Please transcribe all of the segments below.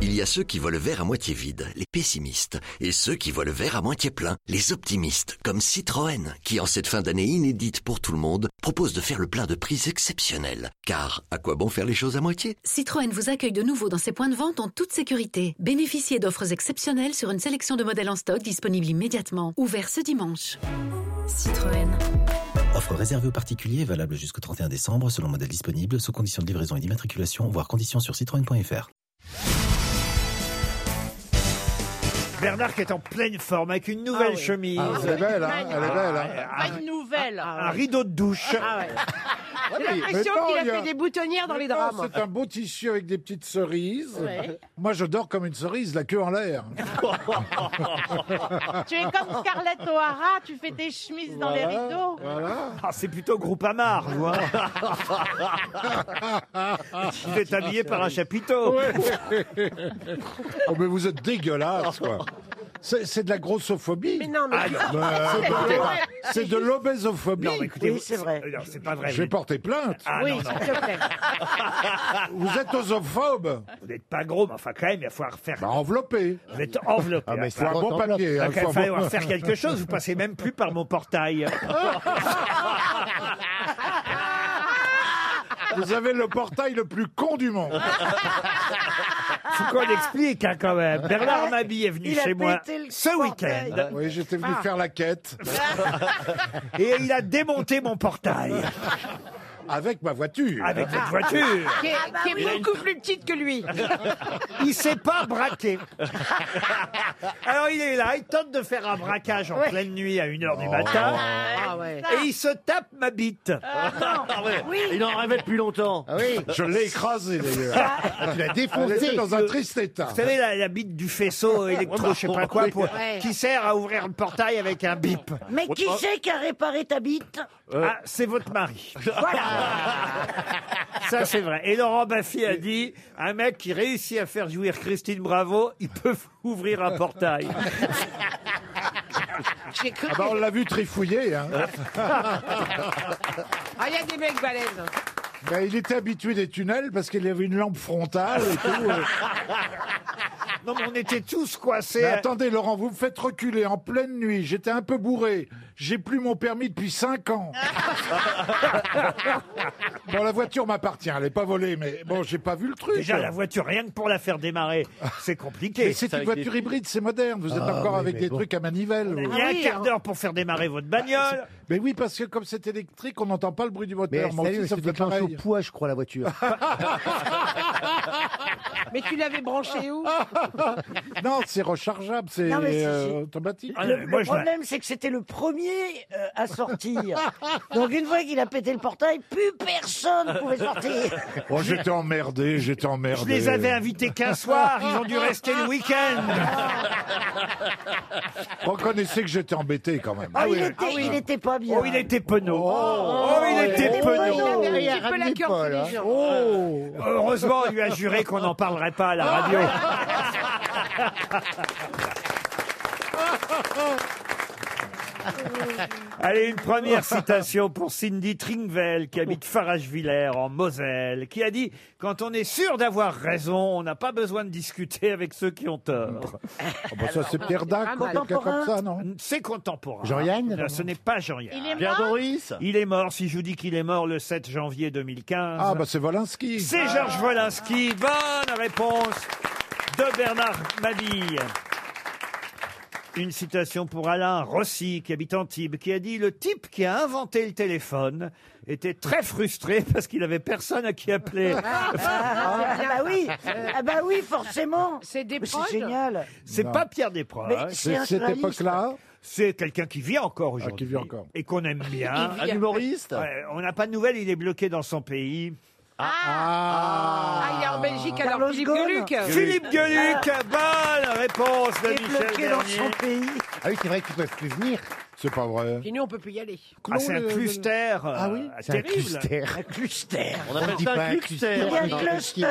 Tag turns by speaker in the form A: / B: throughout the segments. A: Il y a ceux qui voient le verre à moitié vide, les pessimistes, et ceux qui voient le verre à moitié plein, les optimistes, comme Citroën, qui en cette fin d'année inédite pour tout le monde, propose de faire le plein de prix exceptionnel. Car à quoi bon faire les choses à moitié
B: Citroën vous accueille de nouveau dans ses points de vente en toute sécurité. Bénéficiez d'offres exceptionnelles sur une sélection de modèles en stock disponibles immédiatement. Ouvert ce dimanche. Citroën.
C: Offre réservée aux particuliers, valable jusqu'au 31 décembre, selon modèle disponible, sous conditions de livraison et d'immatriculation, voire conditions sur citroën.fr.
D: Bernard qui est en pleine forme avec une nouvelle chemise.
E: Ah, elle est belle, hein, elle est belle. Hein.
D: Ah,
F: Pas une nouvelle.
D: Un rideau de douche.
F: Ah ouais. J'ai
E: mais-
F: l'impression
E: mais non,
F: qu'il
E: il y
F: a
E: a-
F: fait des boutonnières dans les
E: Non,
F: drames.
E: C'est un beau tissu avec des petites cerises.
F: Ouais.
E: Moi, je dors comme une cerise, la queue en l'air.
F: Tu es comme Scarlett O'Hara, tu fais tes chemises dans les rideaux.
E: Voilà.
D: Ah, c'est plutôt groupe Amar, vous. hein. vous êtes habillé par un chapiteau.
E: Oh, mais vous êtes dégueulasse, quoi. C'est c'est de la grossophobie.
F: Mais non, mais
D: Ah, non.
E: Bah,
F: c'est
E: bah,
F: vrai.
E: c'est de l'obésophobie.
D: Euh, Non, mais écoutez,
F: Oui,
D: vous- euh,
F: c'est vrai.
D: Non, c'est pas vrai.
E: Je vais
D: Vous-
E: porter plainte.
D: Ah,
F: oui,
D: non, non,
F: s'il te plaît.
E: Vous êtes osophobe.
D: vous n'êtes pas gros, mais enfin, quand même, il va falloir faire.
E: Bah, enveloppé.
D: Vous êtes enveloppé.
E: Ah, mais il faut
D: enfin.
E: un bon papier. hein,
D: Il
E: faut
D: va
E: un bon-
D: falloir faire quelque chose. Vous passez même plus par mon portail.
E: Vous avez le portail le plus con du monde.
D: Faut qu'on explique, hein, quand même. Bernard Mabille est venu
F: Il a
D: chez moi
F: pété le
D: ce
F: portail. Ah.
D: week-end
E: Ah Oui, j'étais venu faire la quête
D: et il a démonté mon portail
E: avec ma voiture.
D: avec cette voiture.
F: Ah,
D: Ah, bah
F: Qui est, qui est beaucoup plus petite que lui.
D: Il s'est pas braqué. Alors il est là, il tente de faire un braquage en
F: Ouais.
D: pleine nuit à 1h du matin.
F: Ah ouais.
D: Et il se tape ma bite.
G: Il en rêvait depuis longtemps.
E: Je l'ai écrasé, d'ailleurs.
G: Ah.
D: Ah,
G: tu l'as
E: Elle était
G: défoncé.
E: dans un triste état.
D: Vous savez, la, la bite du faisceau électro, je sais pas quoi, pour-
F: Ouais.
D: qui sert à ouvrir le portail avec un bip.
H: Mais qui c'est qui a réparé ta bite
E: Euh.
D: Ah, c'est votre mari. Ça, c'est vrai. Et Laurent Baffy a dit un mec qui réussit à faire jouir Christine Bravo, il peut ouvrir un portail.
E: Ah bah, on l'a vu trifouiller. Hein.
F: Ah, il y a des mecs balèzes.
E: Bah, il était habitué des tunnels parce qu'il y avait une lampe frontale et tout. euh.
D: Non, mais on était tous coincés.
E: Mais attendez, Laurent, vous me faites reculer en pleine nuit. J'étais un peu bourré. J'ai plus mon permis depuis 5 ans. bon, la voiture m'appartient. Elle n'est pas volée, mais bon, j'ai pas vu le truc.
D: Déjà, la voiture, rien que pour la faire démarrer, c'est compliqué.
E: mais c'est une
G: avec des-
E: voiture hybride, c'est moderne. Vous êtes
G: Ah,
E: encore avec des trucs à manivelle. vous. Ah,
D: Il y a
F: Ah
D: un
F: oui,
D: quart
F: hein.
D: d'heure pour faire démarrer votre bagnole.
E: Mais oui, parce que comme c'est électrique, on n'entend pas le bruit du moteur. Moi aussi, ça me fait
G: au
E: pareil. Ah,
G: poids, je crois, la voiture.
F: Mais tu l'avais branché où
E: Non, c'est rechargeable, c'est
H: Non, mais si,
E: euh,
H: si.
E: automatique.
D: Ah, non,
H: Le,
D: mais
H: le
D: moi, je la-
H: problème, c'est que c'était le premier euh, à sortir. Donc une fois qu'il a pété le portail, plus personne pouvait sortir.
E: Oh, j'étais emmerdé, j'étais emmerdé.
D: je les avais invités qu'un soir, ils ont dû rester le week-end.
E: Reconnaissez que j'étais embêté quand même.
H: Ah, il, était, il était pas bien.
D: Oh, il était penaud. Oh, il était
F: Il
D: penaud. Oh.
F: avait un petit peu la cœur tous
E: hein.
F: les jours.
D: Heureusement, on lui a juré qu'on n'en parlerait pas à la
E: Ah.
D: radio. Allez, une première citation pour Cindy Tringvel, qui habite Farage-Villers, en Moselle, qui a dit « Quand on est sûr d'avoir raison, on n'a pas besoin de discuter avec ceux qui ont tort.
E: Ah, bah, ça, c'est Pierre Dac,
F: mal.
E: quelqu'un comme ça, non »
D: C'est contemporain.
G: Jean-Yann
D: Non, Ce n'est pas Jean-Yann.
F: Il est
G: Pierre
F: mort.
G: Doris
D: Il est mort, si je vous dis qu'il est mort le 7 janvier 2015.
E: Ah, bah c'est Volinsky.
D: C'est Georges Wolinski. Bonne réponse de Bernard Mabille. Une citation pour Alain Rossi, qui habite Antibes, qui a dit Le type qui a inventé le téléphone était très frustré parce qu'il avait personne à qui appeler.
H: Ah, bah oui, ah bah oui, forcément.
F: C'est des
H: Mais
F: proches.
H: C'est génial.
D: C'est
E: Non.
D: pas Pierre
H: Mais
D: Desproges. hein.
H: c'est
E: C'est
H: un
E: cette
H: journaliste.
E: époque-là. Ah,
D: C'est quelqu'un qui vit encore
E: qui
D: aujourd'hui.
E: vit encore.
D: Et qu'on aime bien.
G: Un humoriste
D: Ouais, on n'a pas de nouvelles, il est bloqué dans son pays.
F: Ah, il est en Belgique alors
H: Carlos
F: Philippe
H: Ghosn.
F: Gueluc.
I: Ah.
D: Philippe Gueluc, bonne réponse de
H: Il est
D: Michel
H: bloqué dans son
D: Bernier.
H: pays.
G: Ah oui, c'est vrai qu'ils peuvent plus venir.
E: C'est pas vrai.
J: Sinon, on peut plus y aller.
D: Ah, c'est un cluster.
E: Ah oui
D: euh,
G: C'est un
D: terrible.
G: cluster.
H: Un cluster.
G: On appelle
E: dit
G: ça
E: pas
G: un
E: un
G: cluster.
H: Il y a
G: Non,
H: un cluster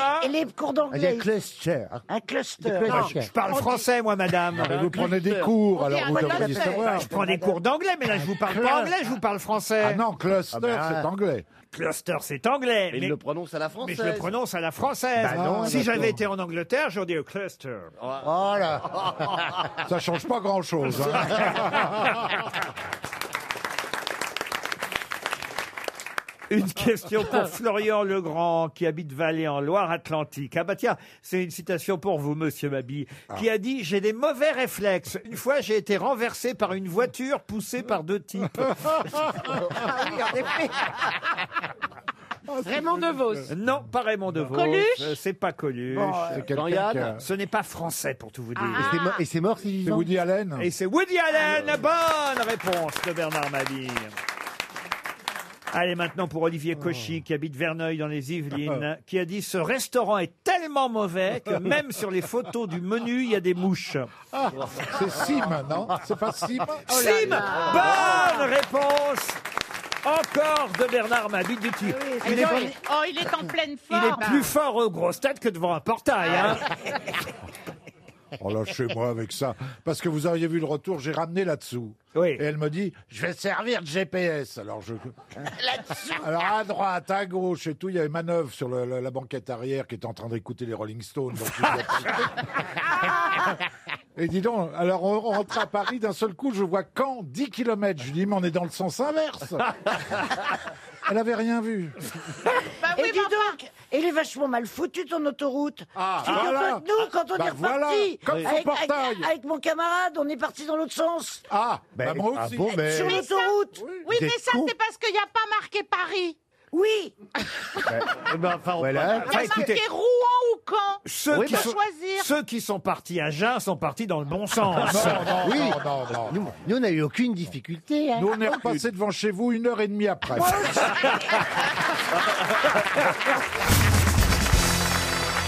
H: Ah, et, et les cours
G: Il y a
H: d'anglais.
G: un cluster.
H: Un cluster.
G: Des
H: Non,
G: clusters.
D: Je parle français, moi, madame.
E: Mais vous prenez des cours, alors
J: dit
E: vous
J: un
E: devriez
J: cluster.
E: savoir.
D: Je prends des cours d'anglais, mais là, je vous parle pas anglais, je vous parle français.
E: Ah non, cluster,
G: Ah ben,
E: c'est anglais.
D: Cluster, c'est anglais.
G: Mais
D: mais-
G: il le prononce à la
D: Mais
G: française.
D: je le prononce à la française.
G: Bah non,
D: si
G: d'accord.
D: j'avais été en Angleterre, j'aurais dit a cluster.
G: Oh là
E: Ça change pas grand-chose. hein.
D: Une question pour Florian Legrand, qui habite Valais en Loire-Atlantique. Ah bah tiens, c'est une citation pour vous, monsieur Mabi, qui a dit « J'ai des mauvais réflexes. Une fois, j'ai été renversé par une voiture poussée par deux types.
F: Ah
K: Oh,
J: Raymond Devos. »
D: Non, pas Raymond DeVos. Euh,
J: Coluche euh,
D: C'est pas Coluche.
E: C'est quelqu'un
G: Jean-Yann.
E: qui a-
D: Ce n'est pas français, pour tout vous dire.
J: Ah.
G: Et c'est mo- Et c'est mort, c'est
E: C'est
G: vivant
E: Woody Allen
D: Et c'est Woody Allen.
E: Ah,
D: Bonne réponse de Bernard Mabille. Allez, maintenant pour
E: Oh.
D: Olivier Cauchy, qui habite Verneuil dans les Yvelines, qui a dit Ce restaurant est tellement mauvais que même sur les photos du menu, il y a des mouches.
E: Ah. C'est Sim, non C'est pas Sim Oh
D: Sim Bonne réponse Encore de Bernard Mabille du
J: Ah
D: tir. Il est,
F: Oh, il est en pleine
D: il
F: forme.
D: est
I: Ah.
D: plus fort au gros stade que devant un portail. hein.
E: Oh là, chez moi avec ça. Parce que vous auriez vu le retour, j'ai ramené là-dessous.
D: Oui.
E: Et elle me dit, je vais servir de GPS. Alors je. Alors à droite, à gauche et tout, il y avait manœuvre sur le- le- la banquette arrière qui était en train d'écouter les Rolling Stones. donc je vois pas le truc. et dis donc, alors on, on rentre à Paris, d'un seul coup, je vois Caen, 10 km. Je lui dis, mais on est dans le sens inverse. elle avait rien vu.
F: Bah oui,
H: Et dis
F: mais enfin,
H: donc, il est vachement mal foutu ton autoroute.
E: Ah,
H: Figure-toi
E: voilà.
H: que nous, quand on
E: Bah
H: est
E: voilà,
H: reparti,
E: comme
H: avec,
E: son
H: avec-
E: portail.
H: avec mon camarade, on est parti dans l'autre sens.
E: Ah,
G: Ben,
E: bah, moi
G: ah
E: aussi.
G: bon, mais-
H: Sur
F: Mais ça-
H: l'autoroute.
F: Oui,
G: Des
F: mais ça,
G: cons.
F: c'est parce qu'il n'y a pas marqué Paris.
H: Oui.
E: Ah. Eh ben,
G: Voilà.
F: Il y a
D: Enfin, écoutez-
F: marqué Rouen ou Caen.
D: Ceux,
G: Oui,
D: qui
G: bah-
D: sont,
F: Choisir.
D: ceux qui sont partis à Jeun sont partis dans le bon sens.
E: Non, non,
G: Oui.
E: non, non, non.
G: Nous, nous, on n'a eu aucune difficulté. hein.
E: Nous, on est repassé devant chez vous une heure et demie après.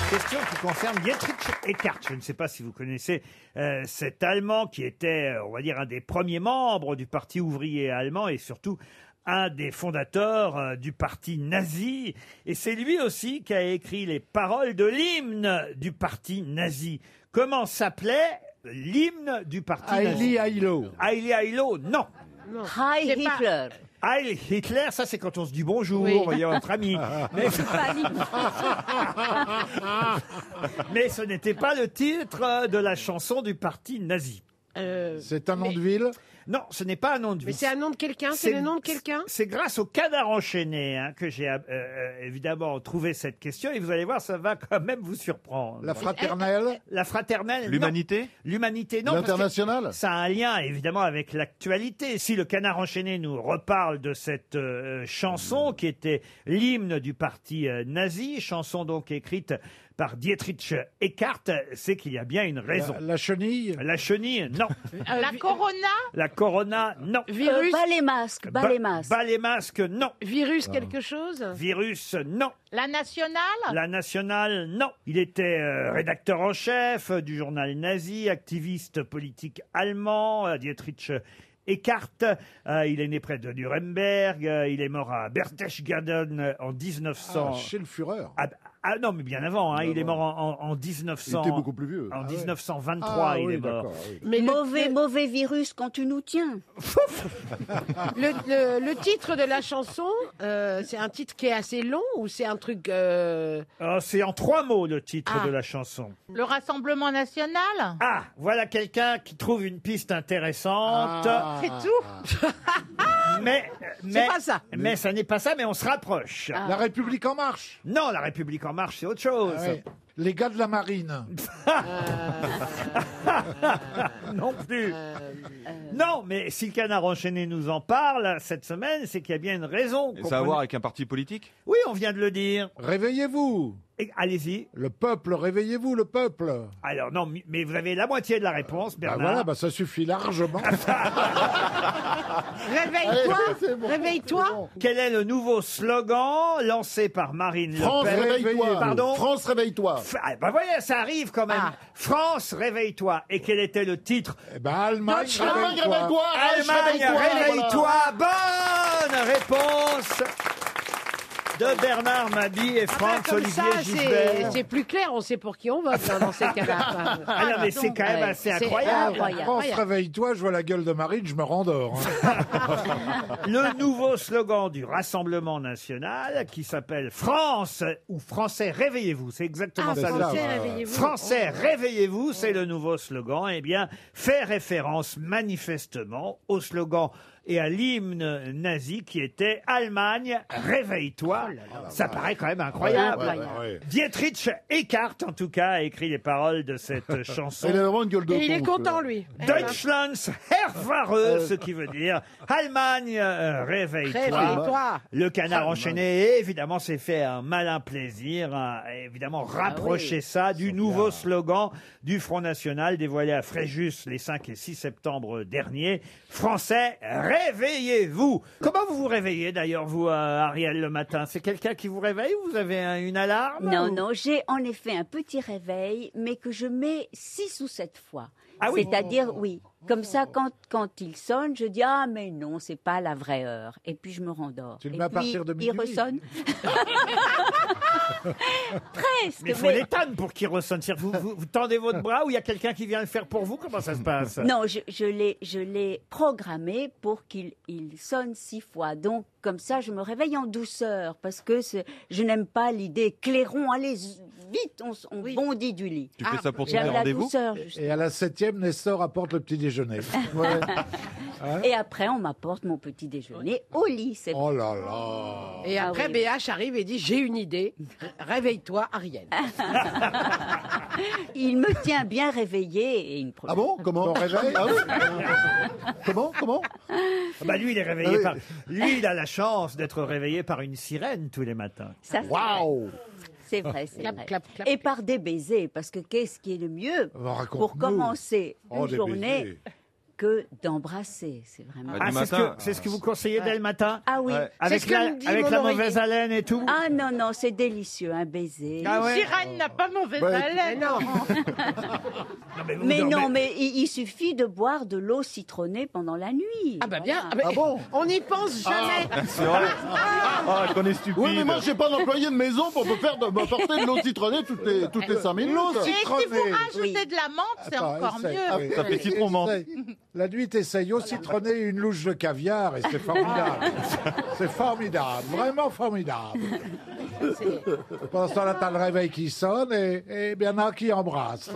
D: Question qui concerne Dietrich Eckart. Je ne sais pas si vous connaissez euh, cet Allemand qui était, euh, on va dire, un des premiers membres du Parti ouvrier allemand et surtout un des fondateurs euh, du parti nazi. Et c'est lui aussi qui a écrit les paroles de l'hymne du parti nazi. Comment s'appelait l'hymne du parti nazi
E: Hailey Hailo.
D: Heil Heilo, non.
L: Hi Hitler.
D: Heil Hitler, ça c'est quand on se dit bonjour,
J: Oui.
D: il y a entre amis. Mais, mais ce n'était pas le titre euh, de la chanson du parti nazi.
J: Euh,
E: C'est un nom
J: mais-
E: de ville
D: Non, ce n'est pas un nom de
J: Mais
D: ville.
J: c'est un nom de quelqu'un C'est le nom de quelqu'un
D: C'est grâce au canard enchaîné hein, que j'ai euh, euh, évidemment trouvé cette question et vous allez voir, ça va quand même vous surprendre.
E: La fraternelle
D: La fraternelle non.
G: L'humanité
D: L'humanité, non. parce que
G: L'international
D: Ça a un lien évidemment avec l'actualité. Si le canard enchaîné nous reparle de cette euh, chanson qui était l'hymne du parti euh, nazi, chanson donc écrite par Dietrich Eckart, c'est qu'il y a bien une raison.
E: la, la chenille
D: La, chenille, non.
J: Euh,
F: La
J: vi-
F: Corona.
D: La corona, non.
J: Virus
L: Pas Euh, les masques, pas
D: Ba-
L: les masques.
D: Bas les masques, non.
E: Ah.
J: Virus quelque chose
D: Virus, non.
F: Ah. La nationale.
D: La nationale, non. Il était euh, rédacteur en chef euh, du journal nazi, activiste politique allemand, euh, Dietrich Eckart. Euh, il est né près de Nuremberg. Euh, il est mort à Berchtesgaden euh, en
E: Ah,
D: 1900.
E: Chez le Führer.
D: Ah, ah non, mais bien avant. hein. il est mort en, en- en
E: Il
D: 1900.
E: était beaucoup plus vieux.
D: En
E: Ah ouais.
D: 1923,
E: Ah
D: il
E: oui,
D: est mort.
E: d'accord, oui.
J: Mais le,
L: Mauvais, mauvais virus quand tu nous tiens.
J: le- le- le titre de la chanson, euh, c'est un titre qui est assez long ou c'est un truc. euh,
D: Euh, C'est en trois mots le titre
J: Ah.
D: de la chanson.
F: Le Rassemblement national.
D: Ah, voilà quelqu'un qui trouve une piste intéressante.
E: Ah.
J: C'est tout
D: Mais, mais
J: C'est pas ça. Ah.
D: Mais ça n'est pas ça, mais on se rapproche.
E: La République en marche
D: Non, la République en marche, c'est autre chose.
E: Ah ouais. Les gars de la marine.
D: Non plus.
J: Euh,
D: Non, mais si le canard enchaîné nous en parle cette semaine, c'est qu'il y a bien une raison. comprenez-
M: avec un parti politique
D: Oui, on vient de le dire.
E: Réveillez-vous
D: Allez-y.
E: Le peuple, réveillez-vous, le peuple.
D: Alors non, mi- mais vous avez la moitié de la réponse,
E: Ah,
D: Bernard.
E: voilà, bah, ça suffit largement.
J: Réveille-toi,
E: Allez, c'est bon,
J: réveille-toi.
D: Quel est le nouveau slogan lancé par Marine
E: France,
D: Le Pen
E: réveille-toi.
D: Pardon
E: France, réveille-toi.
D: F- ah, bah voyez, ça arrive quand
J: Ah.
D: même. France, réveille-toi. Et quel était le titre
E: Eh ben, Allemagne,
D: Deutschland,
E: réveille-toi.
D: Allemagne, réveille-toi. Bonne réponse de Bernard Mabi et
J: Ah bah,
D: Franck
J: comme ça,
D: Olivier
J: c'est-
D: Gisbert.
J: c'est plus clair, on sait pour qui on vote hein, dans ces cas-là.
D: Ah non, mais c'est quand même
J: Ouais,
D: assez
J: c'est
D: incroyable.
J: incroyable.
E: France, réveille-toi, je vois la gueule de Marine, je me rendors. hein.
D: Le nouveau slogan du Rassemblement national qui s'appelle France ou Français, réveillez-vous. C'est exactement
J: Ah,
D: ça. le-
J: français,
E: ça, ouais.
J: réveillez-vous. Oh.
D: Français, réveillez-vous, c'est le nouveau slogan. Eh bien, fait référence manifestement au slogan et à l'hymne nazi qui était Allemagne,
J: Oh
D: réveille-toi. Ça paraît quand même incroyable.
E: Ouais, ouais, ouais.
D: Dietrich Eckart, en tout cas, a écrit les paroles de cette chanson.
E: Il a vraiment une gueule de
J: Et il est
E: con, celui-là.
J: content, lui.
I: Eh ben.
D: Deutschlands Herrfahrer, ce qui veut dire Allemagne, euh, réveille-toi.
J: Réveille-toi.
D: Le canard enchaîné, évidemment, s'est fait un malin plaisir. à, évidemment, rapprocher ça du nouveau slogan du Front National dévoilé à Fréjus les 5 et 6 septembre dernier. Français, réveillez-vous. Comment vous vous réveillez d'ailleurs, vous, euh, Ariel, le matin C'est quelqu'un qui vous réveille ou Vous avez euh, une alarme
L: Non,
D: ou-
L: non, j'ai en effet un petit réveil, mais que je mets six ou sept fois.
D: Ah oui.
L: C'est-à-dire, oui. Comme ça, quand, quand il sonne, je dis Ah, mais non, c'est pas la vraie heure. Et puis je me rendors.
E: Tu le
L: Et
E: mets à
L: puis,
E: partir de
L: Il
E: minuit
L: ressonne. Presque.
D: Mais il faut
L: mais-
D: l'éteindre pour qu'il ressonne. C'est-à-dire, Vous, vous, vous tendez votre bras ou il y a quelqu'un qui vient le faire pour vous Comment ça se passe
L: Non, je, je l'ai, je l'ai programmé pour qu'il il sonne six fois. Donc, comme ça, je me réveille en douceur parce que c'est- je n'aime pas l'idée. Clairon, allez, z- vite, on, s- on bondit du lit. Ah,
M: Tu fais ça pour tous les
L: J'aime la
M: rendez-vous
L: douceur, justement.
E: Et à la septième, Nestor apporte le petit déjeuner. Ouais.
L: Et après, on m'apporte mon petit déjeuner au lit. C'est
E: Oh là là.
J: Et
L: Ah
J: après,
L: oui.
J: BH arrive et dit J'ai une idée, réveille-toi, Ariel.
L: Il me tient bien réveillée. Et une
M: Ah bon Comment
E: Bon réveil.
M: Ah oui Comment Comment
D: Ah Bah lui, il est réveillé
M: Ah oui.
D: par. Lui, il a la chance d'être réveillé par une sirène tous les matins.
L: Ça, c'est vrai,
E: Waouh.
L: c'est vrai, c'est
J: Clap,
L: vrai.
J: clap, clap.
L: Et par des baisers, parce que qu'est-ce qui est le mieux
E: Bah, raconte-nous.
L: pour commencer une
E: Oh, des
L: journée
E: baisers.
L: que d'embrasser C'est vraiment.
M: Ah,
D: Ah,
M: du
D: c'est ce que
M: matin.
D: c'est ce que vous conseillez dès le matin
L: Ah oui.
M: Ouais.
J: C'est
D: avec
J: ce que
D: la
J: me dit
D: avec
J: mon
D: la
J: oreiller.
D: mauvaise haleine et tout.
L: Ah non, non, c'est délicieux, un baiser.
D: Ah ouais.
F: Sirène n'a pas mauvaise
E: Bah,
F: haleine.
J: Non,
D: vous
L: Mais
D: dormez-
L: non, mais il, il suffit de boire de l'eau citronnée pendant la nuit.
J: ah bah bien,
L: Voilà. Ah.
J: ah bah,
M: Ah bon
J: on n'y pense jamais.
M: C'est vrai Ah, qu'on est stupide.
K: Oui, mais moi, j'ai pas d'employé de maison pour me faire de, m'apporter de l'eau citronnée toutes les, toutes les 5 minutes.
F: Et si vous rajoutez
L: Oui.
F: de la menthe, c'est
E: Attends,
F: encore
E: essaye.
F: mieux.
E: Ah oui.
M: Ça fait citron menthe.
E: Essaye. La nuit, t'essayes au citronné une louche de caviar et c'est formidable. c'est formidable, vraiment formidable. Pendant ce temps-là, t'as le réveil qui sonne et, et Bernard qui embrasse.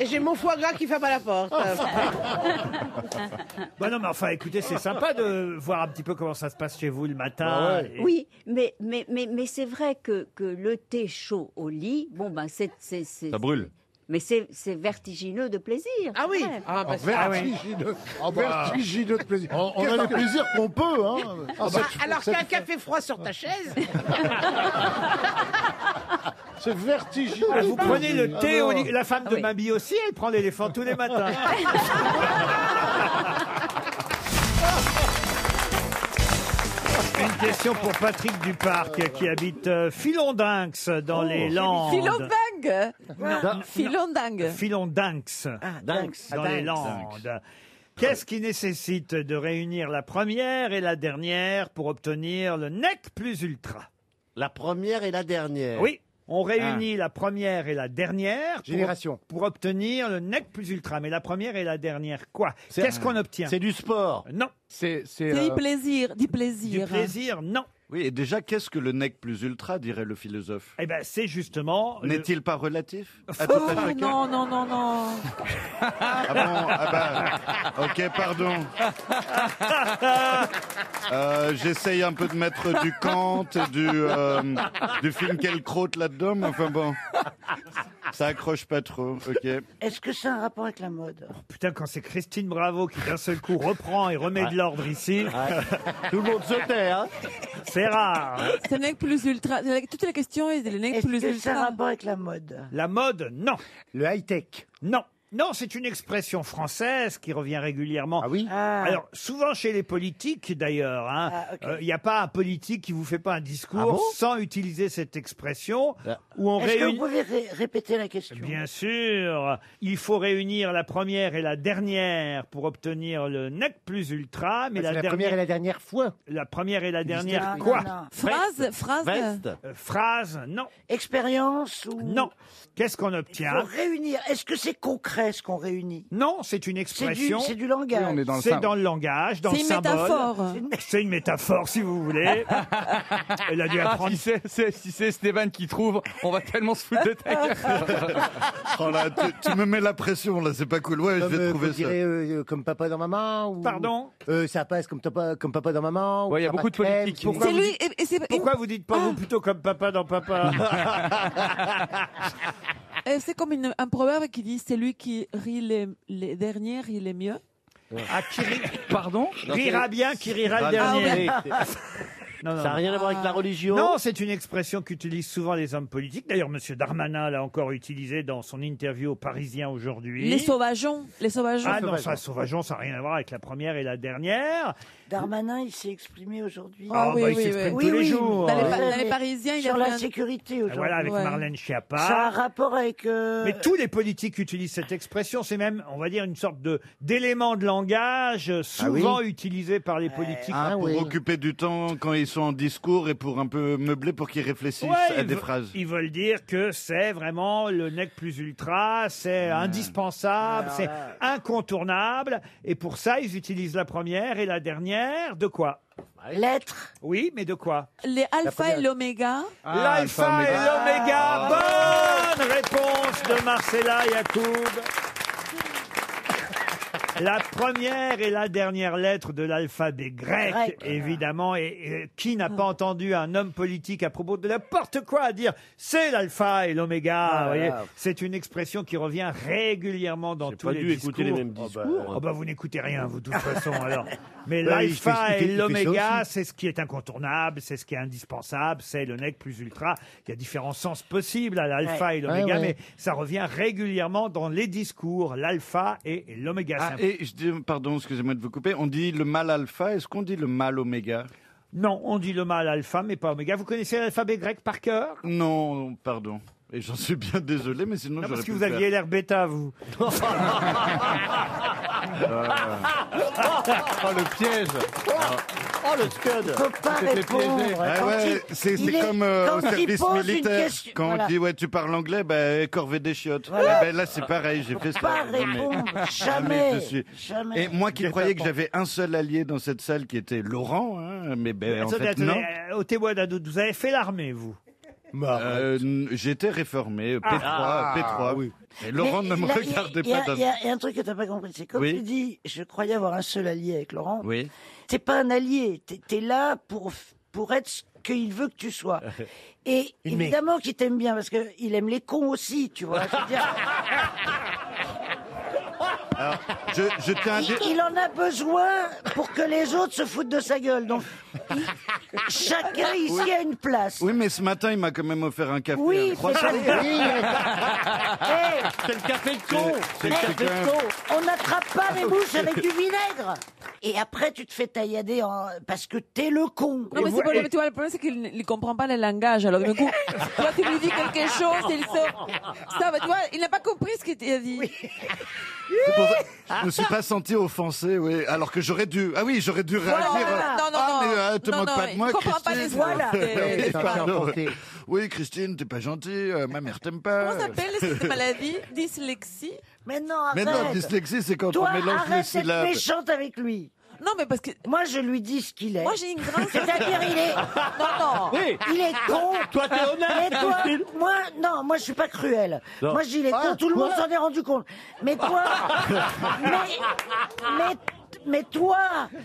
J: Et j'ai mon foie gras qui frappe à la porte.
D: Bah non, mais enfin, écoutez, c'est sympa de voir un petit peu comment ça se passe chez vous le matin.
E: Bah ouais.
D: Et-
L: Oui, mais, mais, mais, mais c'est vrai que, que le thé chaud au lit, bon ben c'est... c'est- c'est-
M: Ça brûle.
L: Mais c'est c'est vertigineux de plaisir.
J: Ah oui,
L: c'est vrai.
J: ah, bah,
E: Ah, bah. vertigineux, Ah, vertigineux de plaisir.
K: On, on a le plaisir qu'on peut, hein.
E: Ah, bah,
J: bah, alors qu'un café froid sur ta chaise,
E: c'est vertigineux.
D: Ah, vous prenez le thé
E: Ah,
D: au
E: non.
D: lit. La femme de
L: Oui.
D: Mabi aussi, elle prend l'éléphant tous les matins. Une question pour Patrick Duparc qui habite euh, Philondinx dans
M: Oh.
D: les Landes.
N: Philondingue Philondingue
D: Philondinx
H: Ah,
D: dans les Landes. Qu'est-ce qui nécessite de réunir la première et la dernière pour obtenir le nec plus ultra
G: La première et la dernière. Ah.
D: Oui, on réunit la première et la dernière pour,
G: Génération.
D: pour obtenir le nec plus ultra. Mais la première et la dernière quoi Qu'est-ce qu'on obtient Euh,
G: du sport.
D: Non,
K: C'est.
N: Du plaisir, du
D: du
N: plaisir.
D: plaisir, non.
M: euh, Oui, et déjà, qu'est-ce que le nec plus ultra, dirait le philosophe
D: Eh ben, c'est justement. le-
M: N'est-il pas relatif
D: Ah,
M: à tout
N: Oh,
M: à chacun
N: non, non, non, non.
M: Ah bon Ah bah, ok, pardon.
E: ben.
H: Ah.
M: Euh, J'essaye un peu de mettre du Kant, du, euh, du Finkielkraut là-dedans, mais enfin bon. Ça accroche pas trop, ok.
H: Est-ce que c'est un rapport avec la mode
D: Oh, Putain, quand c'est Christine Bravo qui d'un seul coup reprend et remet de l'ordre ici.
G: Ah. Tout le monde se tait, hein
D: C'est rare. hein.
N: Ce n'est plus ultra. euh, Toute la question est le n'est plus ultra.
H: avec la mode
D: La mode, non. Le high-tech Non. Non, c'est une expression française qui revient régulièrement. Ah oui Alors, souvent chez les politiques, d'ailleurs. hein, euh, Il
H: Ah, ok.
D: n'y a pas un politique qui vous fait pas un discours
H: Ah bon
D: sans utiliser cette expression où on
H: Est-ce que vous
D: réunit...
H: pouvez ré- répéter la question
D: Bien sûr, il faut réunir la première et la dernière pour obtenir le nec plus ultra, mais
O: Parce
D: la,
O: que la
D: dernière...
O: première et la
D: dernière fois. La première et la dernière
O: Non,
D: quoi
H: Ah,
O: non, non. Phrase,
D: Veste.
O: phrase. Veste.
D: Euh, phrase, non.
H: Expérience ou
D: Non. Qu'est-ce qu'on obtient
H: Pour réunir, est-ce que c'est concret ce qu'on réunit
D: Non, c'est
H: C'est
D: une
H: du-
D: expression.
H: c'est du langage. Oui, on est dans le
D: C'est
H: symbole.
D: dans le langage, dans le
H: C'est une
D: symbole.
H: métaphore. C'est une-
D: C'est une métaphore, si vous voulez. Elle a dû
P: Ah,
D: apprendre.
P: si c'est si c'est Stéphane qui trouve, on va tellement se foutre de ta gueule.
M: Oh là, tu, tu me mets la pression là, c'est pas cool. Ouais, je
O: Comme,
M: vais
O: euh,
M: trouver
O: vous direz,
M: ça.
O: euh, euh, comme papa dans maman ou...
D: Pardon
O: Euh, Ça passe comme papa, comme papa dans maman.
D: Ouais, il y a beaucoup de politiques. Pourquoi C'est vous lui- dites-
N: Et c'est-
D: Pourquoi vous dites pas vous plutôt comme papa dans papa
N: et Euh, c'est comme une- un proverbe qui dit celui qui rit les, les derniers rit les mieux.
D: Ah, qui rit-
P: Pardon
D: Rira bien qui rira
M: Ah,
D: le dernier. Non, non,
G: Ça n'a
D: non.
G: rien à voir avec la religion.
D: Non, c'est une expression qu'utilisent souvent les hommes politiques. D'ailleurs, Monsieur Darmanin l'a encore utilisée dans son interview au Parisien aujourd'hui.
N: Les sauvageons, les sauvageons.
D: Ah non, ça, sauvageon, ça n'a rien à voir avec la première et la dernière.
H: Darmanin, il s'est exprimé aujourd'hui.
D: Ah, Ah oui, bah, il oui, s'exprime oui. tous les jours. Dans les pa-
H: Ouais,
D: dans les
H: mais
N: Parisiens, il
H: sur
N: a
H: la
N: fait un-
H: sécurité
D: Et
H: aujourd'hui.
D: Ah, Voilà, avec Marlène Schiappa.
H: Ça a un rapport avec. euh,
D: Mais tous les politiques utilisent cette expression. C'est même, on va dire, une sorte de d'élément de langage euh, souvent utilisé par les politiques.
M: Ah, pour occuper du temps quand ils sont en discours et pour un peu meubler pour qu'ils réfléchissent
D: Ouais,
M: à
D: ils
M: des
D: ve-
M: phrases.
D: Ils veulent dire que c'est vraiment le nec plus ultra, c'est indispensable,
M: Alors
D: c'est
M: là-
D: incontournable. Et pour ça, ils utilisent la première et la dernière. De quoi
H: L'être.
D: Oui, mais de quoi
N: Les alpha et l'oméga.
D: L'alpha et l'oméga. Bonne réponse de Marcella Yacoub. La première et la dernière lettre de l'alphabet grec,
O: Grec.
D: évidemment. Et, et qui n'a pas entendu un homme politique à propos de n'importe quoi à dire c'est l'alpha et l'oméga
G: Ah,
D: vous voyez
G: là.
D: C'est une expression qui revient régulièrement dans tous
G: pas
D: les
G: dû
D: discours.
G: écouter les mêmes
D: Oh bah,
G: discours.
D: oh bah, vous n'écoutez rien, vous, de toute façon, alors. Mais
G: Bah, il fait- il
D: l'alpha
G: fait- il
D: et
G: fait ça
D: l'oméga,
G: aussi.
D: c'est ce qui est incontournable, c'est ce qui est indispensable, c'est le nec plus ultra. Il y a différents sens possibles à l'alpha
G: Ouais.
D: et l'oméga,
G: Ouais, ouais.
D: mais ça revient régulièrement dans les discours, l'alpha et l'oméga.
M: Ah,
D: C'est un-
M: et je dis, pardon, excusez-moi de vous couper. On dit le mal alpha. Est-ce qu'on dit le mal oméga
D: Non, on dit le mal alpha, mais pas oméga. Vous connaissez l'alphabet grec par cœur
M: Non, pardon. Et j'en suis bien désolé, mais sinon
D: Non,
M: j'aurais
D: parce que
M: pu
D: vous
M: le faire.
D: aviez l'air bêta, vous.
M: Euh, Ah,
P: Oh, le piège
G: Oh, le scud
H: Faut pas répondre.
M: Ah Ouais,
H: Quand
M: ouais,
H: il-
M: c'est
H: il
M: c'est
H: est-
M: comme euh,
H: quand
M: au
H: il
M: service
H: pose une
M: militaire.
H: question-
M: Quand
H: voilà.
M: on dit ouais, tu parles anglais, ben corvée des chiottes.
H: Voilà.
M: Eh ben, là, c'est pareil, j'ai fait ça.
H: pas
M: Non, mais-
H: répondre,
M: non, mais
H: jamais,
M: je suis-
H: jamais.
M: Et moi qui
H: Guet-apens.
M: croyais que j'avais un seul allié dans cette salle qui était Laurent, hein, mais ben, en
D: Attendez,
M: fait,
D: attendez,
M: non.
D: euh, au témoin d'un doute, vous avez fait l'armée, vous
M: Euh, n- J'étais réformé, P3,
D: Ah.
M: P3. Et Laurent
H: Mais
M: ne me
H: là, il y a-
M: regardait
H: il y a-
M: pas d'un
H: Il y, a- il y a un truc que t'as pas compris. C'est comme
M: Oui.
H: tu dis, je croyais avoir un seul allié avec Laurent.
M: Oui.
H: T'es pas un allié. T'es es là pour, f- pour être ce qu'il veut que tu sois. Et
O: Il m'aime.
H: évidemment qu'il t'aime bien parce qu'il aime les cons aussi, tu vois. Je veux dire,
M: Alors, je, je tiens à dire.
H: il, il en a besoin pour que les autres se foutent de sa gueule. Donc, il- chacun ici
M: Oui.
H: a une place.
M: Oui, mais ce matin, il m'a quand même offert un café. hein.
H: Oui,
M: un
H: c'est
M: croissant.
H: ça. Oui. Hey,
P: C'est le café de con
M: C'est le
H: Hey,
M: café de con
H: on n'attrape pas les mouches avec du vinaigre. Et après, tu te fais taillader en- Euh, parce que t'es le con.
N: Non, mais c'est pour- tu vois, le problème, c'est qu'il ne il comprend pas le langage. Alors, du coup, toi, tu lui dis quelque chose, il sort. Ça, va, tu vois, il n'a pas compris ce qu'il t'a dit.
M: C'est pour ça- Je me suis pas senti offensé, oui. Alors que j'aurais dû. Ah oui, j'aurais dû réagir.
N: Voilà. Non, non,
M: ah,
N: non.
M: mais euh, te
N: Non,
M: moque
N: non,
M: pas de
N: il
M: moi,
N: comprend pas les
M: Christine.
N: Voilà.
M: Oui,
N: Il s'en fait
M: pardon.
N: emporter.
M: Oui, Christine, t'es pas gentille. euh, ma mère t'aime pas.
N: Comment s'appelle cette maladie Dyslexie
H: Mais non,
M: Mais non, dyslexie, c'est quand
H: Toi,
M: on mélange les
H: arrête d'être
M: syllabes.
H: méchante avec lui.
N: Non, mais parce que.
H: Moi, je lui dis ce qu'il est.
N: Moi, j'ai une grande.
H: C'est-à-dire, il est.
N: Non, non.
H: Oui. Il est con.
N: Toi, t'es honnête,
H: Mais toi,
N: Christine.
H: moi, non, moi, je suis pas cruel.
G: Non.
H: Moi, je dis, il est
G: Ah,
H: con. Tout le monde
G: toi.
H: s'en est rendu compte. Mais toi. mais. mais mais toi,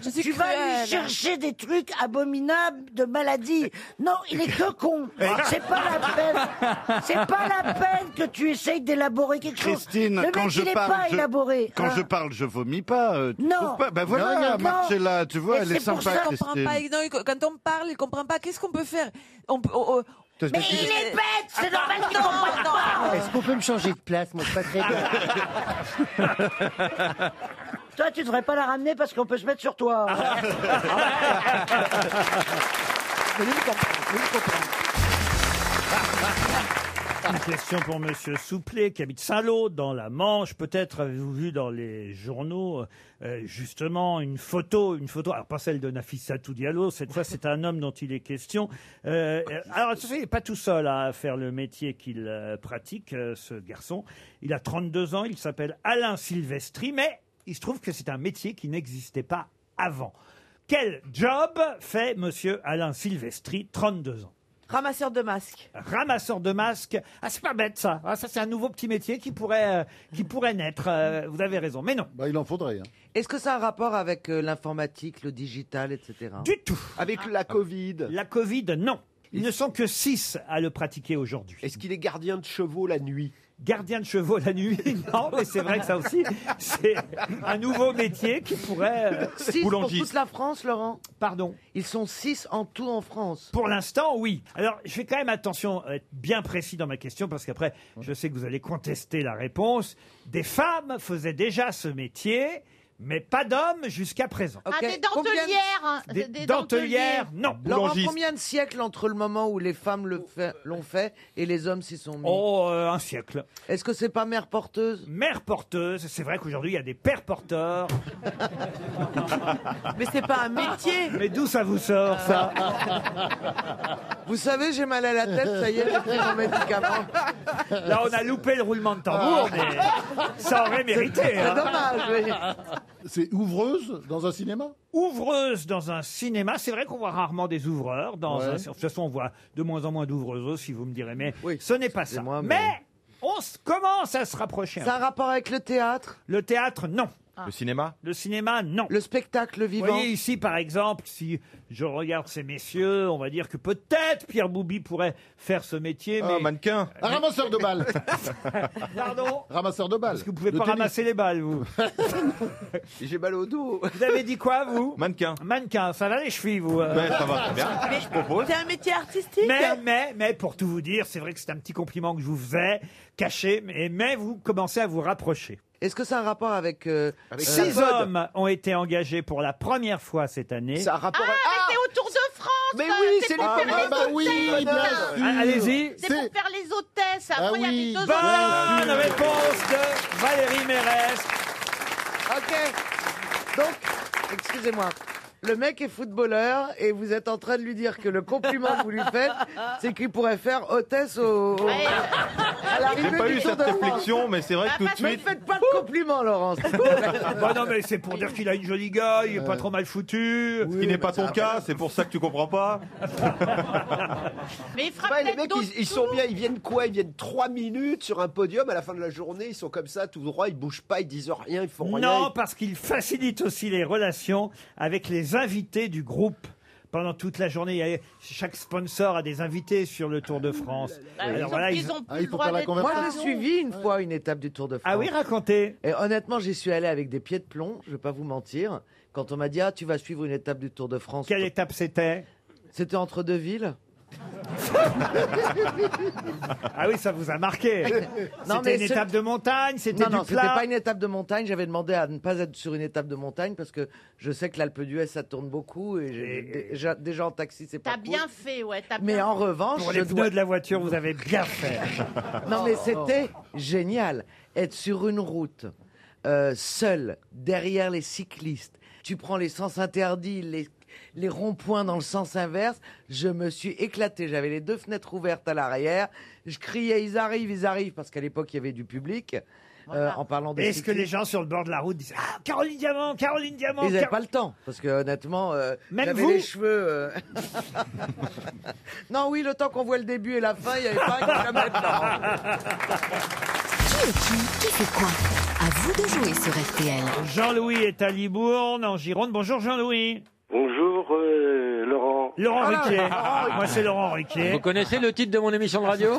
N: Je suis
H: tu vas
N: cruelle.
H: lui chercher des trucs abominables de maladie. Non, il est que con. C'est pas la peine. C'est pas la peine que tu essayes d'élaborer quelque chose.
M: Christine,
H: Le mec,
M: quand je
H: il est
M: parle,
H: pas
M: je,
H: élaboré.
M: quand
H: hein.
M: je parle, je vomis pas. euh, tu
H: Non.
M: trouves pas ben voilà,
H: Non, non,
M: Marcella, tu vois,
N: Mais
M: elle est,
N: c'est pour
M: sympa,
N: ça qu'on comprend
M: Christine.
N: pas. Non, il- quand on parle, il comprend pas. Qu'est-ce qu'on peut faire On peut- oh, oh.
O: Mais il
H: est bête,
O: c'est normal qu'il
N: Non,
O: comprenne
N: non.
O: Est-ce qu'on peut me changer de place Moi, je suis pas très bien.
H: Ah. Toi, tu devrais pas la ramener parce qu'on peut se mettre sur toi.
M: Ah.
D: Une question pour Monsieur Souplet, qui habite Saint-Lô, dans la Manche. Peut-être avez-vous vu dans les journaux, euh, justement, une photo, une photo, alors pas celle de Nafissatou Diallo, cette fois c'est un homme dont il est question. Euh, euh, alors, attention, il n'est pas tout seul à faire le métier qu'il euh, pratique, euh, ce garçon. Il a 32 ans, il s'appelle Alain Silvestri, mais il se trouve que c'est un métier qui n'existait pas avant. Quel job fait Monsieur Alain Silvestri, 32 ans
I: Ramasseur de masques.
D: ramasseur de masques. Ah, c'est pas bête ça. Ah, ça, c'est un nouveau petit métier qui pourrait, euh, qui pourrait naître. Euh, vous avez raison. Mais non. il en faudrait. hein.
Q: Est-ce que ça a un rapport avec euh, l'informatique, le digital, etc.
D: Du tout. Avec la Covid. La Covid, non. Ils ne sont que six à le pratiquer aujourd'hui. Est-ce qu'il est gardien de chevaux la nuit Gardien de chevaux la nuit, non, mais c'est vrai que ça aussi, c'est un nouveau métier qui pourrait. euh,
Q: 6 pour toute la France, Laurent
D: Pardon
Q: Ils sont 6 en tout en France.
D: Pour l'instant, oui. Alors, je fais quand même attention à être bien précis dans ma question parce qu'après, je sais que vous allez contester la réponse. Des femmes faisaient déjà ce métier, mais pas d'hommes jusqu'à présent.
I: Ah, des dentelières. hein,
D: Des dentelières, non.
Q: Laurent,
D: Boulangiste.
Q: combien de siècles entre le moment où les femmes le fait- l'ont fait et les hommes s'y sont mis
D: Oh, euh, un siècle.
Q: Est-ce que c'est pas mère porteuse
D: Mère porteuse, c'est vrai qu'aujourd'hui, il y a des pères porteurs.
Q: Mais c'est pas un
D: Ah.
Q: métier
D: Mais d'où ça vous sort, ça
Q: Vous savez, j'ai mal à la tête, ça y est, j'ai pris mon médicament.
D: Là, on a loupé le roulement de
Q: Ah.
D: tambour, mais ça aurait mérité.
K: C'est- c'est
D: hein.
K: dommage, C'est ouvreuse dans un cinéma
D: Ouvreuse dans un cinéma, c'est vrai qu'on voit rarement des ouvreurs. Dans
K: Ouais.
D: un- De toute façon, on voit de moins en moins d'ouvreuses aussi, vous me direz, mais ce n'est pas ça. mais... on s- commence à se rapprocher.
Q: Ça a un rapport avec le théâtre
D: Le théâtre, non.
P: Le cinéma
D: Le cinéma, non.
Q: Le spectacle
D: Vous
Q: vivant
D: voyez ici, par exemple, si je regarde ces messieurs, on va dire que peut-être Pierre Boubi pourrait faire ce
P: Ah,
D: métier.
K: Un
D: mais...
K: mannequin. Un ramasseur de balles.
D: Pardon
K: Ramasseur de balles.
D: Parce que vous pouvez
K: Le
D: pas
K: tennis.
D: ramasser les balles, vous.
P: J'ai mal au dos.
D: Vous avez dit quoi, vous Mannequin. Mannequin, ça va les chevilles, vous euh
P: Ouais, ça va, très bien. Mais Je propose.
I: C'est un métier artistique.
D: Mais, mais, mais, pour tout vous dire, c'est vrai que c'est un petit compliment que je vous faisais, caché, mais, mais vous commencez à vous rapprocher.
Q: Est-ce que ça a un rapport avec. euh,
D: Six
Q: la mode
D: hommes ont été engagés pour la première fois cette année. Ça
I: Ah, mais c'est au Tour de France.
K: Mais
I: ça,
K: oui, c'est
I: pour
K: les-
I: faire
K: Ah,
I: les
K: bah oui,
I: hôtesses,
K: bien
I: ça.
K: sûr. Ah, allez-y.
I: C'est pour faire les hôtesses. Après, il y a des deux
D: Ah Bonne réponse de Valérie Mérès.
Q: Ok. Donc, excusez-moi. Le mec est footballeur et vous êtes en train de lui dire que le compliment que vous lui faites, c'est qu'il pourrait faire hôtesse au. au- à l'arrivée
M: J'ai pas
Q: du
M: eu
Q: Tour
M: cette
Q: de France.
M: réflexion, mais c'est vrai que tout Ah, de
Q: Mais
M: suite.
Q: faites pas de compliments, Laurence.
D: bah non, mais c'est pour dire qu'il a une jolie gueule, il est pas trop mal foutu.
M: Ce qui n'est pas ton cas, c'est pour ça que tu comprends pas.
I: Mais ils frappent
G: les
I: peut-être
G: mecs,
I: d'autres
G: ils, ils sont bien, ils viennent quoi Ils viennent 3 minutes sur un podium, à la fin de la journée, ils sont comme ça, tout droit, ils bougent pas, ils disent rien, ils font rien.
D: Non, parce qu'il facilite aussi les relations avec les invités du groupe. Pendant toute la journée, il y a- chaque sponsor a des invités sur le Tour de France. Alors voilà, Bah ils-
Q: Moi, j'ai suivi une fois une étape du Tour de France.
D: Ah oui, racontez.
Q: Et honnêtement, j'y suis allé avec des pieds de plomb, je vais pas vous mentir. Quand on m'a dit, ah, tu vas suivre une étape du Tour de France.
D: Quelle étape c'était
Q: C'était entre deux villes.
D: Ah oui, ça vous a marqué.
Q: Non,
D: C'était
Q: mais
D: une
Q: c'est-
D: étape de montagne, c'était
Q: Non,
D: du
Q: non, c'était
D: plat.
Q: pas une étape de montagne. J'avais demandé à ne pas être sur une étape de montagne parce que je sais que l'Alpe d'Huez, ça tourne beaucoup et, j'ai- déjà, déjà en taxi, c'est pas
I: T'as
Q: cool.
I: bien fait, ouais. t'as
Q: Mais
I: bien
Q: en
I: fait.
Q: revanche,
D: Pour
Q: je
D: les pneus
Q: dois-
D: de la voiture, vous avez bien fait.
Q: Non, mais c'était génial. Être sur une route, euh, seul, derrière les cyclistes, tu prends les sens interdits, les, les ronds-points dans le sens inverse, je me suis éclaté. J'avais les deux fenêtres ouvertes à l'arrière. Je criais, ils arrivent, ils arrivent, parce qu'à l'époque, il y avait du public. euh, en parlant des
D: Est-ce que les
Q: cyclistes.
D: gens sur le bord de la route disent Ah, Caroline Diamant, Caroline Diamant
Q: Ils n'avaient
D: Car-
Q: pas le temps, parce que honnêtement, euh,
D: Même
Q: j'avais
D: vous
Q: les cheveux. euh, non, oui, le temps qu'on voit le début et la fin, il n'y avait pas. il y avait jamais le temps.
B: Qui est qui Qui fait quoi À vous de jouer sur RTL.
D: Jean-Louis est à Libourne, en Gironde. Bonjour Jean-Louis.
R: Bonjour euh, Laurent.
D: Laurent
R: Ah là,
D: Ruquier.
R: Laurent Ruquier.
D: Moi, c'est Laurent Ruquier.
S: Vous connaissez le titre de mon émission de radio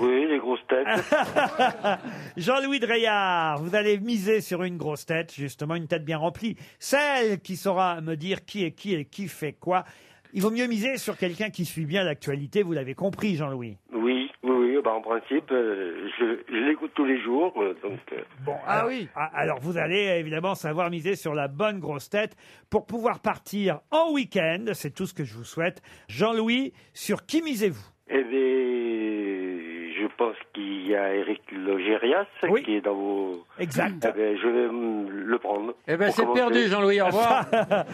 R: Oui, les grosses têtes.
D: Jean-Louis Dreillard, vous allez miser sur une grosse tête, justement, une tête bien remplie. Celle qui saura me dire qui est qui et qui fait quoi. Il vaut mieux miser sur quelqu'un qui suit bien l'actualité, vous l'avez compris, Jean-Louis.
R: Oui, oui, oui, bah en principe, euh, je, je l'écoute tous les jours, euh, donc. euh,
D: ah oui. Alors vous allez évidemment savoir miser sur la bonne grosse tête pour pouvoir partir en week-end. C'est tout ce que je vous souhaite. Jean-Louis, sur qui misez-vous
R: Eh bien, je pense qu'il y a Eric Logérias qui est dans vos.
D: Exact.
R: Eh ben, je vais hum, le prendre.
S: Eh ben,
R: Pour
S: c'est
R: commencer.
S: perdu, Jean-Louis, au revoir.
R: Ah,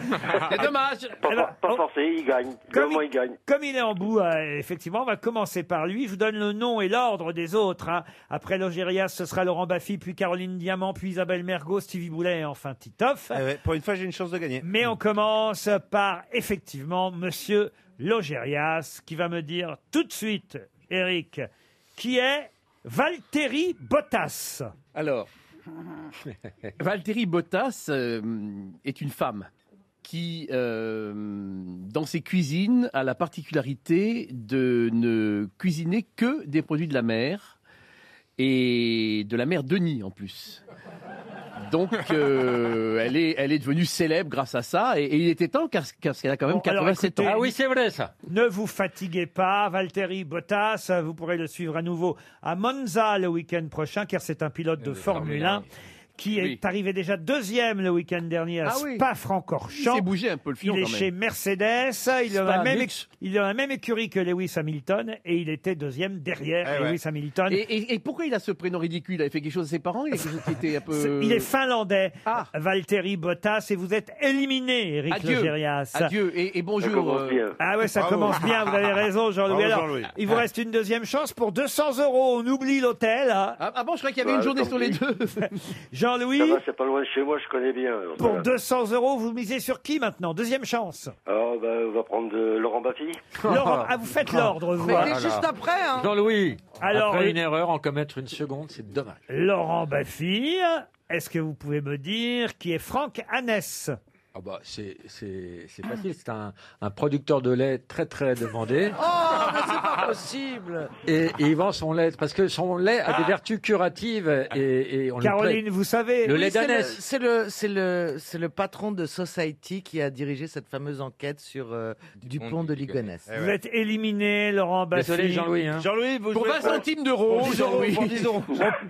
S: C'est dommage.
R: Pas, pas forcé, il gagne.
D: Eh ben, oh. Comme
R: Vraiment, il gagne.
D: Comme il est en bout, euh, effectivement, on va commencer par lui. Je vous donne le nom et l'ordre des autres. hein. Après Logérias, ce sera Laurent Baffy, puis Caroline Diamant, puis Isabelle Mergot, Stevie Boulet, et enfin Titoff.
T: Ah pour une fois, j'ai une chance de gagner.
D: Mais on commence par, effectivement, Monsieur Logérias, qui va me dire tout de suite, Eric, qui est Valtteri Bottas.
S: Alors, Valtteri Bottas euh, est une femme qui, euh, dans ses cuisines, a la particularité de ne cuisiner que des produits de la mer et de la mer Denis en plus. Donc, euh, elle, est, elle est devenue célèbre grâce à ça, et, et il était temps car, car elle a quand même
D: Bon, alors,
S: 87
D: écoutez,
S: ans.
D: Ah vrai ça. Ne vous fatiguez pas, Valtteri Bottas, vous pourrez le suivre à nouveau à Monza le week-end prochain, car c'est un pilote de Formule
S: Formule
D: 1
S: un,
D: qui est arrivé déjà deuxième le week-end dernier à
S: Ah oui.
D: Spa-Francorchamps.
S: Il s'est bougé un peu, le
D: Il
S: fion,
D: est
S: quand même.
D: chez Mercedes, il est, dans
S: Spa,
D: la même,
S: luxe.
D: éc- il est dans la même écurie que Lewis Hamilton, et il était deuxième derrière
S: Eh ouais.
D: Lewis Hamilton.
S: Et, et- et pourquoi il a ce prénom ridicule Il a fait quelque chose à ses parents Il a quelque chose qui était un peu... Ah.
D: C'est- Il est finlandais, Valtteri Bottas, et vous êtes éliminé, Eric
S: Adieu.
D: Logérias.
S: Adieu et, et bonjour. euh,
D: Ah ouais, ça
S: Bravo.
D: commence bien, vous avez raison, Jean-Louis.
S: Bravo,
D: Alors,
S: Jean-Louis.
D: il vous reste une deuxième chance pour 200 euros. On oublie l'hôtel. hein.
S: Ah, ah bon, je croyais qu'il y avait une journée sur les deux.
D: Jean-Louis,
R: Ça va, c'est pas loin de chez moi, je connais bien. alors,
D: pour
R: voilà.
D: 200 euros, vous misez sur qui maintenant Deuxième chance.
R: Alors, bah, on va prendre euh, Laurent Baffy.
D: Laurent, ah, vous faites l'ordre, vous. hein.
S: Jean-Louis,
D: Alors,
S: après
D: euh,
S: une erreur, en commettre une seconde, c'est dommage.
D: Laurent ben, Baffy, est-ce que vous pouvez me dire qui est Franck Annès
S: Ah bah, c'est c'est- c'est facile, c'est un, un producteur de lait très très demandé.
Q: Oh, mais c'est pas possible
S: Et, et il vend son lait, parce que son lait a des
Q: Ah.
S: vertus curatives et, et on le plaît. Le
Q: Oui,
S: lait
Q: c'est le-
S: d'ânesse.
Q: C'est le, c'est le, c'est le patron de Society qui a dirigé cette fameuse enquête sur euh, Dupont de Ligonnès.
T: Eh
D: Vous êtes éliminé, Laurent Baffy.
Q: Désolé, Jean-Louis, hein. Jean-Louis, vous Pour jouez 20 pour- centimes d'euros,
D: Pour 10 euros,
Q: Jean-Louis.
D: pour 10 euros.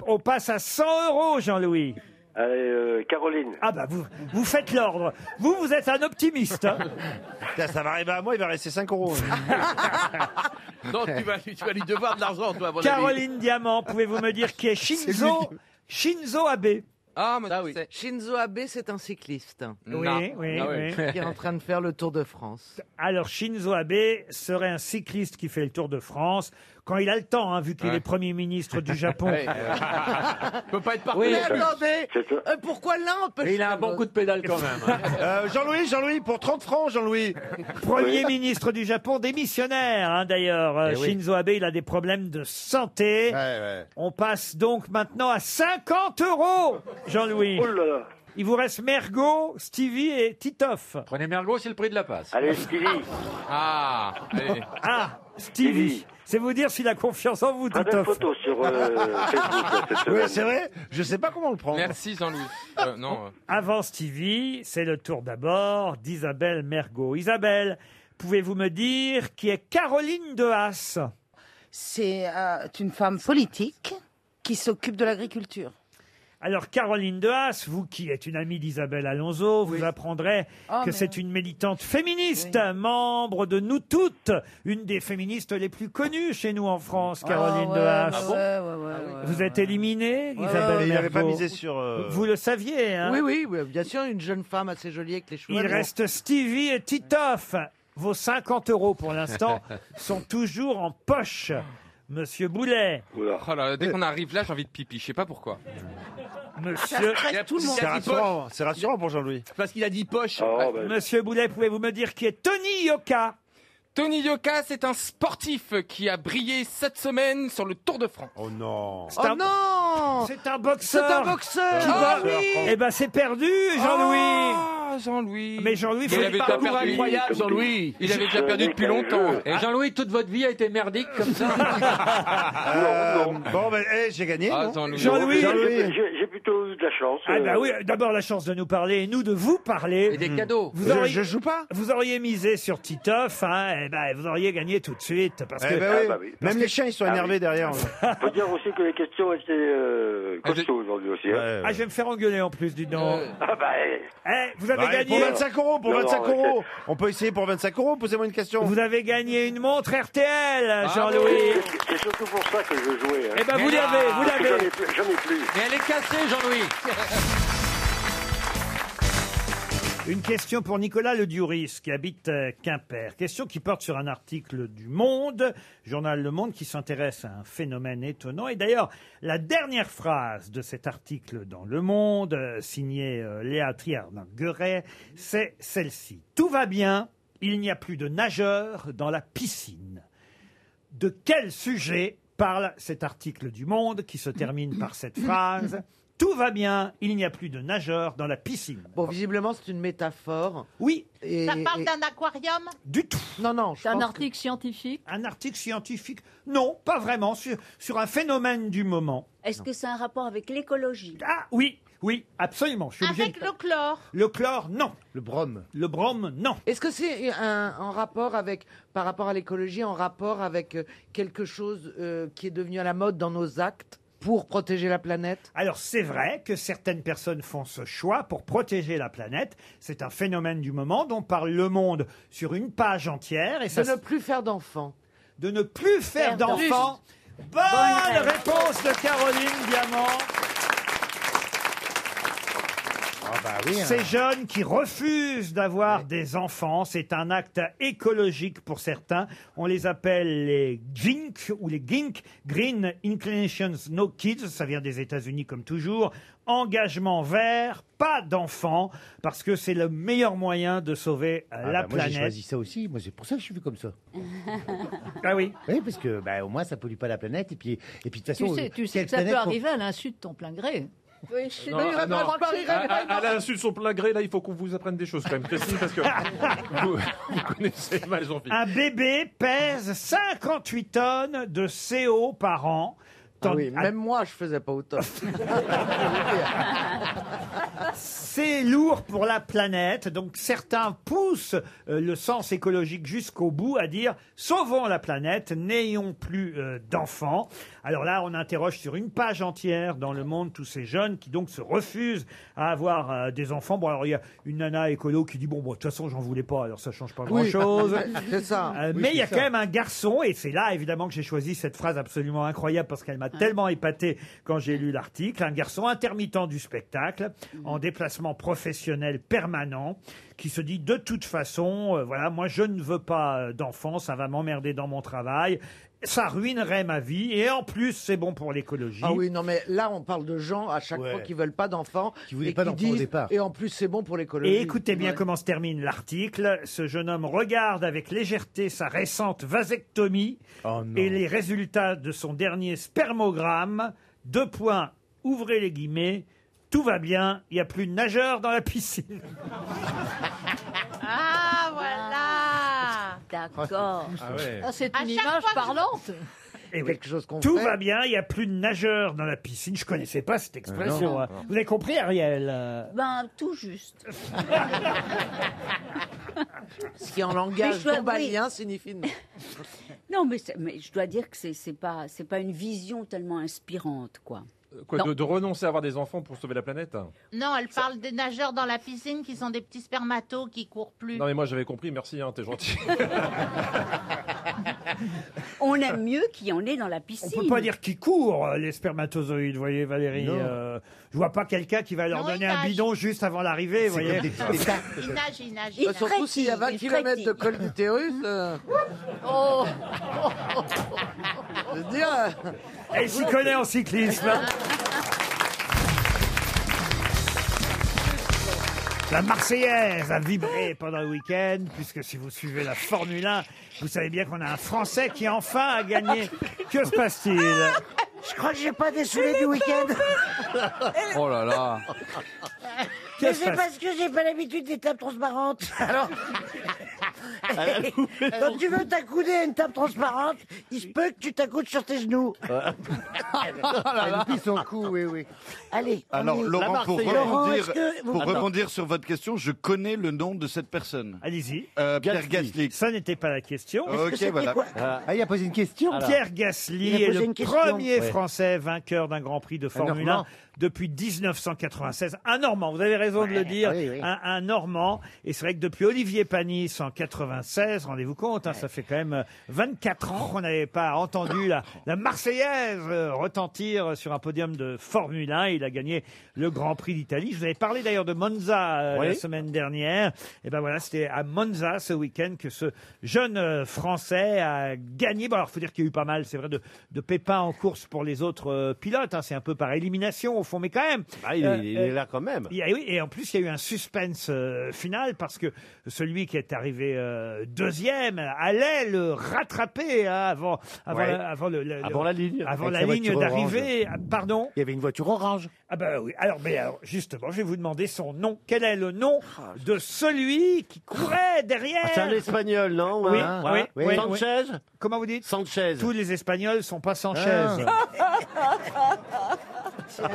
D: on, on passe à 100 euros, Jean-Louis.
R: Allez, euh, Caroline.
D: Ah bah, vous, vous faites l'ordre. Vous, vous êtes un optimiste. hein.
T: Putain, ça va arriver à moi, il va rester 5 euros.
S: Non, tu vas, tu vas lui devoir de l'argent, toi, à mon
D: Caroline Diamant, pouvez-vous me dire qui est Shinzo Shinzo Abe.
Q: Ah, oui. Shinzo Abe, c'est un cycliste.
D: Oui, Non. oui, Ah oui. oui.
Q: Qui est en train de faire le Tour de France.
D: Alors Shinzo Abe serait un cycliste qui fait le Tour de France quand il a le temps, hein, vu qu'il est Premier ministre du Japon.
S: Ouais, euh,
D: peut pas être
Q: Mais attendez, euh, pourquoi l'un empêche
S: Il a un bon coup de pédale quand même.
Q: Euh,
D: Jean-Louis, Jean-Louis, pour 30 francs, Jean-Louis. Premier
S: Oui.
D: ministre du Japon, démissionnaire, hein, d'ailleurs. Euh,
S: Eh oui.
D: Shinzo Abe, il a des problèmes de santé. On passe donc maintenant à 50 euros, Jean-Louis.
R: Oh là là.
D: Il vous reste Mergot, Stevie et Titoff.
S: Prenez Mergo, c'est le prix de la passe.
R: Allez, Stevie.
S: Ah, allez.
D: Ah, Stevie. C'est vous dire s'il a confiance en vous,
R: Très belle
D: Titoff.
R: photo sur euh, Facebook cette
D: Oui,
R: semaine.
D: c'est vrai.
T: Je sais pas comment le prendre.
D: Merci,
T: Jean-Louis.
S: Euh,
T: non.
D: Avant Stevie, c'est le tour d'abord d'Isabelle Mergot. Isabelle, pouvez-vous me dire qui est Caroline de Haas
U: C'est euh, une femme politique qui s'occupe de l'agriculture.
D: Alors Caroline de Haas, vous qui êtes une amie d'Isabelle Alonso, vous apprendrez
U: Ah, mais
D: que c'est une militante féministe, membre de Nous Toutes, une des féministes les plus connues chez nous en France,
I: Oh,
D: Caroline de Haas.
I: bah
D: Ah Vous êtes éliminée, Isabelle
T: il n'avait pas
D: Mergo.
T: misé sur. euh,
D: Vous le saviez, hein
Q: Oui, oui, oui, bien sûr, une jeune femme assez jolie avec les cheveux.
D: Il reste Stevie et Titoff. Vos 50 euros pour l'instant sont toujours en poche. Monsieur Boulet,
V: Oh là, dès qu'on arrive là, j'ai envie de pipi. Je sais pas pourquoi.
D: monsieur,
T: C'est rassurant, c'est rassurant pour Jean-Louis. Ah, oh, bah.
S: Parce qu'il a dit poche.
D: Monsieur Boulet, pouvez-vous me dire qui est Tony Yoka
V: Tony Yoka, c'est un sportif qui a brillé cette semaine sur le Tour de France. Oh non
D: C'est un- C'est un boxeur Qui
T: Ah,
D: va- Eh ben c'est perdu, Jean-Louis
V: Jean-Louis
D: Mais Ah, Jean-Louis, faut
V: Il avait
D: pas
V: déjà
D: courir.
V: perdu.
D: Incroyable,
V: Jean-Louis. Il avait déjà perdu depuis longtemps. Et Jean-Louis, toute votre vie a été merdique comme ça
T: Bon, ben, eh, j'ai gagné.
D: Ah,
T: non
D: Jean-Louis. Jean-Louis.
T: J'ai- J'ai j'ai plutôt eu de la chance.
D: Ah bah
T: euh.
D: oui, d'abord la chance de nous parler et nous de vous parler. Et des
T: cadeaux.
D: Vous
T: Je-
D: auriez,
T: je
D: joue pas. Vous auriez misé sur Titoff, hein, et bah, vous auriez gagné tout de suite. Parce
T: Eh
D: que,
T: ben oui. Ah bah oui. Ah, Parce
D: Même les chiens, ils sont
T: énervés
D: derrière. hein.
T: Faut dire aussi que les questions étaient euh, costauds aujourd'hui aussi. hein.
D: Ah, je vais me faire engueuler en plus, dis donc.
T: Ah bah, eh.
D: Eh, vous avez
T: Bah, eh,
D: gagné.
T: Pour 25 euros, pour
D: Non,
T: 25
D: non,
T: euros. On peut essayer pour 25 euros, posez-moi une question.
D: Vous avez gagné une montre
T: Ah,
D: RTL, Ah, Jean-Louis.
T: C'est- C'est surtout pour ça que je jouais. hein.
D: Eh ben, vous l'avez, vous
T: Parce que
D: l'avez.
T: j'en ai plus- J'en ai plus.
V: Mais elle est cassée, Jean-Louis
D: Une question pour Nicolas Le Duris, qui habite euh, Quimper. Question qui porte sur un article du Monde, journal Le Monde, qui s'intéresse à un phénomène étonnant. Et d'ailleurs, la dernière phrase de cet article dans Le Monde, euh, signée euh, Léa Triard-Gueret, c'est celle-ci. Tout va bien, il n'y a plus de nageurs dans la piscine. De quel sujet parle cet article du Monde qui se termine par cette phrase Tout va bien, il n'y a plus de nageurs dans la piscine.
Q: Bon, visiblement, c'est une métaphore.
D: Oui.
I: Ça parle d'un aquarium
D: Du tout.
Q: Non, non. je
I: C'est un
Q: pense
I: article
D: scientifique Un article scientifique Non, pas vraiment, sur, sur un phénomène du moment.
L: Est-ce que c'est un rapport avec l'écologie
D: Ah oui, oui, absolument. je suis obligé
I: Avec
D: de-
I: le chlore.
D: le chlore, non. Le brome Le brome, non.
Q: Est-ce que c'est un, en rapport avec, par rapport à l'écologie, en rapport avec euh, quelque chose euh, qui est devenu à la mode dans nos actes pour protéger la planète
D: Alors c'est vrai que certaines personnes font ce choix pour protéger la planète. C'est un phénomène du moment dont parle le monde sur une page entière. Et ça
Q: De ne plus faire d'enfants.
D: De ne plus faire
Q: Faire
D: d'enfants. Bonne,
Q: Bonne
D: réponse de Caroline Diamant.
E: oui, hein.
D: Ces jeunes qui refusent d'avoir des enfants, c'est un acte écologique pour certains. On les appelle les GINK ou les GINK, Green Inclinations No Kids, ça vient des États-Unis comme toujours. Engagement vert, pas d'enfants, parce que c'est le meilleur moyen de sauver euh,
A: Ah
D: la
A: bah, moi,
D: planète.
A: J'ai choisi ça aussi. Moi, c'est pour ça que je suis vu comme ça.
D: Ah oui.
A: Oui, parce que bah, au moins ça pollue pas la planète et puis et puis de toute
C: Tu
A: façon.
C: sais,
O: euh,
C: tu sais
A: quelle
C: que ça peut
A: planète qu'on-
C: arriver à l'insu de ton plein gré. Oui,
W: Non, ah, non. À- à- à l'insu de son plein gré, là, il faut qu'on vous apprenne des choses quand même précises parce que vous, vous connaissez mal Jean-Philippe.
D: Un bébé pèse 58 tonnes de CO par an.
Q: oui, même moi, je faisais pas autant.
D: C'est lourd pour la planète, donc certains poussent euh, le sens écologique jusqu'au bout à dire sauvons la planète, n'ayons plus euh, d'enfants. Alors là, on interroge sur une page entière dans le monde tous ces jeunes qui donc se refusent à avoir euh, des enfants. Bon, alors il y a une nana écolo qui dit bon, bon, de toute façon, j'en voulais pas, alors ça change pas
Q: Oui,
D: grand-chose.
Q: c'est ça.
D: Euh,
Q: Oui,
D: mais il y
Q: c'est
D: a
Q: ça.
D: quand même un garçon, et c'est là évidemment que j'ai choisi cette phrase absolument incroyable parce qu'elle m'a tellement épaté quand j'ai lu l'article. Un garçon intermittent du spectacle, en déplacement professionnel permanent, qui se dit de toute façon, euh, voilà, moi je ne veux pas euh, d'enfants, ça va m'emmerder dans mon travail, ça ruinerait ma vie, et en plus c'est bon pour l'écologie.
Q: Ah oui, non, mais là, on parle de gens à chaque
D: Ouais.
Q: fois qui veulent pas d'enfants.
D: Qui voulaient
Q: et
D: pas d'enfants au
Q: disent,
D: départ.
Q: Et en plus, c'est bon pour l'écologie.
D: Et écoutez bien
Q: Ouais.
D: comment se termine l'article. Ce jeune homme regarde avec légèreté sa récente vasectomie et les résultats de son dernier spermogramme. Deux points, ouvrez les guillemets. Tout va bien, il n'y a plus de nageur dans la piscine.
I: Ah, voilà
C: D'accord.
D: Ah ouais.
C: Ah, c'est
I: À
C: une
I: chaque
C: image
I: fois que-
C: parlante.
D: Et
Q: quelque chose qu'on
D: Tout
Q: fait.
D: va bien, il n'y a plus de nageur dans la piscine. Je connaissais pas cette expression.
C: non.
D: hein. Vous avez compris, Ariel euh
C: Ben, tout juste.
Q: Ce qui en
C: Mais
Q: langage
C: je dois-
Q: combalien
C: oui.
Q: signifie non.
L: Non, mais, c'est- mais je dois dire que c'est c'est pas c'est pas une vision tellement inspirante, quoi.
V: Quoi,
W: Euh,
L: Non.
V: de, de renoncer à avoir des enfants pour sauver la planète
I: Non, elle parle des nageurs dans la piscine qui sont des petits spermatos qui courent plus.
V: Non, mais moi j'avais compris, merci, hein, t'es gentil.
L: On aime mieux qu'il y en ait dans la piscine.
D: On peut pas dire qu'ils courent, euh, les spermatozoïdes, vous voyez, Valérie.
L: Non.
D: euh, je vois pas quelqu'un qui va leur
I: Non, ils
D: donner un
I: nagent.
D: bidon juste avant l'arrivée, vous voyez.
I: Il nage, il nage.
Q: Bah, surtout s'il y a 20 km de col d'utérus. euh, je veux dire. euh,
D: Elle s'y connaît en cyclisme. La Marseillaise a vibré pendant le week-end, puisque si vous suivez la Formule 1, vous savez bien qu'on a un Français qui enfin a gagné. Que se passe-t-il
H: Je crois que j'ai pas dessoulé du week-end.
P: Oh là là.
H: Mais
D: Qu'est-ce
H: c'est
D: que ça-
H: parce que j'ai pas l'habitude des tables transparentes. Alors. Quand tu veux t'accouder à une table transparente, il se peut que tu t'accoudes sur tes genoux.
O: Elle pisse son cou, oui, oui.
H: Allez. on
M: Ah, Alors,
H: y est.
M: Laurent, pour
H: Laurent,
M: rebondir,
H: est-ce que vous-
M: pour
H: Attends.
M: rebondir sur votre question, je connais le nom de cette personne. Euh,
D: Allez-y.
M: Pierre Gasly.
D: Ça n'était pas la question.
M: Ok, voilà.
O: Ah, il a posé une question.
D: Pierre Gasly
O: Il a
D: est
O: posé
D: le
O: une question.
D: premier
O: Ouais.
D: Français vainqueur d'un Grand Prix de Formule
O: Normand.
D: 1 depuis 1996. Un Normand, vous avez raison de le dire,
O: oui, oui.
D: Un, un Normand. Et c'est vrai que depuis Olivier Panis en 96, rendez-vous compte, hein, ça fait quand même euh, 24 ans qu'on n'avait pas entendu la, la Marseillaise euh, retentir sur un podium de Formule 1. Il a gagné le Grand Prix d'Italie. Je vous avais parlé d'ailleurs de Monza euh,
F: Oui.
D: la semaine dernière. Et ben voilà, c'était à Monza ce week-end que ce jeune euh, Français a gagné. Bon, alors faut dire qu'il y a eu pas mal, c'est vrai, de, de pépins en course pour les autres euh, pilotes. hein. C'est un peu par élimination au fond, mais quand même.
F: Ah, il est- il est là quand même.
D: Euh, il y a- oui, et en plus, il y a eu un suspense euh, final parce que celui qui est arrivé euh, deuxième allait le rattraper hein, avant avant,
F: Ouais.
D: la, avant le- le-
F: Avant
D: le-
F: la ligne.
D: avant
F: Avec
D: la
F: sa
D: ligne
F: voiture
D: d'arrivée. Ah, Pardon.
O: Il y avait une voiture orange.
D: Ah ben oui. Alors, mais alors, justement, je vais vous demander son nom. Quel est le nom de celui qui courait derrière
F: Ah, c'est un Espagnol, non
D: Oui,
F: Hein
D: oui,
F: Ouais.
D: oui.
F: Sanchez
D: Comment vous dites
F: Sanchez. Ah.
D: Tous les Espagnols sont pas Sanchez.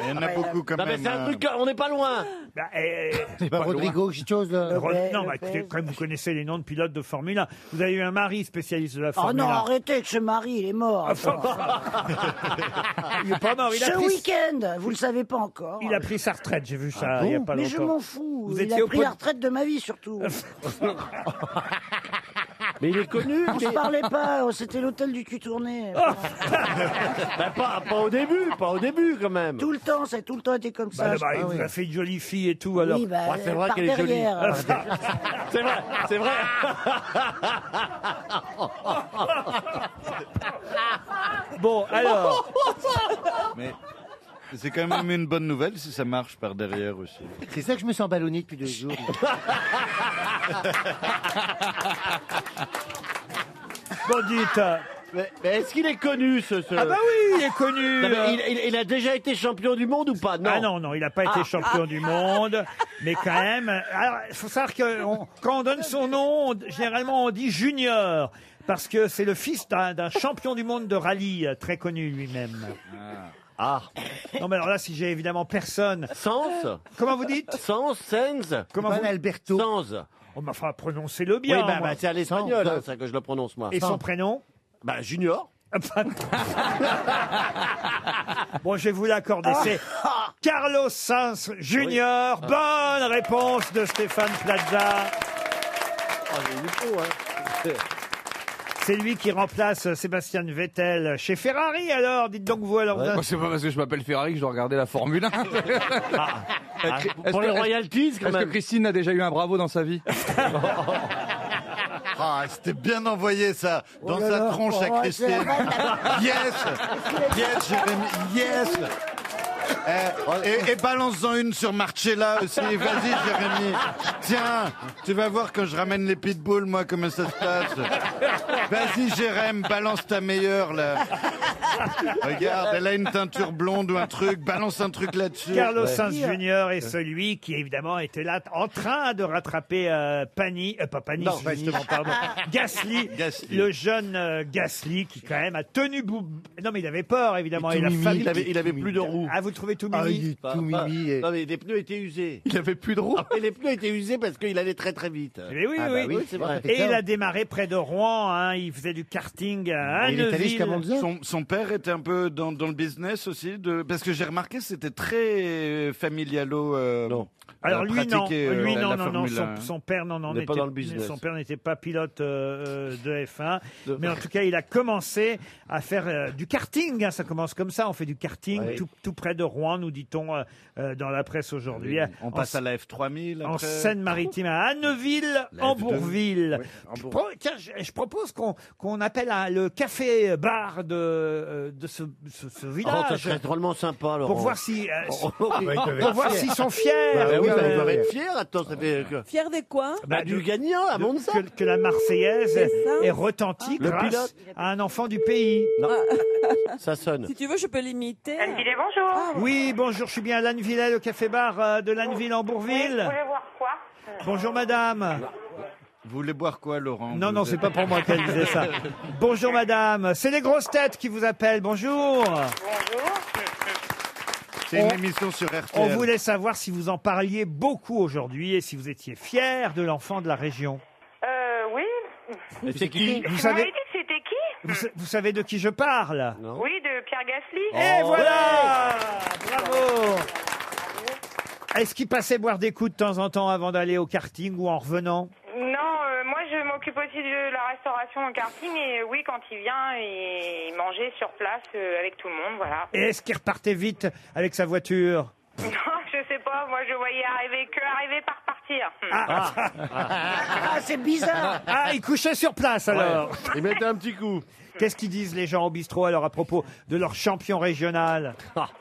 M: Il y en a
S: Ah.
M: beaucoup quand
F: Non, mais
M: même.
F: c'est un
M: hein.
F: truc, on n'est pas loin.
D: Bah, eh,
O: C'est pas Rodrigo, quelque chose.
D: Ro- non,
O: le
D: bah, écoutez, quand même, vous connaissez les noms de pilotes de Formule 1. Vous avez eu un mari spécialiste de la
H: Oh
D: Formule
H: non,
D: 1.
H: arrêtez que ce mari, il est mort.
D: bah. il est pas mort, il a
H: ce
D: pris-
H: week-end, vous le savez pas encore.
D: Il a pris sa retraite, j'ai vu
O: Ah
D: ça Ah, il y a pas
H: Mais
D: longtemps.
H: je m'en fous.
D: Vous
H: il
D: étiez
H: a
D: au
H: pris
D: pod-
H: la retraite de ma vie surtout.
F: Mais il est connu.
H: On se
F: mais-
H: parlait pas, oh, c'était l'hôtel du cul tourné.
F: Bah, pas, pas au début, pas au début quand même.
H: Tout le temps, ça a tout le temps été comme
D: Bah,
H: ça. Ah
D: bah, il vous a fait une jolie fille et tout, alors.
H: Oui, bah,
F: Ouais, c'est vrai
H: par
F: qu'elle est jolie.
H: derrière.
F: C'est vrai, c'est vrai.
I: Ah.
D: Bon,
O: Oh.
D: alors.
M: Mais c'est quand même une bonne nouvelle si ça marche par derrière aussi.
O: C'est ça que je me sens ballonné depuis deux jours.
D: Bon, dites. euh,
F: Mais, mais est-ce qu'il est connu ce, ce-
D: Ah bah oui, il est connu.
F: Non, mais
D: euh.
F: il, il- il a déjà été champion du monde ou pas Non.
D: Ah non, non, il n'a pas
F: Ah.
D: été champion du monde, mais quand même. Alors, il faut savoir que on- quand on donne son nom, on- généralement on dit junior, parce que c'est le fils d'un d'un champion du monde de rallye, euh, très connu lui-même.
F: Ah.
D: Non, mais alors là, si j'ai évidemment personne.
F: Sens
D: Comment vous dites
F: Sens, Sens.
D: Comment
F: Juan
D: vous-
F: Alberto. Sens.
D: Oh, mais enfin, prononcez-le
F: Oui,
D: bien.
F: bah,
D: moi.
F: bah, c'est à l'espagnol, hein, ça que je le prononce moi.
D: Et son prénom
F: Bah, Junior.
D: Bon, je vais vous
F: Ah.
D: l'accorder. C'est Carlos Sainz Junior. Bonne réponse de Stéphane Plaza.
F: Oh, j'ai eu le coup, hein.
D: C'est lui qui remplace Sébastien Vettel chez Ferrari, alors dites donc vous alors. vous
P: Moi,
D: êtes-
P: c'est pas parce que je m'appelle Ferrari que je dois regarder la Formule 1.
F: Ah,
P: Est-ce que-
F: pour les
P: est-ce que-
F: royalties, quand
P: Est-ce que
F: même.
P: Christine a déjà eu un bravo dans sa vie
M: Ah, c'était bien envoyé ça dans
H: Oh là
M: sa
H: là,
M: tronche
H: oh,
M: à Christine.
H: c'est la balle.
M: yes, yes, Jérémy, yes. Eh, et, et balance-en une sur Marcella aussi. Vas-y, Jérémy. Tiens, tu vas voir quand je ramène les pitbulls, moi, comment ça se passe. Vas-y, Jérémy, balance ta meilleure, là. Regarde, elle a une teinture blonde ou un truc. Balance un truc là-dessus.
D: Carlos Sainz
M: Ouais.
D: Junior est celui qui évidemment était là en train de rattraper euh, Pani, euh, pas Pani,
M: Non,
D: justement, pardon, Gasly,
M: Gasly.
D: le jeune euh, Gasly qui quand même a tenu bout. Non mais il avait peur évidemment,
M: Il est
D: il, a
M: tout mimi,
D: fallu-
M: il avait- il avait plus de roues.
D: Ah vous le trouvez tout mimi
O: Ah, il est tout
F: Pas-
O: mimi. et-
F: Non, mais les pneus étaient usés.
M: Il avait plus de roues.
F: Et les pneus étaient usés parce qu'il allait très très vite.
D: Mais Eh ben oui,
F: Ah bah
D: oui, oui.
F: oui, c'est vrai.
D: Et il a démarré près de Rouen. hein, Il faisait du karting à
M: Et il est allé
D: Hanneville.
M: jusqu'à Monza son, son père était un peu dans, dans le business aussi, de, parce que j'ai remarqué c'était très familialo. euh,
D: Alors
M: euh,
D: lui non,
M: pratiquer, euh,
D: lui
M: la-
D: non,
M: la
D: non, non,
M: Formule
D: son,
M: 1.
D: son père non, non,
F: On n'est pas
D: n'était-
F: dans le business.
D: son père n'était pas pilote euh, euh, de F1, mais en tout cas il a commencé à faire euh, du karting, hein, ça commence comme ça, on fait du karting
M: Ouais.
D: tout, tout près de Rouen, nous dit-on euh, euh, dans la presse aujourd'hui.
M: Ah On
D: En-
M: passe à la F3000
D: en
M: après.
D: Seine-Maritime, à Hanneville,
M: La F2.
D: Hambourville.
M: Oui,
D: Je
M: Hambourg.
D: hein, pro- Tiens, je, je propose qu'on qu'on appelle un- le café-bar de euh, de ce, ce- ce
F: Oh,
D: village.
O: ça serait drôlement
S: Ah,
O: sympa, Laurent.
D: Pour voir si, euh,
O: Oh,
D: pour
O: bah, ils doivent être
D: voir s'ils sont fiers.
S: Ah,
O: Bah oui,
D: Euh,
O: bah, ils doivent être fiers. Attends, ça fait. que-
J: Fier de quoi
D: Ah,
O: Bah, du gagnant, à
D: de-
O: mon sens.
D: que, que la Marseillaise
J: C'est ça.
D: est retentie
O: Le
D: grâce
O: pilote.
D: à un enfant du pays. Ah.
O: Ça sonne.
J: Si tu veux, je peux l'imiter. Elle dit
N: Ah,
D: Oui, bonjour, je suis bien à Lanneville, au café-bar euh, de Lanneville en Bourville.
K: voir quoi
D: Bonjour madame.
M: Vous voulez boire quoi, Laurent
D: Non,
M: Vous
D: non,
M: êtes-
D: c'est pas pour moi qu'elle disait ça. Bonjour madame, c'est les grosses têtes qui vous appellent, bonjour.
M: C'est une
D: On-
M: émission sur RTL.
D: On voulait savoir si vous en parliez beaucoup aujourd'hui et si vous étiez fier de l'enfant de la région.
K: Euh, oui.
D: Mais c'est qui Vous
K: Vous
D: savez-
K: m'avez dit que c'était qui
D: Vous, sa- vous savez de qui je parle
K: Oui, de Pierre Gasly.
D: Et voilà Bravo Est-ce qu'il passait boire des coups de temps en temps avant d'aller au karting ou en revenant
K: Non, euh, moi je m'occupe aussi de la restauration en karting et euh, oui, quand il vient, il mangeait sur place euh, avec tout le monde, voilà.
D: Et est-ce qu'il repartait vite avec sa voiture
K: Non, je sais pas, moi je voyais arriver que arriver par partir.
D: Ah,
H: c'est bizarre.
D: Ah, il couchait sur place alors
H: Ouais.
D: Il mettait un petit coup Qu'est-ce qu'ils disent les gens au bistrot alors à propos de leur champion régional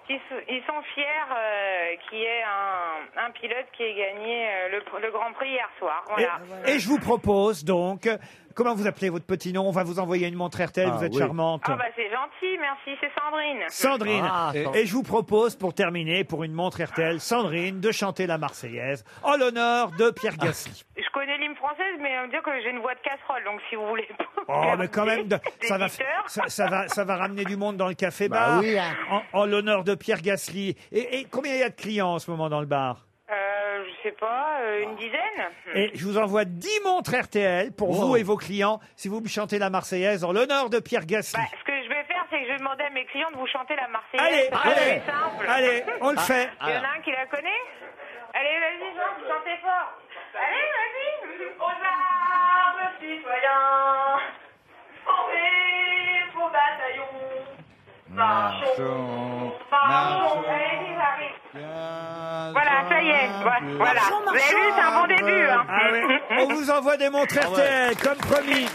K: Ils, s- ils sont fiers euh, qu'il y ait un, un pilote qui ait gagné euh, le, pr- le Grand Prix hier soir,
D: Et,
K: voilà.
D: et je vous propose donc, comment vous appelez votre petit nom On va vous envoyer une montre RTL, vous êtes charmante.
K: Ah bah c'est gentil, merci, c'est Sandrine.
D: Ah, Sandrine. et, et je vous propose, pour terminer, pour une montre RTL, Sandrine, de chanter la Marseillaise en l'honneur de Pierre Gasly.
K: Je connais l'hymne française, mais on me dit que j'ai une voix de casserole, donc si vous voulez pas.
D: Oh, mais quand même, de- ça va,
K: D'éditeur.
D: ça, ça va, ça va ramener du monde dans le café
K: Bah
D: bar.
K: oui, hein.
D: En, en l'honneur de Pierre Gasly. Et, et combien il y a de clients en ce moment dans le bar
K: Euh, je sais pas, euh, une dizaine
D: Ah. Et je vous envoie 10 montres RTL pour vous et vos clients si vous me chantez la Marseillaise en l'honneur de Pierre Gasly.
K: Ce que je vais faire, c'est que je vais demander à mes clients de vous chanter la Marseillaise.
D: Allez,
K: parce que
D: allez,
K: c'est simple.
D: allez, on le fait.
K: Il y en a un qui la connaît Allez, vas-y, Jean, vous chantez fort. Allez, vas-y. Aux armes, citoyens, formez vos bataillons.
M: Marchons,
K: Marchons,
M: marchons.
K: allez, j'arrive. Voilà, ça y est, vo- voilà.
D: Marchons,
K: Vous avez vu, c'est un bon
D: marchons.
K: début. Hein.
D: Ah oui, On vous envoie des montres
K: Ah ouais.
D: RTL, comme promis.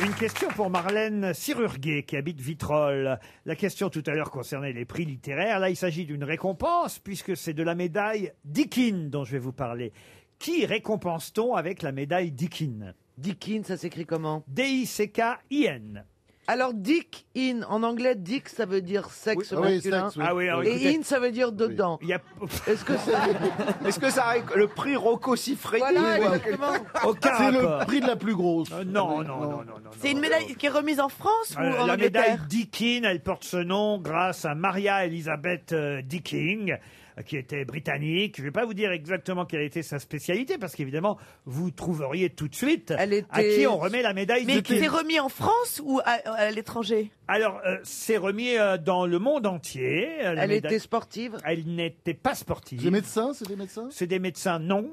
D: Une question pour Marlène Sirurguet qui habite Vitrolles. La question tout à l'heure concernait les prix littéraires. Là, il s'agit d'une récompense puisque c'est de la médaille Dickin dont je vais vous parler. Qui récompense-t-on avec la médaille Dickin
Q: Dickin, ça s'écrit comment
D: D-I-C-K-I-N.
Q: Alors Dick in en anglais Dick ça veut dire sexe
D: Oui, ah oui,
Q: masculin.
D: sexe, oui. Ah oui, alors
Q: et
D: écoutez-
Q: in ça veut dire dedans. Est-ce que c'est
G: Est-ce que ça ré- le prix Rocco Siffredi
Q: Voilà,
G: ou-
Q: exactement.
D: Aucun
G: Ah, C'est le
D: rapport. Euh,
G: prix de la plus grosse.
D: non, non, non, non.
J: C'est une médaille qui est remise en France ou
D: Euh,
J: en
D: la médaille
J: Angleterre
D: Dickin, elle porte ce nom grâce à Maria Elizabeth euh, Dicking, euh, qui était britannique. Je ne vais pas vous dire exactement quelle était sa spécialité, parce qu'évidemment, vous trouveriez tout de suite à
J: était-
D: qui on remet la médaille
J: Mais qui
D: Dickin.
J: s'est remis en France ou à, à l'étranger
D: Alors, euh, c'est remis euh, dans le monde entier. euh, la
J: Elle
D: médaille-
J: était
Q: sportive
D: Elle n'était pas sportive.
J: Des
D: médecins, c'est des médecins C'est des médecins, non.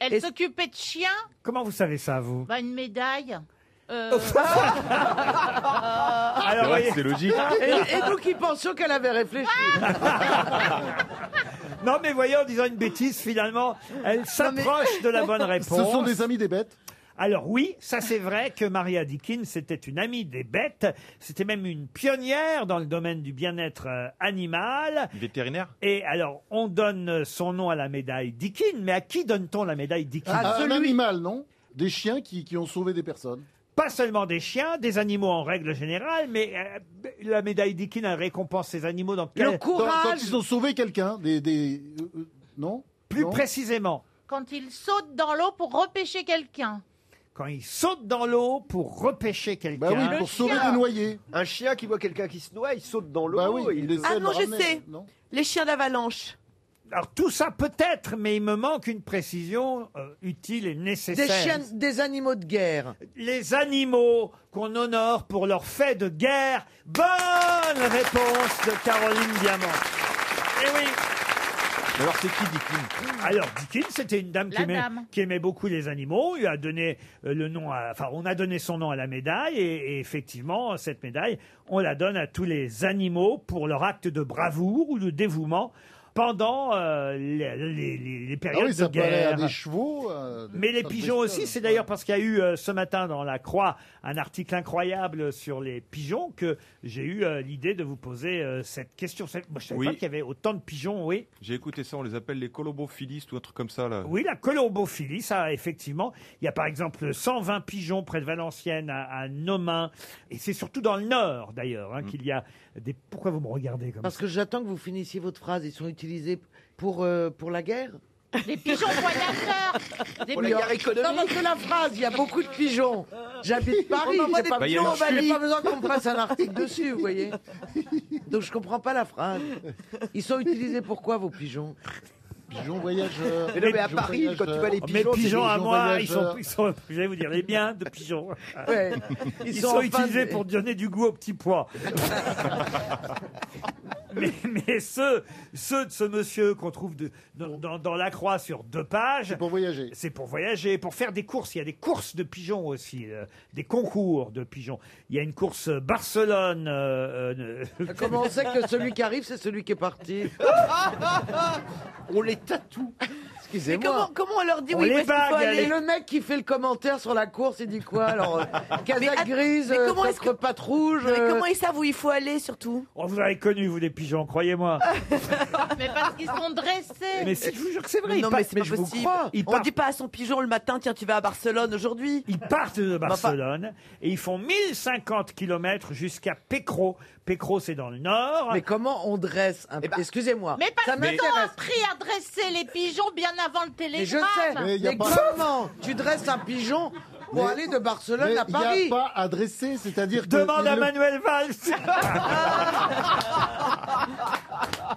I: Elle s'occupait de chiens
D: Comment vous savez ça, vous
I: Bah, une médaille. Euh,
Q: Ah.
I: Ah,
D: Alors,
Q: vrai que
D: voyez-
Q: c'est logique. Et, et nous qui pensions qu'elle avait réfléchi.
D: Non, mais voyez, en disant une bêtise, finalement, elle s'approche de la bonne réponse.
N: Ce sont des
D: amis des bêtes alors oui, ça c'est vrai que Maria Dickens c'était une amie des bêtes, c'était même une pionnière dans le domaine du bien-être euh, animal.
W: Vétérinaire
D: Et alors on donne son nom à la médaille Dickens, mais à qui donne-t-on la médaille Dickens
N: Un- un animal, non Des chiens qui, qui ont sauvé des personnes.
D: pas seulement des chiens, des animaux en règle générale, mais euh, la médaille Dickens elle récompense ces animaux dans quel
N: Quand, quand ils ont sauvé quelqu'un, des. des- euh, euh, non
D: Plus précisément,
I: Quand il saute dans l'eau pour repêcher quelqu'un.
D: quand ils sautent dans l'eau pour repêcher quelqu'un.
N: Bah oui, pour sauver des noyés.
G: Un chien qui voit quelqu'un qui se noie, il saute dans l'eau. et il les
J: Ah
G: aide
J: non,
G: à
J: je
G: ramener.
J: sais. Les chiens d'avalanche.
D: Alors tout ça peut-être, mais il me manque une précision euh, utile et nécessaire.
Q: Des chiens, des animaux de guerre.
D: Les animaux qu'on honore pour leur fait de guerre. Bonne réponse de Caroline Diamant. Eh oui.
F: Alors c'est qui Dickin
D: Alors, Dickens, c'était une dame qui
F: La
D: aimait,
F: dame.
D: qui aimait beaucoup les animaux. Il a donné euh, le nom, à- enfin, on a donné son nom à la médaille, et, et effectivement, cette médaille, on la donne à tous les animaux pour leur acte de bravoure ou de dévouement. pendant euh, les, les- les- les
N: Ah
D: périodes
N: oui, ça
D: de
N: peut aller à
D: guerre.
N: des chevaux. euh, des-
D: Mais les
N: ça
D: pigeons
N: peut-
D: aussi, c'est d'ailleurs parce qu'il y a eu euh, ce matin dans La Croix un article incroyable sur les pigeons que j'ai eu euh, l'idée de vous poser euh, cette question. Cette- Moi, je savais
B: Oui.
D: pas qu'il y avait autant de pigeons, oui.
B: J'ai écouté ça, on les appelle les colobophilistes ou un truc comme ça là.
D: Oui, la colombophilie, ça, effectivement. Il y a par exemple 120 pigeons près de Valenciennes à, à Nomain. Et c'est surtout dans le nord, d'ailleurs,
B: Mm.
D: hein, qu'il y a des... Pourquoi vous me regardez comme
Q: Parce
D: ça
Q: que j'attends que vous finissiez votre phrase. Ils sont utilisés pour, euh, pour la guerre
I: Les pigeons voyageurs Des
Q: Oui, hein. Non, parce que la phrase, il y a beaucoup de pigeons. J'habite Paris,
I: On envoie
Q: j'ai
I: des
Q: pas,
I: Bah, il y a
Q: non,
I: une
Q: bah, j'ai
I: chute.
Q: pas besoin qu'on me fasse un article dessus, vous voyez. Donc je comprends pas la phrase. Ils sont utilisés pour quoi, vos pigeons Pigeons voyageurs.
G: Mais non, mais à Paris, quand tu vois les
D: Mes
G: pigeons,
D: Oh, pigeons,
G: c'est des
D: à
G: pigeons
D: moi, ils sont,
G: voyageurs.
D: ils sont- je vais vous dire, les biens de pigeons.
G: Ouais.
D: Ils,
G: Ils
D: sont,
G: sont en fin
D: utilisés
G: de-
D: pour donner du goût au petit pois. mais, mais ceux, ceux de ce monsieur qu'on trouve de- dans, dans- dans la croix sur deux pages. C'est pour voyager. C'est pour voyager, pour faire des courses. Il y a des courses de pigeons aussi, euh, des concours de pigeons. Il y a une course Barcelone. euh, euh,
Q: Comment on sait que celui qui arrive, c'est celui qui est parti
D: On les tatoue.
Q: Excusez-moi.
J: Mais comment- comment on leur dit
Q: On
J: oui, où
Q: les
J: est-ce qu'il faut
Q: bague,
J: aller
Q: Et le mec qui fait le commentaire sur la course, il dit quoi Alors, euh, casaque grise,
J: mais
Q: euh,
J: comment est-ce
Q: coffre patte rouge.
J: Non, mais
Q: euh,
J: comment ils savent où il faut aller surtout
D: Oh, vous avez connu, vous, des pigeons, croyez-moi.
I: Mais parce qu'ils sont dressés
D: Mais si, je vous jure que c'est vrai, ils
J: non,
D: partent-
J: mais c'est
D: mais
J: pas
D: je vous
J: possible.
D: crois. Ils
J: On
D: partent-
J: dit pas à son pigeon le matin, tiens, tu vas à Barcelone aujourd'hui. Bah,
D: Ils partent de
Q: Bah,
D: Barcelone et ils font 1050 km jusqu'à Pécro. Pécro, c'est dans le nord. Mais
Q: comment on dresse un Eh ben, Excusez-moi.
I: Eh ben, Mais
Q: Ça
I: parce qu'ils ont
Q: m'intéresse.
I: appris à dresser les pigeons bien avant le
Q: Mais je
I: télégramme
Q: sais, mais, comment tu dresses un pigeon pour
N: Mais-
Q: aller de Barcelone
N: Mais
Q: à
N: Il
Q: Paris
N: n'y a pas à dresser, c'est-à-dire que-
Q: Demande
N: il
Q: à
N: le-
D: Manuel Valls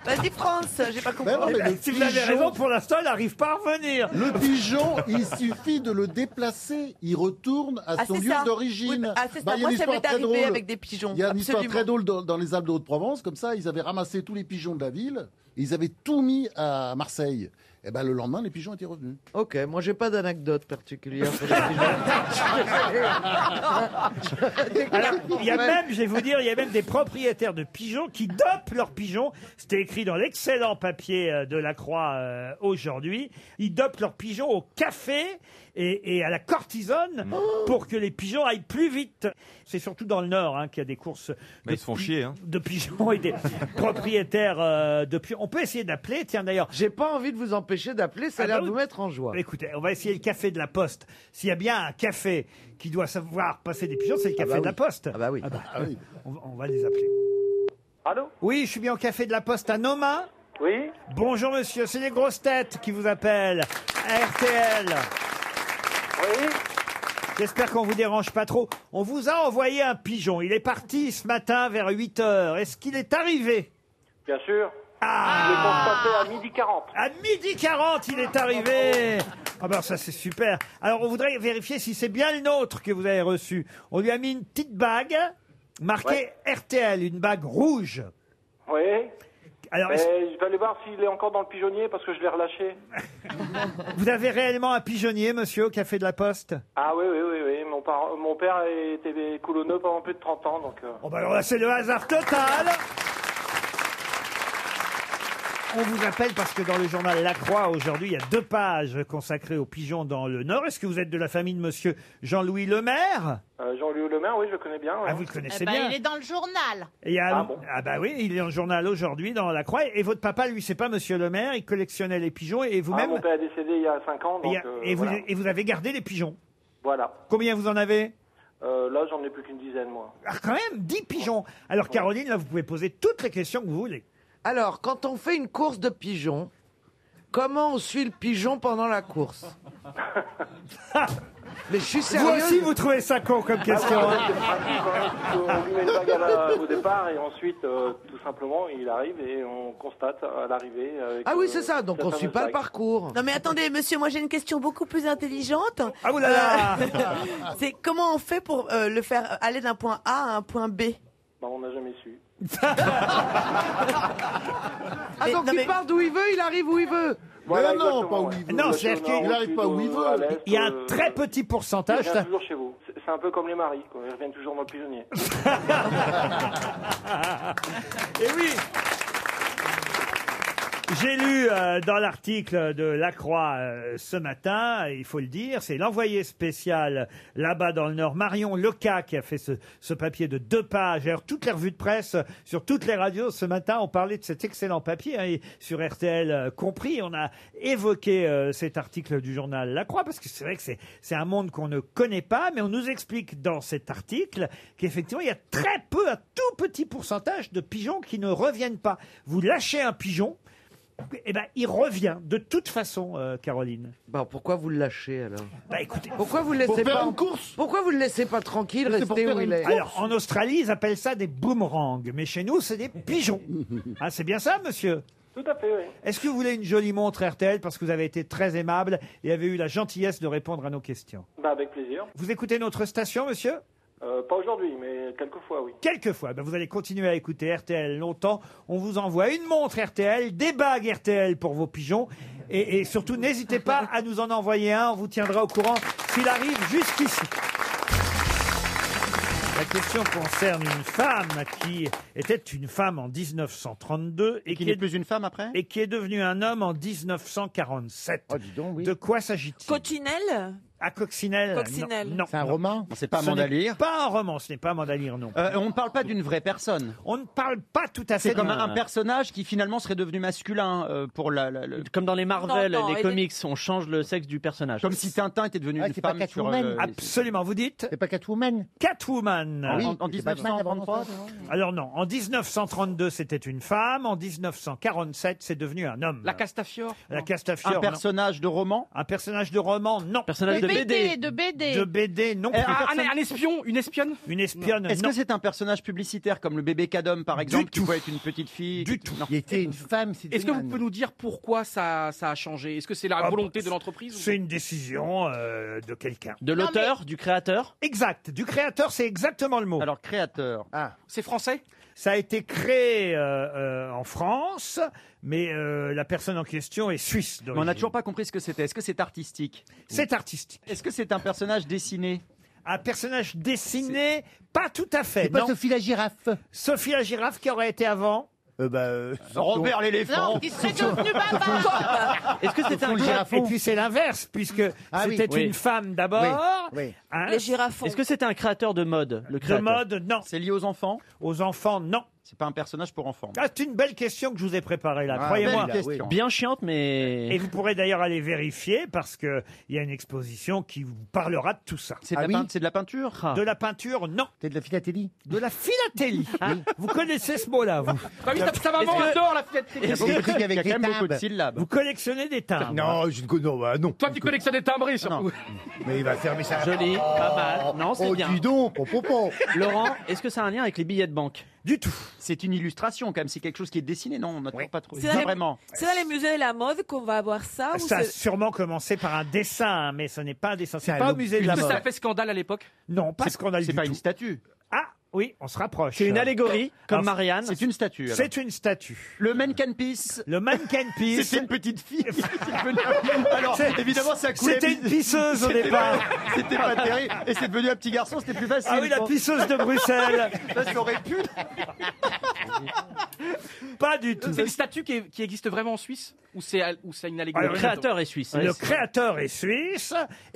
J: Vas-y France, j'ai pas compris.
N: Ben non, mais le
D: Si vous avez
N: pigeon-
D: raison, pour l'instant, elle n'arrive pas à revenir.
N: Le pigeon, il suffit de le déplacer. Il retourne à
J: Ah,
N: son
J: c'est
N: lieu
J: ça. Oui,
N: d'origine.
J: bah, ah, c'est ça.
N: Bah, il y a
J: Moi,
N: une
J: ça
N: histoire
J: m'est
N: très
J: arrivé
N: drôle.
J: avec des pigeons.
N: Il y a une histoire
J: Absolument.
N: très drôle dans, dans les Alpes de Haute-Provence. Comme ça, ils avaient ramassé tous les pigeons de la ville. Et ils avaient tout mis à Marseille. Et ben le lendemain, les pigeons étaient revenus.
Q: Ok, moi j'ai pas d'anecdote particulière. sur les pigeons.
D: Alors, il y a même, je vais vous dire, il y a même des propriétaires de pigeons qui dopent leurs pigeons. C'était écrit dans l'excellent papier euh, de la Croix euh, aujourd'hui. Ils dopent leurs pigeons au café et, et à la cortisone
B: Mm.
D: pour que les pigeons aillent plus vite. C'est surtout dans le Nord hein, qu'il y a des courses
B: Mais ils se font chier. Hein.
D: de pigeons et des propriétaires euh, de pigeons. On peut essayer d'appeler, tiens d'ailleurs. Ah bah
Q: J'ai pas envie de vous empêcher d'appeler, ça a l'air de vous mettre en joie.
D: Écoutez, on va essayer le café de la Poste. S'il y a bien un café qui doit savoir passer des pigeons, c'est le
Q: Ah
D: café
Q: bah
D: de la
Q: oui.
D: Poste.
Q: Ah bah oui.
D: Ah bah,
Q: Ah oui.
D: On, va, on va les appeler. Allô Oui, je suis bien au café de la Poste à Noma. Oui. Bonjour monsieur, c'est les grosses têtes qui vous appellent. RTL. Oui. J'espère qu'on vous dérange pas trop. On vous a envoyé un pigeon. Il est parti ce matin vers 8 heures. Est-ce qu'il est arrivé
T: Bien sûr. Je l'ai constaté à midi 40.
D: Ah. À midi 40, il est arrivé. Ah ben ça c'est super. Alors on voudrait vérifier si c'est bien le nôtre que vous avez reçu. On lui a mis une petite bague marquée RTL, une bague rouge.
T: Oui.
D: Alors,
T: Mais
D: est-ce-
T: je vais aller voir s'il est encore dans le pigeonnier parce que je l'ai relâché.
D: Vous avez réellement un pigeonnier, monsieur, au café de la Poste
T: Ah oui, oui, oui, oui. Mon, par- mon père était coulonneux pendant plus de 30 ans, donc... euh,
D: Oh bah alors là c'est le hasard total. On vous appelle parce que dans le journal La Croix aujourd'hui, il y a deux pages consacrées aux pigeons dans le Nord. Est-ce que vous êtes de la famille de monsieur Jean-Louis Lemaire
T: euh, Jean-Louis Le Maire, oui, je le connais bien.
D: Ah, vous le connaissez
I: Eh ben,
D: bien.
I: Il est dans le journal
D: Et il y a-
T: Ah bon
D: bah oui, il est dans le journal aujourd'hui, dans La Croix. Et votre papa, lui, c'est pas Monsieur le maire, il collectionnait les pigeons et
T: Ah,
D: vous-même.
T: mon père est décédé il y a 5 ans,
D: et,
T: donc...
D: il y a-
T: euh,
D: et vous,
T: voilà.
D: et vous avez gardé les pigeons.
T: Voilà.
D: Combien vous en avez
T: Euh, là, j'en ai plus qu'une dizaine, moi.
D: Ah, Quand même, 10 pigeons. Alors, Caroline, là, vous pouvez poser toutes les questions que vous voulez.
Q: Alors, quand on fait une course de pigeons, comment on suit le pigeon pendant la course Mais je suis
D: Vous
Q: sérieux.
D: aussi, vous trouvez ça con comme question.
T: Ah,
D: hein
T: c'est pratique, hein, parce qu'on lui met une bague à la- au départ et ensuite, euh, tout simplement, il arrive et on constate à l'arrivée. avec,
J: Ah oui,
T: euh,
J: c'est ça,
Q: donc
T: sa
Q: on suit
T: fameuse
Q: pas le
T: bague.
Q: parcours.
J: Non mais attendez monsieur, moi j'ai une question beaucoup plus intelligente. Euh,
D: Ah oulala
J: C'est comment on fait pour euh, le faire aller d'un point A à un point B
T: Bah, on n'a jamais su.
Q: Ah, donc il part d'où il veut, il arrive où il veut.
T: Voilà,
Q: Mais non,
T: exactement,
Q: pas où
T: ouais.
Q: il veut.
D: Non,
T: Au
D: c'est-à-dire
T: nord,
D: qu'il
T: au
D: arrive
T: sud,
D: pas où
T: au-
D: il veut.
T: à l'est,
D: Il y a un
T: euh,
D: très petit
T: Il
D: pourcentage.
T: revient
D: ça-
T: toujours chez vous. C'est- C'est un peu comme les maris, quoi. Ils reviennent toujours dans le pigeonnier.
D: Et oui J'ai lu euh, dans l'article de Lacroix euh, ce matin, il faut le dire, c'est l'envoyé spécial là-bas dans le Nord, Marion Leca, qui a fait ce, ce papier de deux pages. Alors, toutes les revues de presse, sur toutes les radios ce matin, ont parlé de cet excellent papier, hein, et sur RTL euh, compris. On a évoqué euh, cet article du journal Lacroix, parce que c'est vrai que c'est c'est un monde qu'on ne connaît pas, mais on nous explique dans cet article qu'effectivement, il y a très peu, un tout petit pourcentage de pigeons qui ne reviennent pas. Vous lâchez un pigeon, eh ben, il revient de toute façon, euh, Caroline.
Q: Bah, pourquoi vous le lâchez alors
D: Bah écoutez,
Q: Pourquoi vous le laissez pas Pourquoi vous le laissez pas tranquille rester où il est
D: Alors, en Australie, ils appellent ça des boomerangs, mais chez nous, c'est des pigeons. ah, c'est bien ça, monsieur
T: Tout à fait, oui.
D: Est-ce que vous voulez une jolie montre RTL parce que vous avez été très aimable et avez eu la gentillesse de répondre à nos questions
T: Bah, avec plaisir.
D: Vous écoutez notre station, monsieur
T: Euh, pas aujourd'hui, mais quelquefois, oui.
D: Quelquefois, ben, vous allez continuer à écouter RTL longtemps. On vous envoie une montre RTL, des bagues RTL pour vos pigeons. Et, et surtout, n'hésitez pas à nous en envoyer un. On vous tiendra au courant s'il arrive jusqu'ici. La question concerne une femme qui était une femme en 1932 et, qui n'est plus une femme après Oh, et qui est devenue un homme en 1947. De quoi s'agit-il
R: Coccinelle
D: À Coccinelle non,
R: Coccinelle.
D: Non,
R: C'est un
D: non.
R: roman
F: C'est pas
D: Ce n'est
F: Mandalire
D: Pas un roman, ce n'est pas Mandalire, non.
F: Euh, on ne parle pas d'une vraie personne.
D: On ne parle pas tout à fait
F: C'est comme
D: de-
F: un personnage qui finalement serait devenu masculin euh, pour la, la- le-
S: Comme dans les Marvel,
F: Non, non,
S: les
F: elle-
S: comics, on change le sexe du personnage.
F: Comme si Tintin était devenu
S: Ah,
F: une
S: c'est pas
F: femme sur. euh,
S: Catwoman.
D: Absolument, vous dites C'est pas Catwoman Catwoman
F: Ah oui, En- en c'est pas 1933, Batman avant
D: Alors non, en 1932 c'était une femme, en 1947 c'est devenu un homme. La Castafiore La Castafiore.
F: Un personnage
D: de roman Un personnage de roman, non.
F: Personnage De de BD, BD. de BD.
D: De BD, non.
S: Euh,
F: Eh,
D: plus.
F: un- un-
D: Personne-
F: un espion,
S: une espionne
D: Une espionne,
F: Est-ce
D: non.
F: que c'est un personnage publicitaire comme le bébé Cadom par exemple qui peut être une petite fille Du tout. Il était une femme.
S: Est-ce que vous pouvez nous dire pourquoi ça, ça a changé Est-ce que c'est la
D: Ah,
S: volonté de l'entreprise ou-
D: C'est une décision euh, de quelqu'un.
S: De
D: Non,
S: l'auteur,
D: mais-
S: du créateur
D: Exact. Du créateur, c'est exactement le mot. Alors, créateur.
S: C'est français
D: Ça a été créé euh, euh, en France, mais euh, la personne en question est suisse.
F: Mais on n'a
D: d'origine.
F: toujours pas compris ce que c'était. Est-ce que c'est artistique
D: C'est artistique.
F: Est-ce que c'est un personnage dessiné
D: Un personnage dessiné Pas tout à fait.
S: Eh,
F: C'est pas
D: Sophie la girafe. Sophie la girafe qui aurait été avant
O: Euh, bah,
F: Robert l'éléphant. Non, qui serait devenu bavard.
D: Est-ce que c'est
F: Surtout
D: un
F: le girafon.
D: Et puis c'est l'inverse, puisque
S: Ah oui.
D: c'était
S: Oui.
D: une femme d'abord.
S: Oui, oui.
D: hein.
S: Les girafons. Est-ce que c'était un créateur de mode le
D: De
S: créateur
D: mode, non. C'est lié aux enfants Aux enfants, non.
F: C'est pas un personnage pour enfants.
D: Ah, c'est une belle question que je vous ai préparée là,
F: Ah,
D: croyez-moi.
F: belle question.
D: Bah
S: Bien chiante, mais.
D: Et vous pourrez d'ailleurs aller vérifier parce que il y a une exposition qui vous parlera de tout ça. Ah.
F: C'est de la peint- c'est de la peinture
D: De la peinture, non. Ah C'est de la philatélie De la philatélie Vous connaissez ce mot-là, vous
S: Bah oui, ta- ta maman
D: Est-ce que-
S: adore la fête.
D: Est-ce que- Vous collectionnez des timbres
S: Non,
D: je ne connais pas. non.
S: Toi, tu collectionnes des timbrés, surtout.
D: Mais il va fermer sa Oh,
S: Joli, pas mal. Non, c'est bien.
F: donc,
S: Laurent, est-ce que ça a un lien avec les billets de banque
D: Du tout.
F: C'est une illustration quand même, c'est quelque chose qui est dessiné, non On n'a toujours pas trouvé.
R: C'est dans, les-
F: Vraiment.
R: c'est dans les musées de la mode qu'on va avoir ça, ou
D: Ça a
R: c'est-
D: sûrement commencé par un dessin, hein, mais ce n'est pas un dessin. C'est
F: un
D: pas au
F: objet.
D: musée de la
S: Est-ce que ça a
D: mode.
S: fait scandale à l'époque
D: Non, pas scandale
F: C'est
D: du
F: pas
D: tout.
F: une statue.
D: Ah oui, on se rapproche.
S: C'est une allégorie, comme Marianne.
F: C'est une statue. alors.
D: C'est une statue.
F: Le mannequin Peace.
D: Le mannequin Peace.
F: C'était une petite fille. Alors,
D: C'est-
F: évidemment, ça coulait.
D: c'était une pisseuse au
F: C'était
D: départ.
F: pas- C'était pas terrible. Et c'est devenu un petit garçon, c'était plus facile.
D: Ah oui, la
F: bon.
D: pisseuse de Bruxelles.
F: Ça, ça aurait pu.
D: Pas du tout.
S: C'est une statue qui, est- qui existe vraiment en Suisse Ou c'est à- ou c'est une allégorie
D: Alors, Ah, Le créateur est suisse et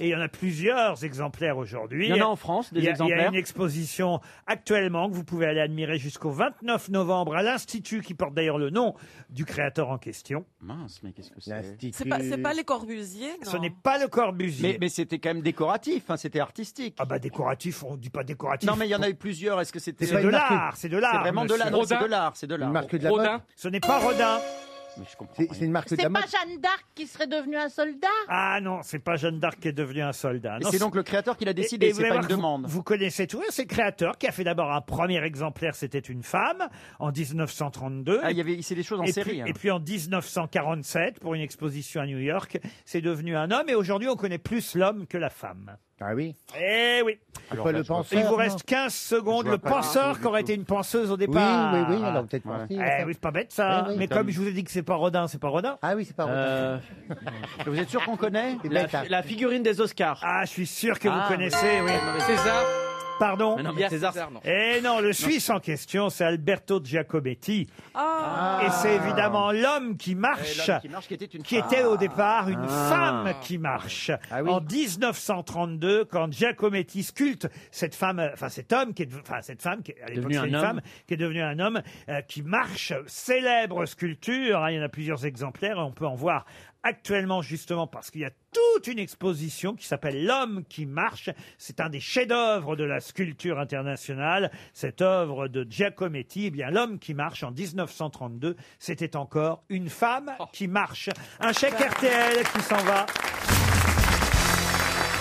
D: il y en a plusieurs exemplaires aujourd'hui.
S: Il y en a en France, des
D: Il y a- Il y a
S: exemplaires.
D: une exposition actuellement que vous pouvez aller admirer jusqu'au 29 novembre à l'Institut qui porte d'ailleurs le nom du créateur en question.
F: Mince, mais qu'est-ce que
R: c'est, pas, c'est pas les Corbusiers, non
D: Ce n'est pas le Corbusier.
F: Mais, mais c'était quand même décoratif, hein, c'était artistique.
D: Ah bah décoratif, on dit pas décoratif.
F: Non mais il y en a eu plusieurs, est-ce que c'était...
D: C'est de l'art, c'est de l'art.
F: C'est vraiment de l'art,
D: monsieur.
F: non, c'est de l'art, c'est de l'art.
D: Ce n'est pas Rodin.
F: C'est c'est une marque
I: C'est pas Jeanne d'Arc qui serait devenue un soldat
D: Ah non, c'est pas Jeanne d'Arc qui est devenue un soldat.
F: Et
D: Non,
F: c'est donc le créateur qui l'a décidé,
D: Et- et
F: c'est
D: vous allez
F: pas
D: voir
F: une
D: que vous-
F: demande.
D: Vous, connaissez tout, hein, c'est le créateur qui a fait d'abord un premier exemplaire, c'était une femme, en 1932.
F: Ah, il y avait- c'est des choses en
D: et
F: série, hein.
D: Puis,
F: alors.
D: Et puis en 1947, pour une exposition à New York, c'est devenu un homme, et aujourd'hui on connaît plus l'homme que la femme.
F: Ah oui
D: Eh oui
F: C'est pas le penseur,
D: Il vous
F: non
D: reste 15 secondes.
F: Je vois
D: Le
F: pas
D: penseur
F: du
D: qui aurait été une penseuse au
F: Oui,
D: départ.
F: oui, oui, alors peut-être
D: Ouais.
F: pensée,
D: Eh
F: ça.
D: oui, c'est pas bête ça.
F: Oui, oui.
D: Mais comme je vous ai dit que c'est pas Rodin, c'est pas Rodin.
F: Ah oui, c'est pas
D: Euh,
F: Vous êtes sûr qu'on connaît
D: La- la
S: figurine des Oscars.
E: Ah,
D: Ah, je suis sûr que vous connaissez, oui.
S: César,
D: Pardon
P: Mais non, mais Il y a César, César, non.
D: Eh non, le Suisse en question, c'est Alberto Giacometti.
J: Ah.
D: Et c'est évidemment l'homme qui marche,
F: Et l'homme qui marche, qui était une femme.
D: était au départ une
F: Ah.
D: femme qui marche.
A: Ah
D: En 1932, quand Giacometti sculpte cette femme, euh, enfin cet homme qui est, de- enfin cette femme qui, à l'époque
A: Devenu
D: c'est
A: un
D: une
A: homme.
D: femme, qui est devenue un homme, euh, qui marche, célèbre sculpture. hein, il y en a plusieurs exemplaires, on peut en voir actuellement justement parce qu'il y a toute une exposition qui s'appelle L'homme qui marche. C'est un des chefs-d'œuvre de la sculpture internationale. Cette œuvre de Giacometti, eh bien L'homme qui marche en 1932, c'était encore une femme
A: Oh.
D: qui marche. Un chèque
A: Bah.
D: RTL qui s'en va.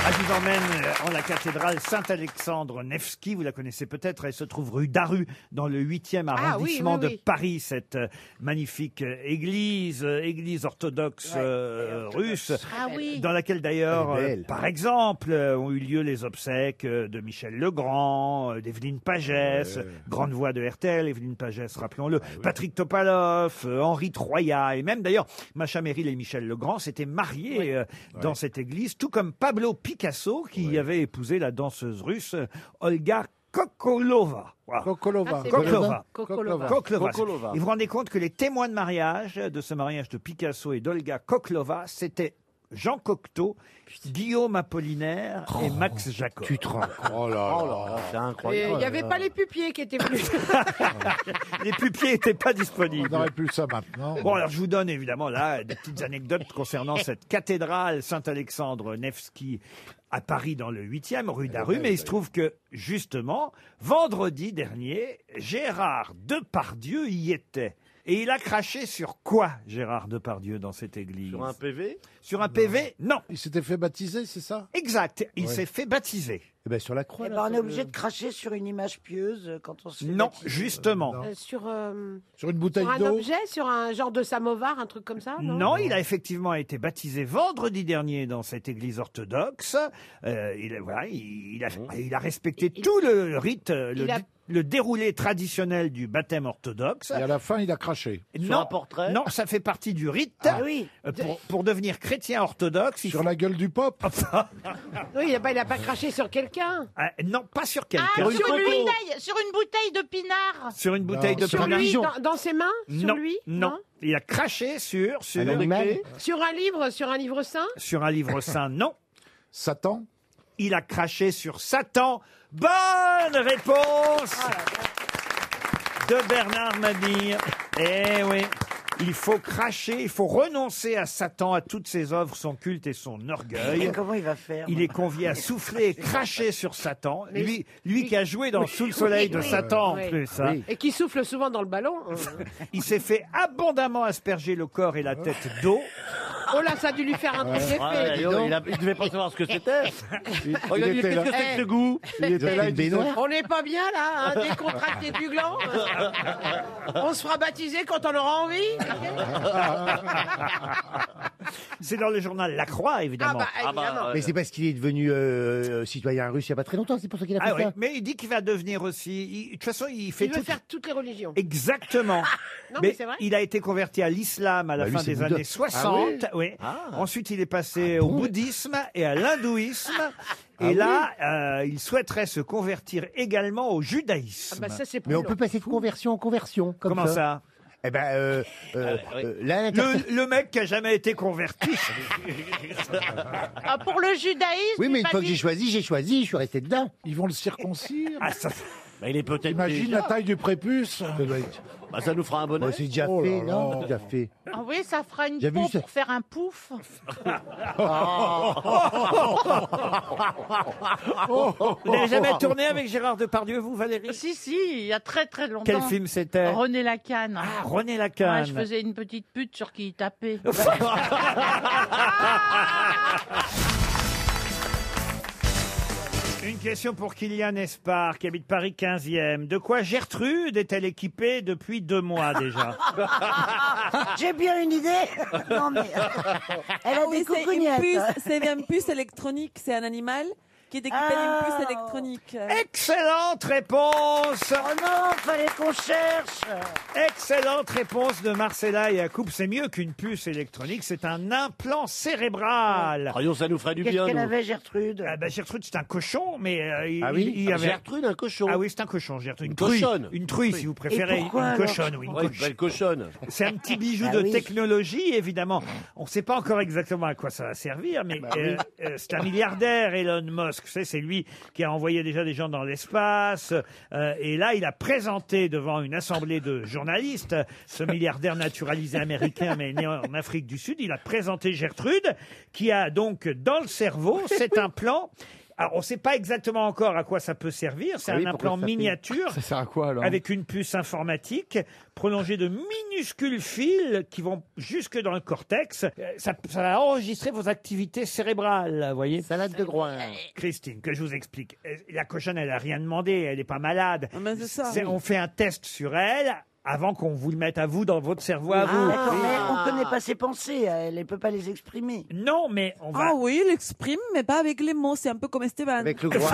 D: Ah, je vous emmène euh, en la cathédrale Saint-Alexandre Nevski. Vous la connaissez peut-être. Elle se trouve rue Daru, dans le 8e arrondissement
A: Ah oui, oui,
D: de
A: oui.
D: Paris. Cette euh, magnifique euh, église, euh, église orthodoxe euh, russe,
A: Ah oui.
D: dans laquelle d'ailleurs,
A: Elle est
D: euh,
A: belle.
D: par exemple, euh, ont eu lieu les obsèques euh, de Michel Legrand, euh, d'Evelyne Pagès,
A: Ouais. Ah
D: grande voix de RTL, Evelyne Pagès, rappelons-le, Patrick Topalov, euh, Henri Troya, et même d'ailleurs, Macha Merrill et Michel Legrand s'étaient mariés euh, dans cette église, tout comme Pablo Picasso, qui avait épousé la danseuse russe euh, Olga Kokolova. Voilà.
N: Kokolova.
A: Ah, c'est
D: Kokolova.
A: bien. Kokolova.
D: Kokolova.
A: Kokolova.
D: Et vous vous rendez compte que les témoins de mariage, de ce mariage de Picasso et d'Olga Koklova, c'était Jean Cocteau, Guillaume Apollinaire et Max Jacob. Tu te rends Oh là là, c'est
E: Et Il n'y avait pas les pupiers qui étaient venus.
D: les pupiers n'étaient pas disponibles.
E: On aurait
D: plus ça maintenant. Bon, alors je vous donne évidemment là des petites anecdotes concernant cette cathédrale Saint-Alexandre Nevski à Paris dans le 8e rue d'Aru. Mais il se trouve que justement, vendredi dernier, Gérard Depardieu y était. Et il a craché sur quoi, Gérard Depardieu, dans cette église Sur un PV Sur un PV, non. Il s'était fait baptiser, c'est ça Exact, il
N: Ouais.
D: s'est fait baptiser. Eh
O: Bah,
D: bien, sur la croix.
H: Eh ben, on est obligé de cracher sur une image pieuse euh, quand on se. fait
D: Non,
H: baptiser.
D: justement.
E: Euh,
D: Non,
E: non. Sur, euh,
D: Sur une bouteille
E: sur un
D: d'eau
E: objet, sur un genre de samovar, un truc comme ça Ah, Non,
D: il a effectivement été baptisé vendredi dernier dans cette église orthodoxe. Euh, il, a- voilà, il, il a, il a respecté tout le rite, euh, le,
E: il a-
D: di- le déroulé traditionnel du baptême orthodoxe.
N: Et à la fin, il a craché.
D: non, Non, ça fait partie du rite.
E: Ah
D: Euh, Pour, pour devenir chrétien orthodoxe. Sur la gueule du pape.
E: Oui, il n'a pas, il a pas craché sur quelqu'un.
D: non, pas sur quelqu'un.
I: Ah, sur une, bouteille, sur une bouteille de pinard.
D: Sur une bouteille de
E: Sur
D: pinard.
E: lui, dans, dans ses mains Sur
D: non,
E: lui
D: non. Il a craché sur, sur,
N: Ah,
E: Un animal Sur un livre, sur un livre saint
D: sur un livre saint, non. Satan Il a craché sur Satan. Bonne réponse
E: Ah,
D: de Bernard Mabille. Eh oui. Il faut cracher, il faut renoncer à Satan, à toutes ses œuvres, son culte et son orgueil.
H: Mais comment il va faire
D: Il est convié à souffler et cracher sur Satan. Lui, lui qui a joué dans
E: Oui,
D: Sous le soleil
E: oui,
D: de
E: oui.
D: Satan en
E: Oui.
D: plus. hein.
E: Et qui souffle souvent dans le ballon. hein.
D: Il s'est fait abondamment asperger le corps et la tête d'eau.
E: oh là, ça a dû lui faire un truc
D: Ouais.
E: d'effet.
D: Ouais, il a-
E: il devait pas savoir ce que c'était.
D: Il-
E: Oh, il a dit, qu'est-ce que c'est que ce goût
D: Il était là, il disait-
E: On n'est pas bien là, hein, décontracté du gland. On se fera baptiser quand on aura Ah. envie.
D: C'est dans le journal La Croix, évidemment.
E: Ah bah, évidemment.
O: Mais c'est parce qu'il est devenu euh, euh, citoyen russe il n'y a pas très longtemps, c'est pour ça qu'il a fait
D: Ah oui,
O: ça.
D: mais il dit qu'il va devenir aussi. il- De toute façon, il fait
E: Il veut
D: tout-
E: faire toutes les religions.
D: Exactement.
E: Non, mais
D: mais
E: c'est vrai.
D: il a été converti à l'islam à la
A: Bah, lui,
D: fin
A: c'est
D: des
A: bouddha.
D: années
A: Ah
D: 60.
A: oui
D: oui. Ensuite, il est passé au bouddhisme et à l'hindouisme.
O: Ah
D: et
O: oui.
D: là, euh, il souhaiterait se convertir également au judaïsme.
E: Ah bah,
O: Mais on peut passer de conversion en conversion. Comme
D: Comment ça
O: Eh ben, euh, euh,
E: Ah
O: euh, là,
D: le, le mec qui a jamais été converti.
I: Ah, pour le judaïsme.
O: Oui, mais une
I: pas
O: fois que
I: dit-
O: j'ai choisi, j'ai choisi, je suis resté dedans.
N: Ils vont le circoncire.
E: Ah,
O: il est peut-être.
N: Imagine la taille du prépuce.
O: Bah, ça nous fera un bonheur. c'est déjà
N: Oh là
O: fait,
N: là.
O: non C'est déjà fait.
I: Ah oui, ça fera une
O: J'ai vu
I: peau
O: ça.
I: pour faire un pouf. Oh.
D: Vous n'avez jamais tourné avec Gérard Depardieu, vous, Valérie
I: Si, si, il y a très très longtemps.
D: Quel film c'était
I: René Lacan. Ah,
D: René Lacan.
I: je faisais une petite pute sur qui il tapait.
D: Une question pour Kylian Espar, qui habite Paris 15e. De quoi Gertrude est-elle équipée depuis deux mois déjà
H: J'ai bien une idée. Non mais elle a
R: Ah Oui,
H: des
R: c'est une
H: coucougnettes.
R: puce- C'est une puce électronique, c'est un animal qui découpait une
H: Ah.
R: puce électronique.
D: Excellente réponse
H: Oh non, fallait qu'on cherche
D: Excellente réponse de Marcella et à coupe. C'est mieux qu'une puce électronique, c'est un implant cérébral.
A: ça Ah, nous ferait du
H: Qu'est-ce
A: bien.
H: qu'elle
A: nous.
H: avait, Gertrude
D: Ah bah, Gertrude, c'est un cochon, mais euh, il,
A: Ah oui
D: il y
A: Ah,
D: avait...
A: Gertrude,
D: un cochon. Ah oui, c'est un cochon, Gertrude. Une,
A: Une
D: truie.
A: cochonne.
D: Une truie, si vous préférez.
A: Et pourquoi,
D: une
A: alors
D: cochonne, oui. une
A: Ouais, une
D: cochonne.
A: belle cochonne.
D: C'est un petit bijou
A: Ah
D: de
A: oui.
D: technologie, évidemment. On ne sait pas encore exactement à quoi ça va servir,
P: Ah bah
D: mais euh, euh, c'est un milliardaire, Elon Musk. Vous savez, C'est lui qui a envoyé déjà des gens dans l'espace. Euh, et là, il a présenté devant une assemblée de journalistes, ce milliardaire naturalisé américain, mais né en Afrique du Sud, il a présenté Gertrude, qui a donc dans le cerveau cet implant. Alors, on ne sait pas exactement encore à quoi ça peut servir. C'est
P: Ah oui,
D: un
P: pourquoi
D: implant
P: ça fait-
D: miniature
P: Ça sert à quoi alors
D: avec une puce informatique prolongée de minuscules fils qui vont jusque dans le cortex. Euh, Ça, ça va enregistrer vos activités cérébrales, vous voyez. Salade de groin. Christine, que je vous explique. Euh, La cochonne, elle a rien demandé, elle n'est pas malade.
R: Ah ben, c'est ça.
D: C'est- On fait un test sur elle avant qu'on vous le mette à vous dans votre cerveau à vous.
H: D'accord, mais
R: Ah.
H: on connaît pas ses pensées, elle ne peut pas les exprimer.
D: Non, mais on
R: Ah oui, il exprime, mais pas avec les mots. C'est un peu comme Esteban. Avec
D: le doigt.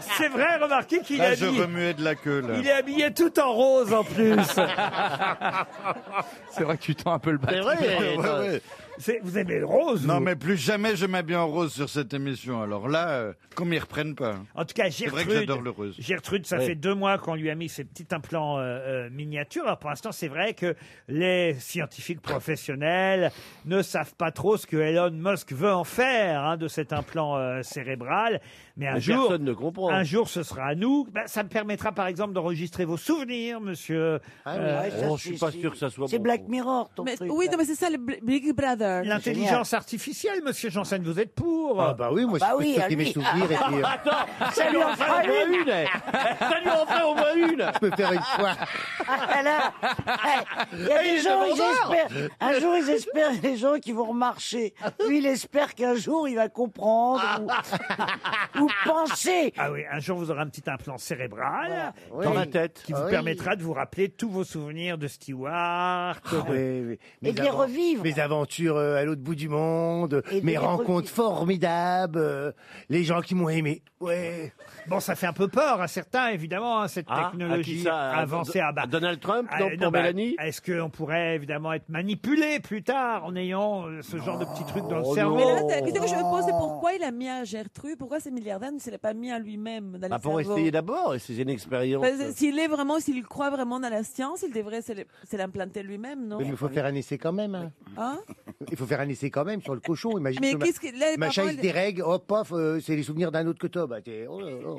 D: C'est vrai, remarquez qu'il
P: Bah,
M: Là,
D: a
M: je
D: dit.
M: remuais de la queue, là.
D: Il est habillé tout en rose en plus.
P: C'est vrai que tu tends un peu le bâton.
M: Ouais, ouais, ouais.
D: Vous aimez le rose
M: Non,
D: vous
M: mais plus jamais je m'habille en rose sur cette émission. Alors là, euh, qu'on m'y reprenne pas.
D: En tout cas,
M: C'est vrai
D: Gertrude,
M: que j'adore le rose.
D: Gertrude, ça
M: Ouais.
D: fait deux mois qu'on lui a mis ces petits implants euh, euh, miniatures. Alors pour l'instant, c'est vrai que les scientifiques professionnels ne savent pas trop ce que Elon Musk veut en faire hein, de cet implant euh, cérébral. Mais un
A: Mais
D: jour,
A: personne ne comprend.
D: Un jour, ce sera à nous. Ben, ça me permettra, par exemple, d'enregistrer vos souvenirs, monsieur. euh,
A: ouais, ça, Oh, je suis c'est- pas sûr que ça soit c'est bon Black pour vous.
D: Mirror,
R: Mais- oui, non, mais c'est ça, le Bl- Big Brother.
D: L'intelligence artificielle, monsieur Janssen, vous êtes pour
A: Ah bah oui, moi, Ah bah je peux oui, stocker à mes lui. souvenirs et
S: Ah,
A: puis, euh, Attends, ça lui en fera au moins une. Ça lui en fait au moins une.
O: Je peux faire une fois.
H: Ah, là, il y a
S: Ah,
H: Ah,
O: Et il
H: des
O: est
H: gens, ils
O: demandeur.
H: espèrent, un jour ils espèrent des gens qui vont remarcher. Lui, il espère qu'un jour il va comprendre ou, ou penser.
D: Ah oui, un jour vous aurez un petit implant cérébral
H: Voilà.
D: qui-
H: Dans la tête.
D: qui vous
H: Oui.
D: permettra de vous rappeler tous vos souvenirs de Stewart.
A: Ah
D: de-
A: Mes avan- Mes aventures euh, à l'autre bout du monde,
D: Et de
A: mes
D: les
A: rencontres formidables, euh, les gens qui m'ont aimé. Ouais.
D: Bon, ça fait un peu peur à certains, évidemment, hein, cette
A: Ah, à qui
D: technologie
A: ça À
D: avancée.
A: Do-
D: Ah bah,
A: à Donald Trump,
D: ah,
A: non,
S: eh,
A: pour
D: bah,
A: Mélanie
D: Est-ce qu'on pourrait évidemment être manipulé plus tard en ayant euh, ce genre de petit truc
A: Oh
D: dans le cerveau
R: Mais là, la question que je me pose,
H: Oh.
R: c'est pourquoi il a mis à Gertrude Pourquoi ce milliardaire ne se l'est pas mis à lui-même
O: Bah,
R: dans le
A: Ah, pour
R: cerveau Bah,
A: essayer d'abord, et c'est une expérience.
R: Parce que S'il est vraiment, s'il croit vraiment dans la science, il devrait se le- se l'implanter lui-même, non
O: Mais il faut
H: Ah
O: faire un essai quand même. hein.
R: Hein
O: Il faut faire un essai quand même sur le cochon. Imagine
R: Mais
O: que ma-
R: qu'est-ce que- là, les
O: Machin,
R: parents,
O: il se
R: ils-
O: dérègle. Hop, paf, euh, c'est les souvenirs d'un autre que toi. Bah, t'es- oh là là.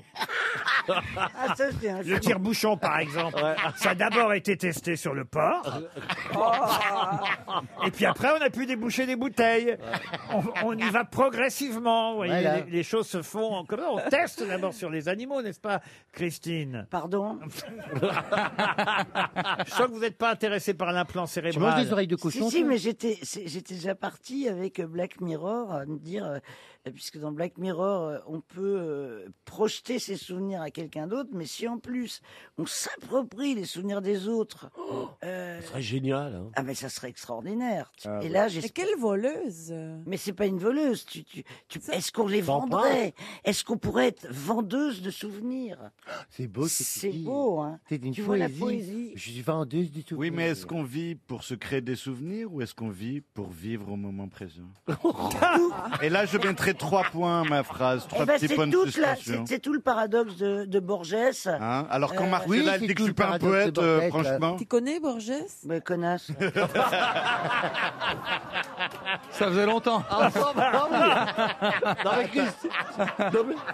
H: Ah, ça, c'est un
D: Le tire-bouchon, par exemple, ça a d'abord été testé sur le
A: Ah.
D: porc.
H: Oh.
D: Et puis après, on a pu déboucher des bouteilles. On, on y va progressivement. vous voyez,
H: Voilà.
D: les, les choses se font. en- Comment on teste d'abord sur les animaux, n'est-ce pas, Christine
H: Pardon
D: Je sens que vous n'êtes pas intéressé par l'implant cérébral.
H: Si, si, mais j'étais, c'est- j'étais déjà parti avec euh, Black Mirror à me dire, euh, euh, puisque dans Black Mirror, euh, on peut euh, projeter ses souvenirs à quelqu'un d'autre, mais si en plus on s'approprie les souvenirs des autres,
O: Oh
H: euh,
A: C'est génial. hein.
H: ah mais ça serait extraordinaire. Tu-
A: Ah
H: Et
S: bah.
A: ouais.
H: là,
A: Mais
H: j'espère-
R: quelle voleuse
H: Mais c'est pas une voleuse. Tu, tu, tu- Est-ce qu'on les vendrait Est-ce qu'on pourrait être vendeuse de souvenirs
O: C'est beau,
H: c'est beau. Hein.
O: C'est une
H: tu vois la
O: poésie.
H: poésie.
O: Je suis vendeuse du tout.
M: Oui, mais est-ce qu'on vit pour se créer des souvenirs ou est-ce qu'on vit pour vivre au moment présent Et là, je mettrai trois points à ma phrase,
H: Eh
M: trois
H: ben,
M: petits
H: c'est
M: points de
H: toute la-
M: suspension.
H: c'est- c'est tout le paradoxe de, de Borges.
M: Hein Alors quand
H: Euh,
M: Marcella dit que je suis pas un poète, euh, franchement.
R: Tu connais Borges
H: Mais connasse.
P: Ça faisait longtemps.
M: Ah,
H: Ah, bah,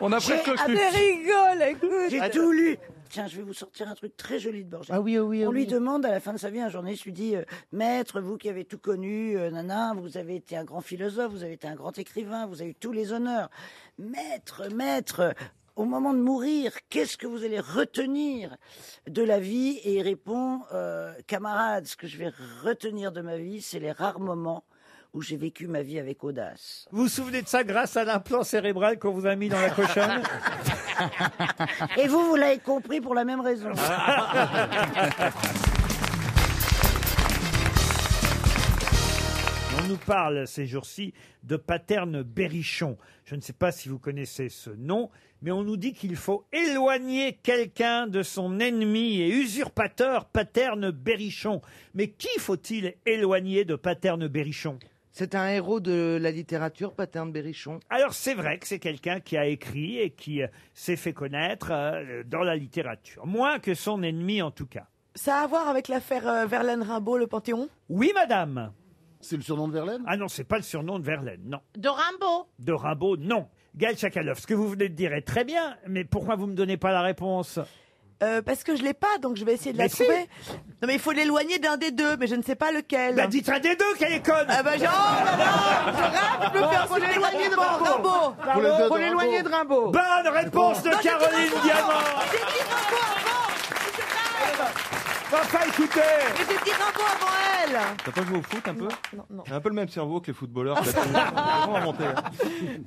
P: On a presque
H: J'ai-
P: le
H: Ah,
P: cul.
H: mais
R: rigole, écoute.
H: J'ai tout lu. Tiens, je vais vous sortir un truc très joli de Borges.
O: Ah oui, ah oui, ah
H: On lui
O: oui.
H: demande à la fin de sa vie, un journaliste lui dit euh, Maître, vous qui avez tout connu, euh, nana, vous avez été un grand philosophe, vous avez été un grand écrivain, vous avez eu tous les honneurs. Maître, maître, au moment de mourir, qu'est-ce que vous allez retenir de la vie Et il répond euh, Camarade, ce que je vais retenir de ma vie, c'est les rares moments où j'ai vécu ma vie avec audace.
D: Vous vous souvenez de ça grâce à l'implant cérébral qu'on vous a mis dans la cochonne
H: Et vous, vous l'avez compris pour la même raison.
D: Ah. On nous parle ces jours-ci de Paterne Berrichon. Je ne sais pas si vous connaissez ce nom, mais on nous dit qu'il faut éloigner quelqu'un de son ennemi et usurpateur Paterne Berrichon. Mais qui faut-il éloigner de Paterne Berrichon
Q: C'est un héros de la littérature, Paterne Berrichon.
D: alors c'est vrai que c'est quelqu'un qui a écrit et qui euh, s'est fait connaître euh, dans la littérature, moins que son ennemi en tout cas.
J: Ça a à voir avec l'affaire euh, Verlaine Rimbaud, le Panthéon
D: Oui, madame. C'est le surnom de Verlaine Ah non, c'est pas le surnom de Verlaine, non.
I: De Rimbaud.
D: De Rimbaud, non. Gaël Chakalov, ce que vous venez de dire est très bien, mais pourquoi vous me donnez pas la réponse
J: Euh, Parce que je l'ai pas, donc je vais essayer de la
D: Mais si.
J: trouver. Non, mais il faut l'éloigner d'un des deux, mais je ne sais pas lequel.
D: Bah dites un des deux qu'elle est conne Ah,
J: Ah bah genre, oh là là, je rêve de
Q: Ah,
J: me faire
I: Faut
J: sauter
I: l'éloigner de Rimbaud.
J: Rimbaud.
I: Faut les deux de Faut l'éloigner Rimbaud. de Rimbaud.
D: Bonne réponse de
J: Non, j'ai dit
D: Caroline
J: Rimbaud.
D: Diamant
J: J'ai dit Rimbaud avant
D: Enfin écoutez
J: Mais j'ai dit Rimbaud avant elle
B: T'as pas joué au foot un peu
J: Non, non.
B: J'ai un peu le même cerveau que les footballeurs. t'as- t'as vraiment inventé, hein.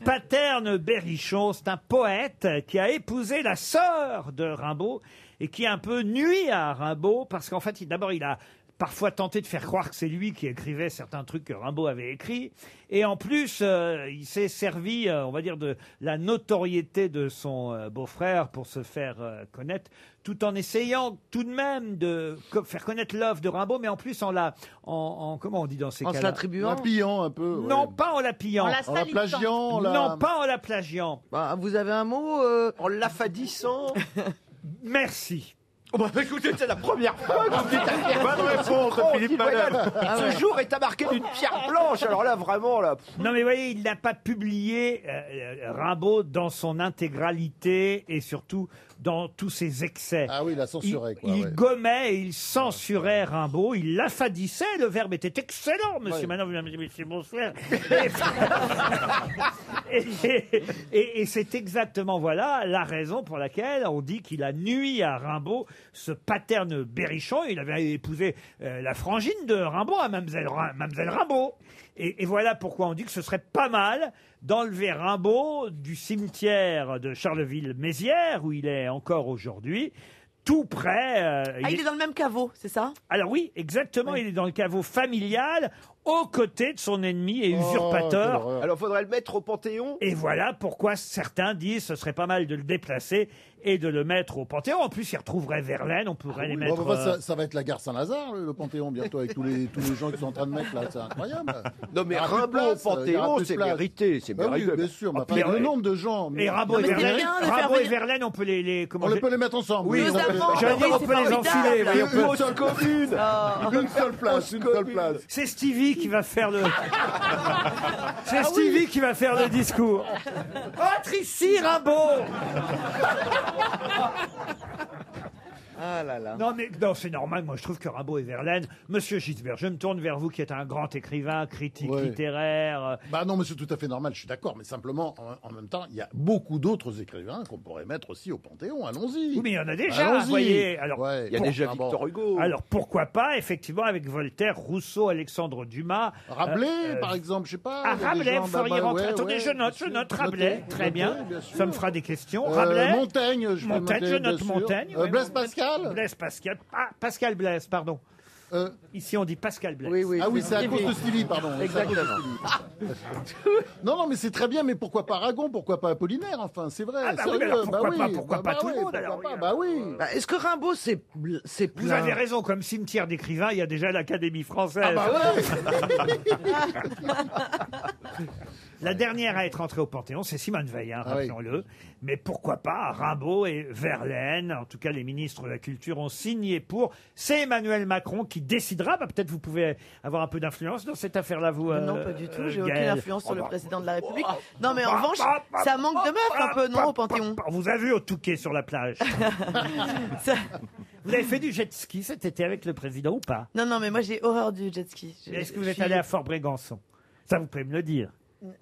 D: Paterne Berrichon, c'est un poète qui a épousé la sœur de Rimbaud et qui a un peu nuit à Rimbaud parce qu'en fait, il- d'abord, il a parfois tenté de faire croire que c'est lui qui écrivait certains trucs que Rimbaud avait écrits. Et en plus, euh, il s'est servi, euh, on va dire, de la notoriété de son euh, beau-frère pour se faire euh, connaître tout en essayant tout de même de co- faire connaître l'œuvre de Rimbaud, mais en plus en la... En, en- comment on dit dans ces
N: En
D: cas-là
N: l'attribuant En la pillant un peu, ouais.
D: Non, pas en la pillant.
N: En la En la salitant. plagiant, en la-
D: Non, pas en la plagiant.
S: Bah,
Q: vous avez un mot
S: euh,
D: En l'affadissant Merci.
S: Oh, bah,
G: écoutez, c'est la première fois que vous dites à quelqu'un
D: Bonne
G: de
D: réponse,
G: ce tronc
D: Philippe
G: qui voyage.
D: Manœuvre. Ah ouais.
G: Ce jour est marqué d'une pierre blanche. Alors là, vraiment, là. pff.
D: Non mais vous voyez, il n'a pas publié euh, Rimbaud dans son intégralité et surtout dans tous ses excès. Ah oui, il a
N: censuré,
D: Il,
N: quoi, ouais.
D: gommait, et il censurait Rimbaud, il l'affadissait, le verbe était excellent, monsieur Manon, vous m'avez dit, monsieur Bonsoir. Et, et- et- et c'est exactement voilà la raison pour laquelle on dit qu'il a nui à Rimbaud ce paterne berrichon. Il avait épousé euh, la frangine de Rimbaud à Mademoiselle, Ra- Mademoiselle Rimbaud. Et, et voilà pourquoi on dit que ce serait pas mal d'enlever Rimbaud du cimetière de Charleville-Mézières, où il est encore aujourd'hui, tout près. euh,
J: Ah, il est dans le même caveau, c'est ça
D: alors oui, exactement, il est dans le caveau familial, aux côtés de son ennemi
N: Oh,
D: et usurpateur.
G: Alors faudrait le mettre au Panthéon.
D: Et voilà pourquoi certains disent ce serait pas mal de le déplacer et de le mettre au Panthéon. En plus, il retrouverait Verlaine, on pourrait les
N: Bon,
D: mettre.
N: bah,
D: euh,
N: ça, ça va être la gare Saint-Lazare, le, le Panthéon, bientôt, avec tous les, tous les gens qui sont en train de mettre là. C'est incroyable.
G: Non, mais
N: Il y aura plus de
G: Rimbaud
N: place,
G: au
N: il y aura plus de
G: Panthéon,
N: place.
G: c'est mérité, c'est
N: Ah oui,
G: mérité.
N: bien sûr. mais
G: Ah,
N: enfin,
G: puis,
N: le
G: euh,
N: nombre de gens.
D: Et Rimbaud, et Verlaine, Rimbaud et euh, Verlaine, on peut les. les comment
N: On
D: je-
N: peut les mettre ensemble.
D: Oui,
N: oui,
D: on
N: on peut-
D: peut- j'allais dire, on peut les enfiler. oui, on peut-
N: Une seule commune. Une seule place. Une seule place. Ah
D: C'est Stevie qui va faire le. C'est Stevie qui va faire le discours. Entre ici, Rimbaud
Q: Ah là là.
D: Non, mais non, c'est normal. Moi, je trouve que Rimbaud et Verlaine. Monsieur Gisbert, je me tourne vers vous qui êtes un grand écrivain, critique
N: Ouais.
D: littéraire.
N: Bah non, mais c'est tout à fait normal, je suis d'accord. Mais simplement, en, en même temps, il y a beaucoup d'autres écrivains qu'on pourrait mettre aussi au Panthéon. Bah, Allons-y. Ah
D: Oui, mais il y en a déjà, vous voyez. Alors, pour- Alors, pourquoi pas, effectivement, avec Voltaire, Rousseau, Alexandre Dumas.
N: Rabelais,
D: euh,
N: par exemple, je sais pas. il y
D: Ah,
N: a des
D: Rabelais,
N: gens
D: vous feriez
N: là-bas,
D: rentrer.
N: ouais,
D: Attendez,
N: ouais,
D: je note,
N: bien
D: je
N: sûr.
D: note Rabelais.
N: Notez,
D: Très bien.
N: notez, sûr.
D: Ça me fera des questions.
N: Euh,
D: Rabelais.
N: Montaigne, je vais
D: Montaigne,
N: noter,
D: je
N: bien
D: note
N: sûr.
D: Montaigne.
N: Euh, Blaise Pascal Euh.
D: Blaise Pascal. Ah, Pascal Blaise, pardon. Ici, on dit Pascal Blaise.
N: ah oui, c'est à cause de Stevie, pardon. C'est à cause de Stevie. non, non, mais c'est très bien, mais pourquoi pas Aragon, pourquoi pas Apollinaire, enfin, c'est vrai.
D: Ah bah oui,
N: sérieux,
D: mais alors pourquoi
N: bah
D: pas,
N: oui,
D: pourquoi
N: bah
D: pas tout le
N: oui,
D: monde, alors,
N: pourquoi pas, Bah oui.
Q: Bah, Est-ce que Rimbaud, c'est bl- c'est
D: Vous
Q: plein
D: avez raison, comme cimetière d'écrivains, il y a déjà l'Académie française.
Q: Ah bah
D: La dernière à être entrée au Panthéon, c'est Simone Veil, hein,
Q: Ah
D: rappelons-le. Mais pourquoi pas Rimbaud et Verlaine En tout cas, les ministres de la Culture ont signé pour. C'est Emmanuel Macron qui décidera. Bah, Peut-être vous pouvez avoir un peu d'influence dans cette affaire-là, vous.
J: Non,
D: euh,
J: pas du tout,
D: euh,
J: j'ai aucune
D: Gaël. Bah,
J: influence sur
D: Oh,
J: le
D: bah, Ah
J: président de la République. Non, mais en revanche, ça manque de meufs un peu,
D: bah,
J: non, au Panthéon
D: On vous a vu au Touquet sur la plage. bah. vous avez fait du jet ski cet été avec le président ou pas
J: Non, non, mais moi j'ai horreur du jet ski. Je-
D: Est-ce que vous
J: je
D: êtes
J: suis-
D: allé à Fort-Brégançon Ça, vous pouvez me le dire.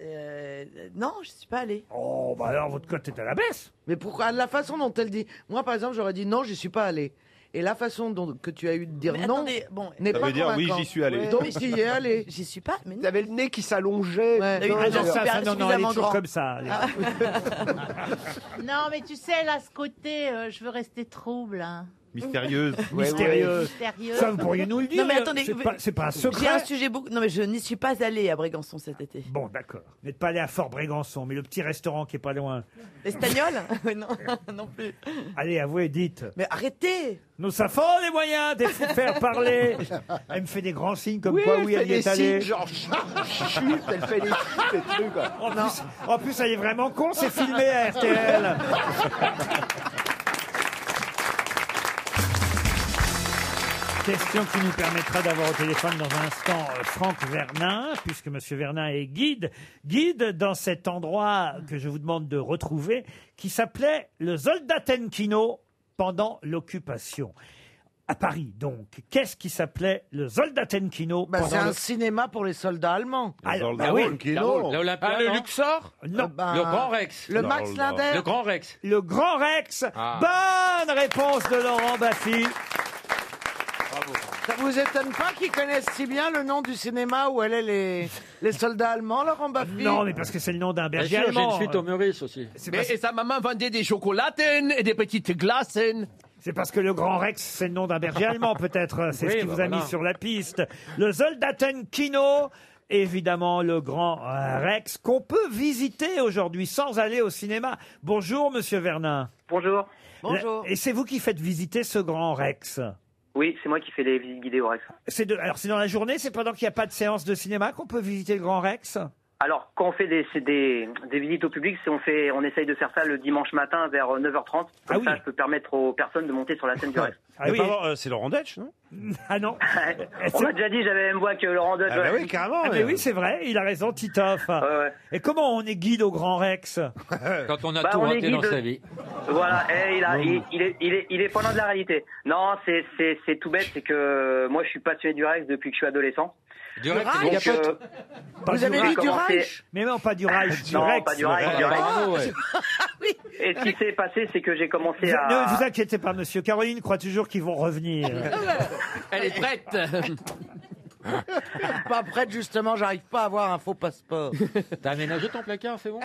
J: Euh, non, je suis pas allée.
D: Oh, bah alors, votre cote est à la baisse.
Q: Mais pourquoi La façon dont elle dit. Moi, par exemple, j'aurais dit non, j'y suis pas allé. Et la façon dont, que tu as eu de dire
J: Mais
Q: non
J: attendez, bon,
Q: n'est
B: Ça
Q: pas
B: veut dire, oui,
Q: convaincante.
B: j'y suis allé.
Q: Donc, j'y ai allé.
J: J'y suis pas, mais non.
G: T'avais le nez qui s'allongeait.
Q: Ouais.
G: Non,
D: Ah non,
G: non,
D: ça, ça, non, non, elle est
G: suffisamment
D: toujours
G: grand.
D: comme ça. elle est-
I: Non, mais tu sais, là, ce côté, euh, je veux rester trouble. hein.
B: mystérieuse.
D: Mystérieuse. Ça, vous pourriez nous le dire.
J: Non, mais attendez.
D: C'est pas, c'est pas un
J: J'ai
D: secret.
J: un sujet beaucoup. Non, mais je n'y suis pas allée à Brégançon cet été.
D: Bon, d'accord. Vous n'êtes pas allé à Fort-Brégançon, mais le petit restaurant qui est pas loin.
J: L'Espagnol Oui, Non, non plus.
D: Allez, avouez, dites.
J: Mais arrêtez
D: Nous savons les moyens de vous faire parler. Elle me fait des grands signes comme
A: Oui,
D: quoi,
A: elle
D: oui,
A: fait
D: elle y
A: des
D: est allée.
A: signes, genre,
G: chute, elle fait des chutes, des trucs, quoi.
D: En plus, en plus, elle est vraiment con, c'est filmé à RTL. Question qui nous permettra d'avoir au téléphone dans un instant euh, Franck Vernin, puisque Monsieur Vernin est guide, guide dans cet endroit que je vous demande de retrouver, qui s'appelait le Soldatenkino pendant l'occupation. À Paris, donc, qu'est-ce qui s'appelait le Soldatenkino
Q: Bah,
D: pendant
Q: c'est un
D: le-
Q: cinéma pour les soldats allemands.
D: Ah, Le bah oui. Soldatenkino.
Q: L'Olympia,
D: Ah, le
Q: non
D: Luxor Non.
Q: Ben,
D: Le Grand Rex.
Q: Le Max
D: Non,
Q: Linder.
D: non. Le Grand
Q: Rex.
D: Le Grand Rex.
Q: Ah.
D: Bonne réponse de Laurent Baffy.
Q: Ça vous étonne pas qu'ils connaissent si bien le nom du cinéma où allaient les, les soldats allemands, Laurent Baffy
D: Non, mais parce que c'est le nom d'un berger
S: Bah,
C: Bien sûr, j'ai
D: allemand.
C: une suite au Meurice aussi.
D: Mais-
C: et sa maman vendait des chocolatines et des petites glaces.
D: C'est parce que le Grand Rex, c'est le nom d'un berger allemand, peut-être. C'est ce
C: Oui,
D: qui
C: bah
D: vous a
C: voilà.
D: mis sur la piste. Le Soldatenkino, évidemment, le Grand euh, Rex, qu'on peut visiter aujourd'hui sans aller au cinéma. Bonjour, monsieur Vernin.
U: Bonjour.
D: Bonjour. Et c'est vous qui faites visiter ce Grand Rex
U: Oui, c'est moi qui fais les visites guidées au Rex.
D: c'est de, alors c'est dans la journée, c'est pendant qu'il n'y a pas de séance de cinéma qu'on peut visiter le Grand Rex
U: Alors, quand on fait des, c'est des, des visites au public, c'est on, fait, on essaye de faire ça le dimanche matin vers euh, 9h30. Comme ça, je peux permettre aux personnes de monter sur la scène du Rex.
D: Ah oui.
V: c'est Laurent Deutsch, non
D: Ah non
U: on m'a déjà dit, j'avais la même voix que Laurent Deutsch.
V: Ah bah
U: ouais.
V: oui, carrément.
D: Ah, mais oui, c'est vrai, il a raison, Titoff. Et comment on est guide au Grand Rex
C: Quand on a
U: Bah,
C: tout
U: on est
C: raté dans
U: guide.
C: sa vie.
U: Voilà, eh, il, a-
C: Non.
U: il, il est, il, est, il est pas loin de la réalité. Non, c'est, c'est, c'est tout bête, c'est que euh, moi je suis passionné du Rex depuis que je suis adolescent.
C: Du Rex, c'est des
U: Donc, euh,
C: capotes.
U: Pas
D: Vous avez
U: Rex,
D: dit du
U: comment c'est-
D: Reich Mais non, pas du Reich, du
U: Ah, non,
D: Rex.
U: pas du Reich, du
D: Ah,
U: Reich.
D: bravo, ouais.
U: Et ce qui s'est passé, c'est que j'ai commencé à...
D: Ne vous inquiétez pas, monsieur. Caroline croit toujours qu'ils vont revenir.
Q: Ah
C: Elle est prête.
Q: Pas prête, justement, j'arrive pas à avoir un faux passeport.
C: T'as aménagé ton placard, c'est bon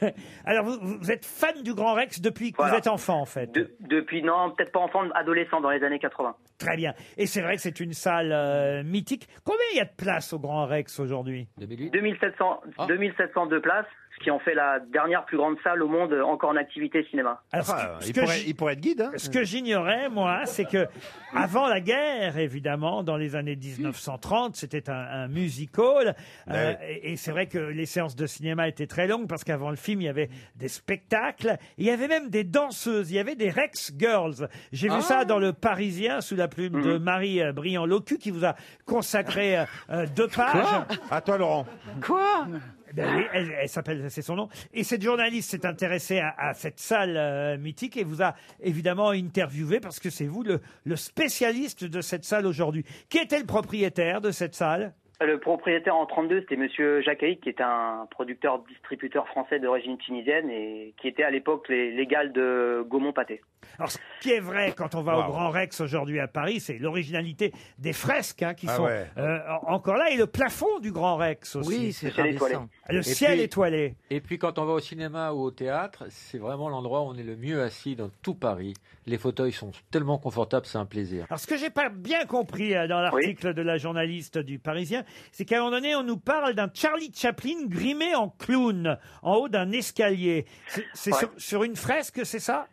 D: Alors, vous, vous êtes fan du Grand Rex depuis que vous êtes enfant, en fait.
U: Depuis, non, peut-être pas enfant, adolescent dans les années 80.
D: Très bien. Et c'est vrai que c'est une salle euh, mythique. Combien il y a de places au Grand Rex aujourd'hui
U: 2700,
D: Ah.
U: 2702 places, ce qui en fait la dernière plus grande salle au monde euh, encore en activité cinéma.
D: Alors, ce que- ce que j-
U: être guide. hein.
D: Ce que j'ignorais, moi, c'est que avant la guerre, évidemment, dans les années 1930, c'était un, un music hall.
V: Ben
D: Euh, et et c'est vrai que les séances de cinéma étaient très longues parce qu'avant le film, il y avait des spectacles. Il y avait même des danseuses. Il y avait des Rex Girls. J'ai vu
V: Ah.
D: ça dans Le Parisien sous la plume
V: Mhm.
D: de Marie euh, Briand-Locu qui vous a consacré euh, euh, deux pages.
V: À toi, Laurent.
D: Quoi ben oui, elle, elle s'appelle, c'est son nom. Et cette journaliste s'est intéressée à, à cette salle euh, mythique et vous a évidemment interviewé parce que c'est vous le, le spécialiste de cette salle aujourd'hui. Qui était le propriétaire de cette salle
U: Euh, Le propriétaire en 32, c'était Monsieur Jacques Haït, qui est un producteur distributeur français d'origine tunisienne et qui était à l'époque les- l'égal de Gaumont Pâté.
D: Alors, ce qui est vrai quand on va
U: Wow.
D: au Grand Rex aujourd'hui à Paris, c'est l'originalité des fresques hein, qui
V: Ah
D: sont
V: ouais.
D: euh, en- encore là et le plafond du Grand Rex aussi.
C: Oui, c'est Le ciel ravissant. étoilé.
D: Le
C: Et
D: ciel
C: puis-
D: étoilé.
C: Et puis quand on va au cinéma ou au théâtre, c'est vraiment l'endroit où on est le mieux assis dans tout Paris. Les fauteuils sont tellement confortables, c'est un plaisir.
A: Ah.
D: Alors, ce que j'ai pas bien compris euh, dans l'article de la journaliste du Parisien, c'est qu'à un moment donné, on nous parle d'un Charlie Chaplin grimé en clown en haut d'un escalier. C'est c'est sur, sur une fresque, c'est ça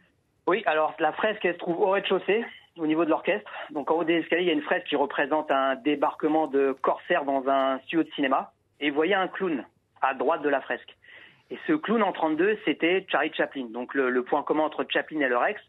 U: Oui, alors la fresque, elle se trouve au rez-de-chaussée, au niveau de l'orchestre. Donc en haut des escaliers, il y a une fresque qui représente un débarquement de corsaires dans un studio de cinéma. Et vous voyez un clown à droite de la fresque. Et ce clown en 32, c'était Charlie Chaplin. Donc le, le point commun entre Chaplin et le Rex,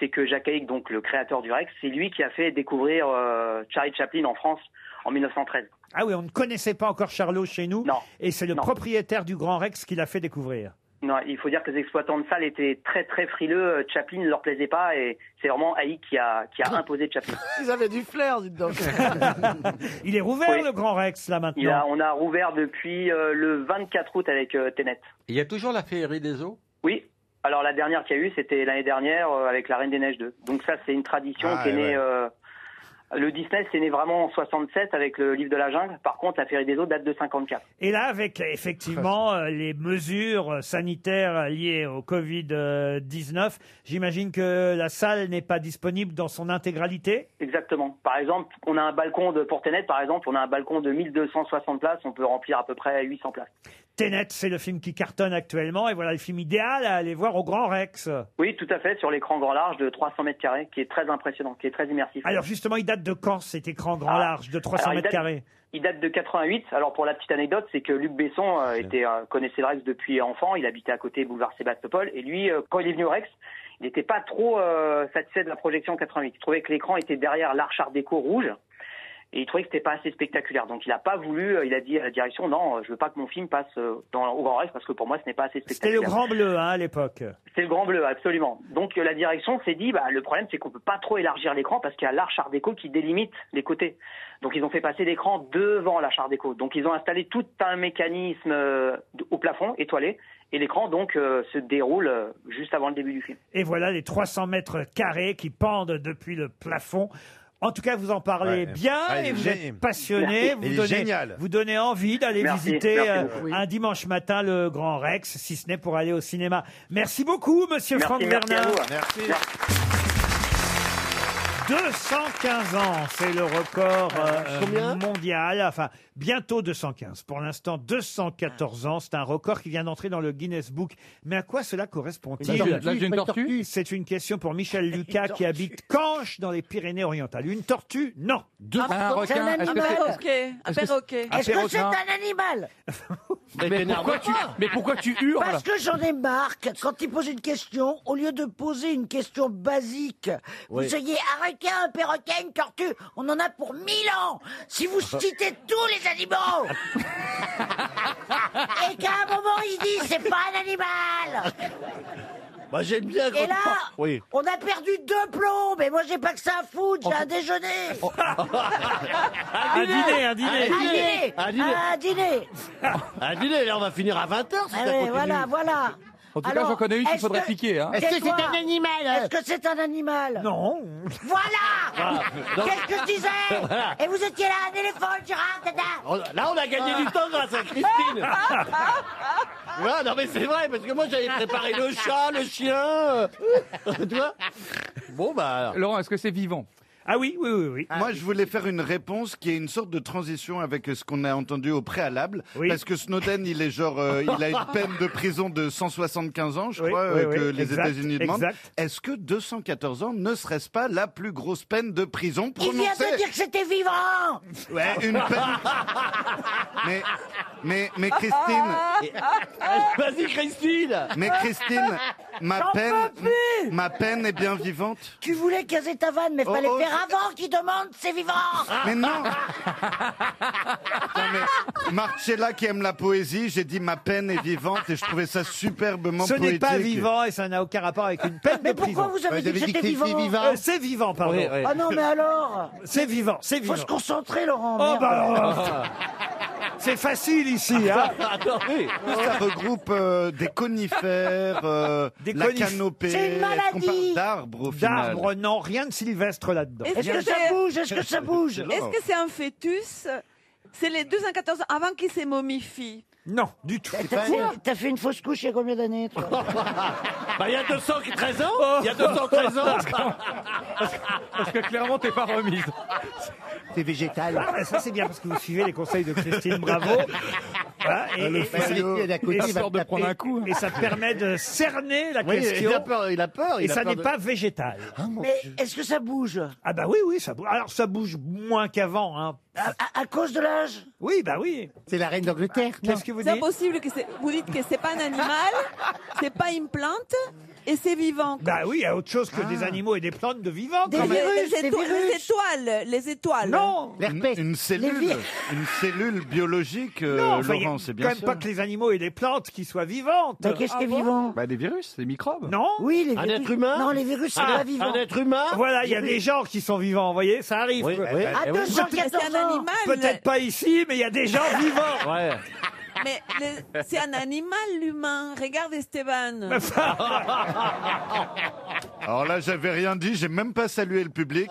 U: c'est que Jacques Haig, donc le créateur du Rex, c'est lui qui a fait découvrir euh, Charlie Chaplin en France en 1913.
D: Ah oui, on ne connaissait pas encore Charlot chez nous. Et c'est le propriétaire du Grand Rex qui l'a fait découvrir.
U: Non, il faut dire que les exploitants de salles étaient très très frileux. Euh, Chaplin ne leur plaisait pas et c'est vraiment Haig qui a, qui
D: Ah.
U: a imposé Chaplin.
Q: Ils avaient du flair, dites donc.
D: Il est rouvert
U: Oui.
D: le Grand Rex là maintenant.
U: Il a, on a rouvert depuis euh, le 24 août avec euh, Tenet.
C: Il y a toujours la féerie des eaux
U: Oui. Alors la dernière qu'il y a eu, c'était l'année dernière euh, avec La Reine des Neiges 2. Donc ça, c'est une tradition
C: Ah,
U: qui est
C: et
U: née
C: ouais.
U: euh, Le Disney, c'est né vraiment en 67 avec le livre de la jungle. Par contre, la Féerie des eaux date de 54.
D: Et là, avec euh,
U: Ah,
D: effectivement euh, les mesures sanitaires liées au Covid-19, j'imagine que la salle n'est pas disponible dans son intégralité
U: Exactement. Par exemple, on a un balcon de, pour Tenet, par exemple, on a un balcon de 1260 places. On peut remplir à peu près 800 places.
D: Tenet, c'est le film qui cartonne actuellement, et voilà le film idéal à aller voir au Grand Rex.
U: Oui, tout à fait, sur l'écran grand large de 300 mètres carrés, qui est très impressionnant, qui est très immersif.
D: Alors justement, il date de quand cet écran grand large de
U: Ah.
D: 300
U: Alors, il
D: mètres
U: date-
D: carrés
U: Il date de 88. Alors pour la petite anecdote, c'est que Luc Besson euh, était, euh, connaissait le Rex depuis enfant. Il habitait à côté boulevard Sébastopol. Et lui, euh, quand il est venu au Rex, il n'était pas trop euh, satisfait de la projection 88. Il trouvait que l'écran était derrière l'arche Art déco rouge. Et il trouvait que c'était pas assez spectaculaire. Donc il n'a pas voulu, euh, il a dit à la direction, non, euh, je veux pas que mon film passe euh, dans, au Grand Rex parce que pour moi ce n'est pas assez
D: C'était
U: spectaculaire.
D: le Grand Bleu hein, à l'époque.
U: C'est le grand bleu, absolument. Donc euh, la direction s'est dit, bah, le problème c'est qu'on peut pas trop élargir l'écran parce qu'il y a l'arche Art déco qui délimite les côtés. Donc ils ont fait passer l'écran devant l'arche Art déco. Donc ils ont installé tout un mécanisme euh, d- au plafond étoilé et l'écran donc euh, se déroule euh, juste avant le début du film.
D: Et voilà les 300 mètres carrés qui pendent depuis le plafond. En tout cas, vous en parlez
A: Ouais.
D: bien
A: Ah, il
D: et
A: est
D: vous
A: génial.
D: êtes passionné.
A: Merci. Il
D: Vous
A: est
D: donnez,
A: génial.
D: vous donnez envie d'aller
A: Merci,
D: visiter
A: merci
D: euh,
A: beaucoup.
D: un dimanche matin le Grand Rex, si ce n'est pour aller au cinéma. Merci beaucoup, monsieur
A: Merci,
D: Franck
A: merci à
D: Bernard.
A: vous. Merci. Merci.
D: 215 ans, c'est le record
H: Ah,
D: euh, mondial. Enfin, bientôt 215. Pour l'instant, 214 ans. C'est un record qui vient d'entrer dans le Guinness Book. Mais à quoi cela correspond-il
P: Une tortue, L'âge d'une une tortue
D: C'est une question pour Michel Lucas qui habite Canche dans les Pyrénées-Orientales. Une tortue Non.
H: Ah,
R: Un requin, est-ce que c'est- perroquet, un
D: est-ce que-
R: perroquet.
D: un
H: Est-ce que c'est
D: perroquin.
H: un animal
P: Mais pourquoi tu, mais pourquoi tu hurles
H: Parce que j'en ai marre que quand ils posent une question, au lieu de poser une question basique,
A: Oui.
H: vous soyez un requin, un perroquet, une tortue, on en a pour mille ans Si vous citez tous les animaux Et qu'à un moment il dit c'est pas un animal
A: Bah, j'aime bien
H: Et là,
A: Oui.
H: on a perdu deux plombes et moi j'ai pas que ça à foutre, j'ai un déjeuner
A: un
H: Ah, dîner, Ah,
A: un dîner.
H: Un dîner
A: Un dîner.
H: Un dîner
A: Un dîner, là, on va finir à 20h si ça
H: Ah ouais,
A: continue.
H: Voilà, voilà
A: En tout cas,
H: Alors,
A: j'en connais une qu'il
H: est-ce
A: faudrait
H: que-
A: piquer, hein.
H: Est-ce que c'est un animal Est-ce que c'est un animal
D: Non
H: Voilà
A: Donc-
H: Qu'est-ce que je disais
A: Voilà.
H: Et vous étiez là, un éléphant, une girafe, dada
S: Oh,
A: On- Là, on a gagné du temps grâce à Christine. Ouais, non, mais c'est vrai, parce que moi, j'avais préparé le chat, le chien. euh, tu vois Bon, bah.
P: Laurent, est-ce que c'est vivant
D: Ah oui, oui, oui, oui.
M: Moi, je voulais faire une réponse qui est une sorte de transition avec ce qu'on a entendu au préalable. Parce que Snowden, il est genre, euh, il a une peine de prison de 175 ans, je
D: Oui,
M: crois,
D: oui,
M: euh,
D: oui,
M: que les
D: exact,
M: États-Unis demandent.
D: exact.
M: Est-ce que 214 ans ne serait-ce pas la plus grosse peine de prison
H: Ah. Il
M: prononcée
H: vient de dire que c'était vivant
M: Ouais, une peine. Mais, mais, mais Christine.
A: Vas-y, Christine.
M: Mais Christine, ma
H: J'en
M: peine,
H: peux plus.
M: ma peine est bien vivante.
H: Tu voulais caser ta vanne, mais
M: Oh,
H: fallait
M: oh, Ah.
H: faire avant qu'il demande c'est vivant
M: Mais non. Non, mais Marcella qui aime la poésie, j'ai dit ma peine est vivante et je trouvais ça superbement
D: Ce n'est
M: poétique.
D: pas vivant et ça n'a aucun rapport avec une peine de prison.
H: pourquoi vous avez Ouais, dit que j'avais dit c'était que c'était vivant vivant.
D: Euh, C'est vivant, pardon.
A: Oui, oui.
H: Ah non, mais alors
D: C'est vivant, c'est vivant.
H: Faut se concentrer, Laurent
D: Oh,
H: merde.
D: bah alors, euh, C'est facile ici, hein
A: Attendez.
M: Ça regroupe euh, des conifères, euh,
D: Des
M: la
D: conif-
M: canopée.
D: C'est une
M: Est-ce qu'on
D: maladie.
M: parle d'arbres au final
D: D'arbre, non, rien de sylvestre là-dedans.
R: Est-ce que c'est-
M: C'est
R: Est-ce que c'est un fœtus C'est les 214 ans avant qu'il se momifie.
D: Non, du tout.
H: T'as fait, t'as fait une fausse couche il y a combien d'années, toi
A: Bah, il y a 213 ans. Il y a 213 ans.
P: Parce que clairement, t'es pas remise.
O: C'est végétal.
D: Ah, bah, ça c'est bien parce que vous suivez les conseils de Christine Bravo. Hein, Voilà,
M: Ah,
O: Le phallus, elle est à côté,
D: et-
O: il va
D: et-
O: te taper.
D: et- et ça permet de cerner la
A: Oui,
D: question.
A: il a peur, il a peur,
D: Et
A: il a
D: ça
A: peur
D: n'est
A: de- Ah,
D: pas
N: Ah,
D: végétal.
H: Mais est-ce que ça bouge
D: Ah bah oui, oui, ça bouge. Alors ça bouge moins qu'avant. Hein.
H: à, à- à cause de l'âge
D: Oui, bah oui.
O: C'est la reine d'Angleterre.
D: Qu'est-ce que vous
R: C'est
D: dites
R: impossible que c'est. Vous dites que c'est pas un animal, c'est pas une plante et c'est vivant.
D: Bah oui, il y a autre chose que
M: Ah.
D: des animaux et des plantes de vivants
R: Des-
D: quand même.
R: les, les éto- les étoiles, les étoiles.
D: Non
M: Une, une cellule, une cellule biologique, euh,
D: Non, enfin, il y a
M: Laurent, c'est
D: quand
M: bien
D: même
M: sûr.
D: pas que les animaux et les plantes qui soient vivantes. Ah
H: Mais qu'est-ce qui est vivant
P: Bah, des virus, des microbes.
D: Non
H: Oui, les
A: Un
H: virus.
A: être humain
H: Non, les virus, c'est
D: Ah,
H: pas vivant.
A: Un être humain.
D: Voilà, il y a des gens qui sont vivants, vous voyez, ça arrive.
A: Oui, oui.
H: À
A: Eh oui.
H: 214
R: C'est un
H: ans
R: animal.
D: Peut-être pas ici, mais il y a des gens vivants.
A: Ouais.
R: Mais le- c'est un animal, l'humain. Regarde Esteban.
H: Ah,
M: Alors là, j'avais rien dit, j'ai même pas salué le public.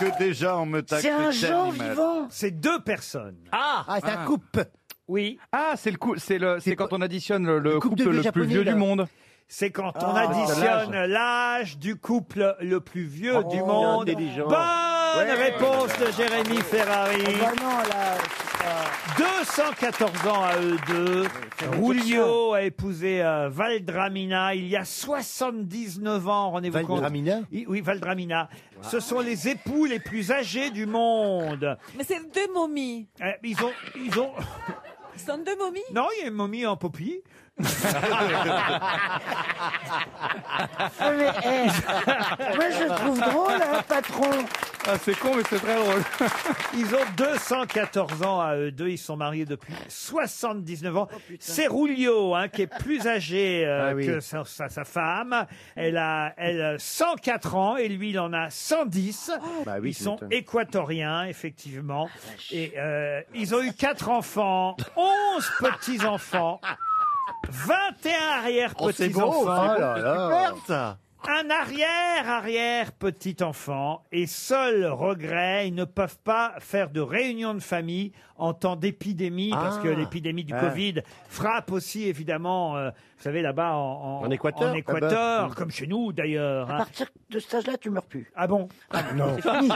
M: que déjà on me taxe. le thème animal.
D: C'est deux personnes.
E: Ah,
M: c'est un couple.
D: Oui.
P: Ah, c'est le coup, c'est le, c'est quand on additionne le, le
D: couple
P: couple
D: de vieux
P: le plus
D: japonais,
P: vieux
D: là.
P: du monde.
D: C'est quand on
P: Ah.
D: additionne l'âge du couple le plus vieux du monde.
A: Oh, intelligent.
D: Bonne
A: Ouais.
D: réponse de Jérémy Ferrari.
A: Oh, bah
D: non, 214 ans à eux deux. Rulio a épousé euh, Valdramina il y a 79 ans, rendez-vous compte.
A: Valdramina
D: I- Oui, Valdramina. Ce sont les époux les plus âgés du monde.
R: Mais c'est deux momies.
D: Euh, Ils ont, ils ont.
R: Ce sont deux momies
D: Non, il y a une momie en poppy.
H: mais, eh, moi, je le trouve drôle, hein, patron.
D: Ah, c'est con, mais c'est très drôle. Ils ont 214 ans à eux deux. Ils sont mariés depuis 79
H: Oh,
D: ans. c'est Rulio, hein, qui est plus âgé euh,
O: Ah oui.
D: que sa, sa- sa femme. Elle a, elle a 104 ans et lui, il en a 110.
H: Oh.
O: Bah oui,
D: ils
O: tu
D: sont
O: m'étonnes.
D: équatoriens, effectivement.
H: Ah,
D: Et euh, ils ont eu quatre enfants, 11 petits-enfants, 21
A: Oh, c'est
D: arrière-petits-enfants.
A: beau, c'est beau, c'est super, ça.
D: Un arrière-arrière petit enfant et seul regret, ils ne peuvent pas faire de réunion de famille en temps d'épidémie parce
A: Ah.
D: que l'épidémie du
A: Ah.
D: Covid frappe aussi évidemment, euh, vous savez là-bas en,
A: En Équateur,
D: en
A: là-bas.
D: Équateur,
A: Mm.
D: comme chez nous d'ailleurs.
H: À
D: hein.
H: partir de cet âge-là, tu meurs plus.
D: Ah bon
H: Non. C'est fini.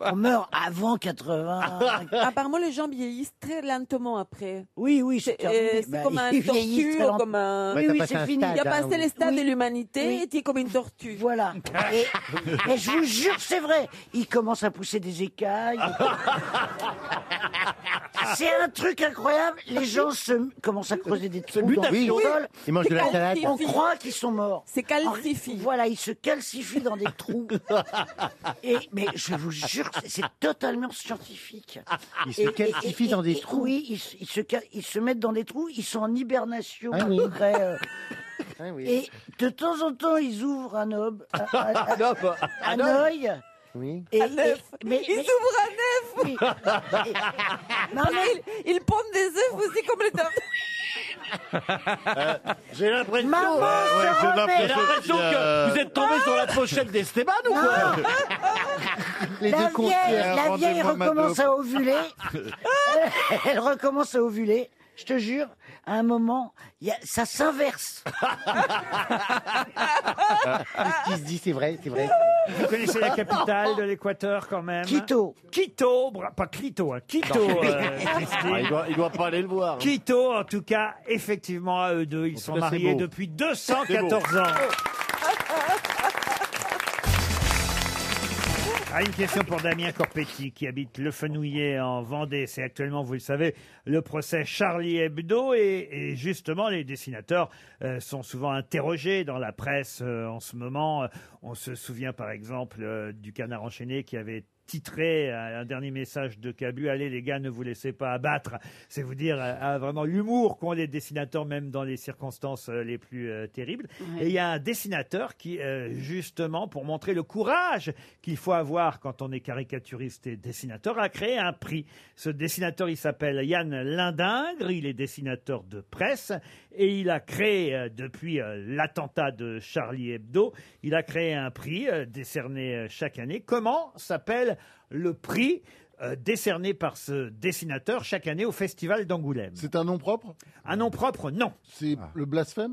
R: On
H: meurt avant 80.
R: Apparemment, les gens vieillissent très lentement après.
H: Oui, oui, c'est terminé.
R: euh, c'est
H: Bah,
R: comme un
H: ils vieillissent
R: tortue,
H: très lent-
R: comme
H: Ouais,
R: un.
H: t'as Oui, oui, passé c'est un fini. stade,
R: Il a
H: hein,
R: passé
H: oui.
R: le stade
H: Oui.
R: de l'humanité
H: Oui.
R: et tu es comme une tortue.
H: Voilà. Et, et je vous jure, c'est vrai. Il commence à pousser des écailles. C'est un truc incroyable. Les gens se, commencent à creuser des trous dans
O: mutation.
H: le
O: Oui.
H: sol.
O: Ils mangent de la
H: On-
O: salade.
H: On croit qu'ils sont morts.
R: C'est
H: calcifié. Voilà, ils se calcifient dans des trous. Et, mais je vous jure, c'est-
S: Ah.
H: c'est totalement scientifique.
O: Ils se
H: Et- et-
O: calcifient
H: et-
O: dans des
H: et-
O: trous.
H: Oui, ils, se- ils se, cal- ils se mettent dans des trous. Ils sont en hibernation.
O: Ah oui.
H: à peu près, euh,
N: Eh
H: et de temps en temps, ils ouvrent un ob- un- un-
A: Un ob-
H: un
A: un ob-
H: œil.
O: Oui.
H: Et, et- mais,
R: mais, ils
H: mais-
R: ouvrent un œuf
H: Non, mais-
R: Ils, ils pondent des œufs aussi comme les tortues.
A: J'ai l'impression.
R: Maman, Ouais, ouais, se j'ai remet. l'impression
A: J'ai l'impression
R: qu'il y a-
A: que vous êtes tombé sur la pochette d'Esteban ou quoi
H: la vieille, la vieille recommence à ovuler. Elle recommence à ovuler. Je te jure, à un moment, il y a- ça s'inverse.
O: Ah, Qui se dit, c'est vrai, c'est vrai.
D: Vous connaissez la capitale de l'Équateur quand même
H: Quito.
D: Quito, bra- pas Clito, hein, Quito.
A: Non.
D: euh, Christine.
A: Ah, il doit- il doit pas aller le voir, hein.
D: Quito, en tout cas, effectivement, à eux deux, ils sont
A: cas, c'est
D: mariés
A: beau. Oh.
D: depuis
A: C'est
D: 214
A: beau.
D: ans. Ah, une question pour Damien Corpetti qui habite Le Fenouillet en Vendée. C'est actuellement, vous le savez, le procès Charlie Hebdo et, et justement les dessinateurs euh, sont souvent interrogés dans la presse euh, en ce moment. Euh, On se souvient par exemple euh, du Canard enchaîné qui avait titré euh, un dernier message de Cabu allez les gars ne vous laissez pas abattre c'est vous dire euh, ah, vraiment l'humour qu'ont les dessinateurs même dans les circonstances euh, les plus euh, terribles et il y a un dessinateur qui euh, justement pour montrer le courage qu'il faut avoir quand on est caricaturiste et dessinateur a créé un prix ce dessinateur il s'appelle Yann Lindingre il est dessinateur de presse et il a créé euh, depuis euh, l'attentat de Charlie Hebdo il a créé un prix euh, décerné euh, chaque année comment s'appelle le prix euh, décerné par ce dessinateur chaque année au Festival d'Angoulême. C'est un nom propre Un nom propre, non. C'est le blasphème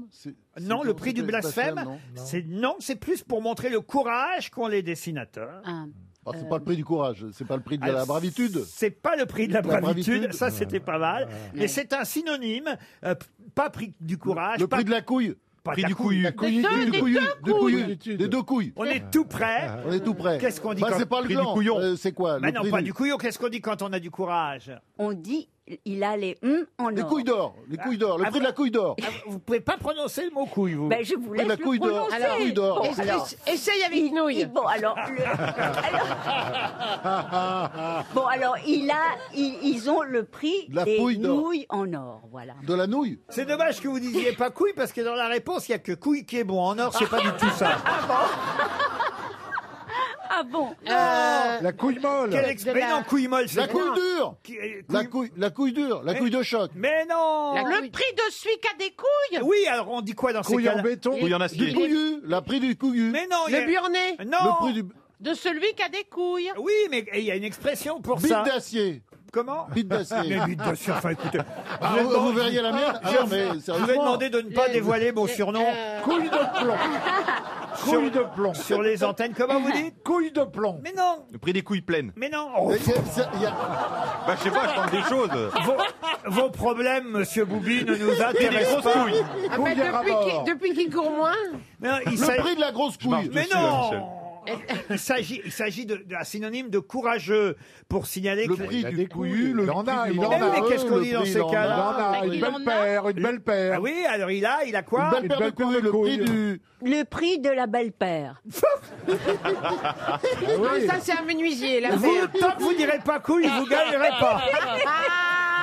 D: Non,
N: c'est-
D: le prix
N: c'est
D: du
N: le blasphème,
D: blasphème,
N: non Non.
D: c'est non, c'est plus pour montrer le courage qu'ont les dessinateurs. Ah,
N: Ah, c'est pas le prix du courage, c'est pas le prix de la bravitude.
D: C'est pas le prix de la,
N: De la
D: bravitude,
N: bravitude. Ah,
D: ça c'était pas mal.
N: Ouais.
D: Mais c'est un synonyme, euh, p- pas prix du courage. Le prix de
N: la couille.
D: Pas
N: Prix
D: de la
N: du couillu. Des
D: couille.
N: couillu- deux- du des couillu- deux du couillu- couilles. des deux couilles.
D: On est tout prêt.
N: On est tout prêt.
D: Qu'est-ce qu'on dit
N: Bah,
D: quand
N: c'est pas le Prix du gland. couillon. Euh, c'est quoi, le
D: Mais non,
N: prix
D: pas
N: du-
D: du couillon. Qu'est-ce qu'on dit quand on a du courage
L: On dit, il a les hum en
N: Les
L: or. Ah
N: couilles d'or, les couilles d'or, le prix de la couille d'or.
D: Ah, Vous pouvez pas prononcer le mot couille, vous.
L: Ben, je vous laisse
N: La
L: le
N: couille d'or,
L: prononcer.
N: la couille d'or.
L: Bon, alors,
E: Essaye avec
L: il-
E: nouilles.
L: il- bon, alors, le- alors- bon, alors, il a, il- ils ont le prix
D: De la
L: des
D: fouille d'or.
L: nouilles en or, voilà.
D: De la nouille C'est dommage que vous disiez pas couille, parce que dans la réponse, il y a que couille qui est bon. En or, c'est pas du tout ça.
L: Ah bon
S: Euh,
N: La couille molle.
D: Quelle exp- Mais non, couille molle, c'est
N: La couille
D: non.
N: dure. La couille, la couille dure, la couille de choc.
D: Mais non.
E: Le prix de celui qui a des couilles
D: Oui, alors on dit quoi dans ces
N: Couille
D: cas-là
N: en béton.
D: Couille en acier.
N: Du couillu, la prix du couillu.
D: Mais non, il y a-
E: Le burnet
D: Non.
N: Le prix du-
I: De celui qui a des couilles.
D: Oui, mais il y a une expression pour
N: Bite
D: ça.
N: d'acier.
D: Comment
N: Bite d'acier.
D: Mais bite d'acier, enfin écoutez.
N: Ah,
D: Je vais
N: vous-
D: demander-
N: vous verriez la merde Ah, non, mais
D: Je vous ai
N: sérieusement.
D: demandé de ne pas
N: Les-
D: dévoiler mon
N: les-
D: surnom.
N: Couille de plomb.
D: Couille de plomb. Sur les antennes, comment vous dites
N: Couille de plomb.
D: Mais non
B: Le prix des couilles pleines.
D: Mais non
E: Oh.
B: Mais Bah, je sais pas, je tente des choses.
D: Vos, vos problèmes, monsieur Boubi, ne nous
B: Et des
D: intéressent
B: grosses
D: pas.
B: couilles.
E: Ah bah, depuis qu'il- depuis qu'il court moins.
D: Mais non, il
N: Le
D: s'agit-
N: prix de la grosse
D: Je marche
N: couille.
D: Mais non il s'agit, il s'agit de- d'un synonyme de courageux pour signaler le
N: prix du couillu, le
D: il en a,
E: Ah,
N: prix
D: il
N: du- Bah,
D: en
N: Mais
D: a.
N: oui,
D: Mais qu'est-ce qu'on dit dans ces cas-là
L: Il en a.
D: une belle paire. Ah oui, alors il a, il a quoi
N: Une belle paire de couilles, le prix du...
L: Le prix de la belle-père.
E: Ah, ça, c'est un menuisier, la
D: Vous,
E: paire.
D: tant que vous direz pas couille, vous gagnerez pas.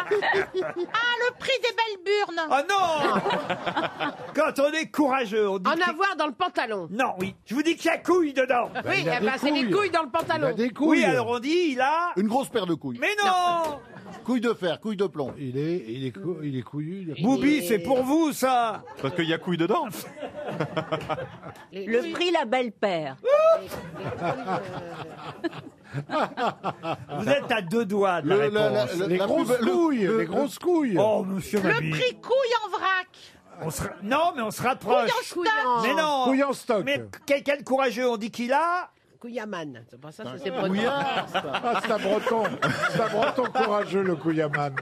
I: Ah, le prix des belles burnes.
D: Ah non Quand on est courageux, on dit...
E: En avoir dans le pantalon.
D: Non, oui. Je vous dis qu'il y a couille dedans.
E: oui,
N: il a
E: eh
N: des
E: ben, c'est les
N: couilles.
E: couilles dans le pantalon.
D: Oui, alors on dit, il a...
N: Une grosse paire de couilles.
D: Mais non
N: Couille de fer, couille de plomb.
O: Il est, il est, cou- il est couillu. il est-
D: Boubi, c'est pour vous, ça
B: Parce qu'il y a couilles dedans.
L: Le prix la belle-père.
D: Vous êtes à deux doigts de la
O: Le- la- la-
D: réponse.
O: la- Les la grosses plus- le- couilles, le- les grosses couilles.
D: Oh, monsieur
I: Le
D: Mabille.
I: prix couille en vrac.
D: On se ra- Non, mais on se
I: Couille
D: rapproche.
I: en stock.
D: Mais non
O: Couille en stock.
D: Mais quelqu'un de courageux, on dit qu'il a...
E: Couillaman. C'est pas ça, ça, c'est breton.
O: Couillard, ça. Ah, c'est un breton. C'est un breton courageux, le couillaman.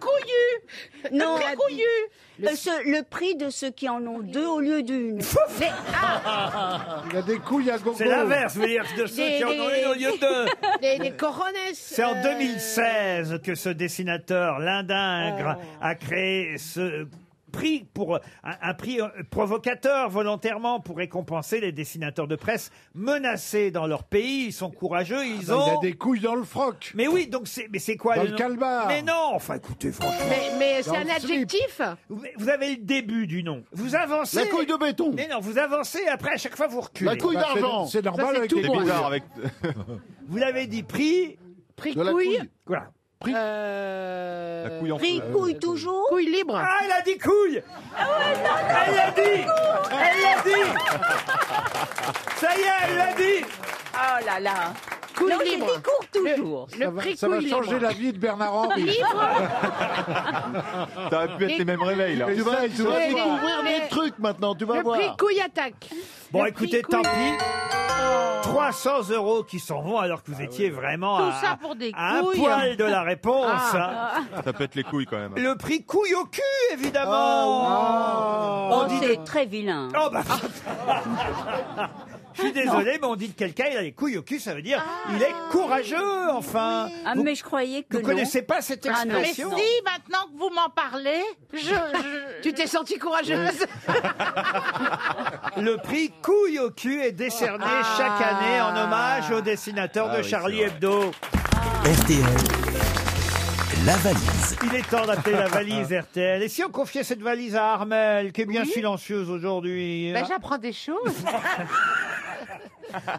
I: Couillu.
L: Non,
I: le prix
L: Abby.
I: couillu.
L: Euh, ce- le prix de ceux qui en ont deux au lieu d'une. Mais-
D: ah.
O: Il a des couilles à gogo.
D: C'est l'inverse, je veux dire, de ceux
E: Des-
D: qui en ont
E: des-
D: une au lieu de...
E: Des, des coronets.
D: C'est en
E: euh,
D: 2016 que ce dessinateur Lindingre
E: Oh.
D: a créé ce prix pour un, un prix euh, provocateur volontairement pour récompenser les dessinateurs de presse menacés dans leur pays. Ils sont courageux, ils
O: Il
D: ont.
O: a des couilles dans le froc.
D: Mais oui, donc c'est mais c'est quoi
O: Dans
D: le
O: le
D: nom
O: calbar.
D: Mais non, enfin écoutez franchement,
E: Mais, mais c'est
O: Dans
E: un
O: le slip.
E: adjectif
D: vous, vous avez le début du nom. Vous avancez.
N: La couille de béton.
D: Mais non, vous avancez. Après à chaque fois vous reculez.
N: La couille
O: Bah, c'est-
N: d'argent.
O: C'est
E: Ça,
O: normal
E: c'est
O: avec
E: tout
O: les
B: C'est
E: bon.
O: couilles.
B: bizarre avec.
D: Vous l'avez dit prix.
E: Prix
N: De la
E: couille.
N: couille.
D: Voilà.
E: Euh...
B: La couille en
L: prix couille toujours.
E: Couille libre.
D: Ah, elle a dit couille. Elle l'a dit. Elle l'a dit. Ça y est, elle l'a dit.
L: Oh là là.
E: Couille
L: non, j'ai
E: libre.
L: dit court toujours.
O: Ça
E: Le
O: va,
E: prix
O: ça va
E: couille
O: changer
E: libre.
O: la vie de Bernard Ah, Henry.
B: Ça aurait pu être les mêmes réveils, là.
N: Tu vas, tu vas
E: Mais-
N: découvrir
E: mais-
N: des trucs maintenant, tu vas
E: Le
N: voir.
E: prix couille attaque.
D: Bon,
E: Le
D: écoutez,
E: prix couille.
D: tant pis. 300 euros qui s'en vont alors que vous étiez vraiment
I: Tout
D: à,
I: ça pour des
D: à Ah, un
I: couilles. Ah,
D: poil de la réponse. hein.
B: Ça peut être les couilles quand même.
D: Le prix couille au cul, évidemment.
O: Ah,
L: Oh,
D: on dit de-
L: c'est très vilain.
D: Oh, bah. Je suis désolé, mais on dit de quelqu'un, il a les couilles au cul, ça veut dire il est courageux, enfin.
L: Ah,
D: Vous-
L: mais je croyais que
D: Vous
L: non.
D: connaissez pas cette
L: Ah, non.
I: Mais
D: expression
I: si, maintenant que vous m'en parlez, je, je-
E: Tu t'es sentie courageuse
D: Le prix couille au cul est décerné chaque année en hommage au dessinateur de Charlie Hebdo.
K: RTL, la valise.
D: Il est temps d'appeler la valise RTL. Et si on confiait cette valise à Armel, qui est bien silencieuse aujourd'hui
I: Bah,
H: Hein
D: hein
E: Ben, J'apprends des choses.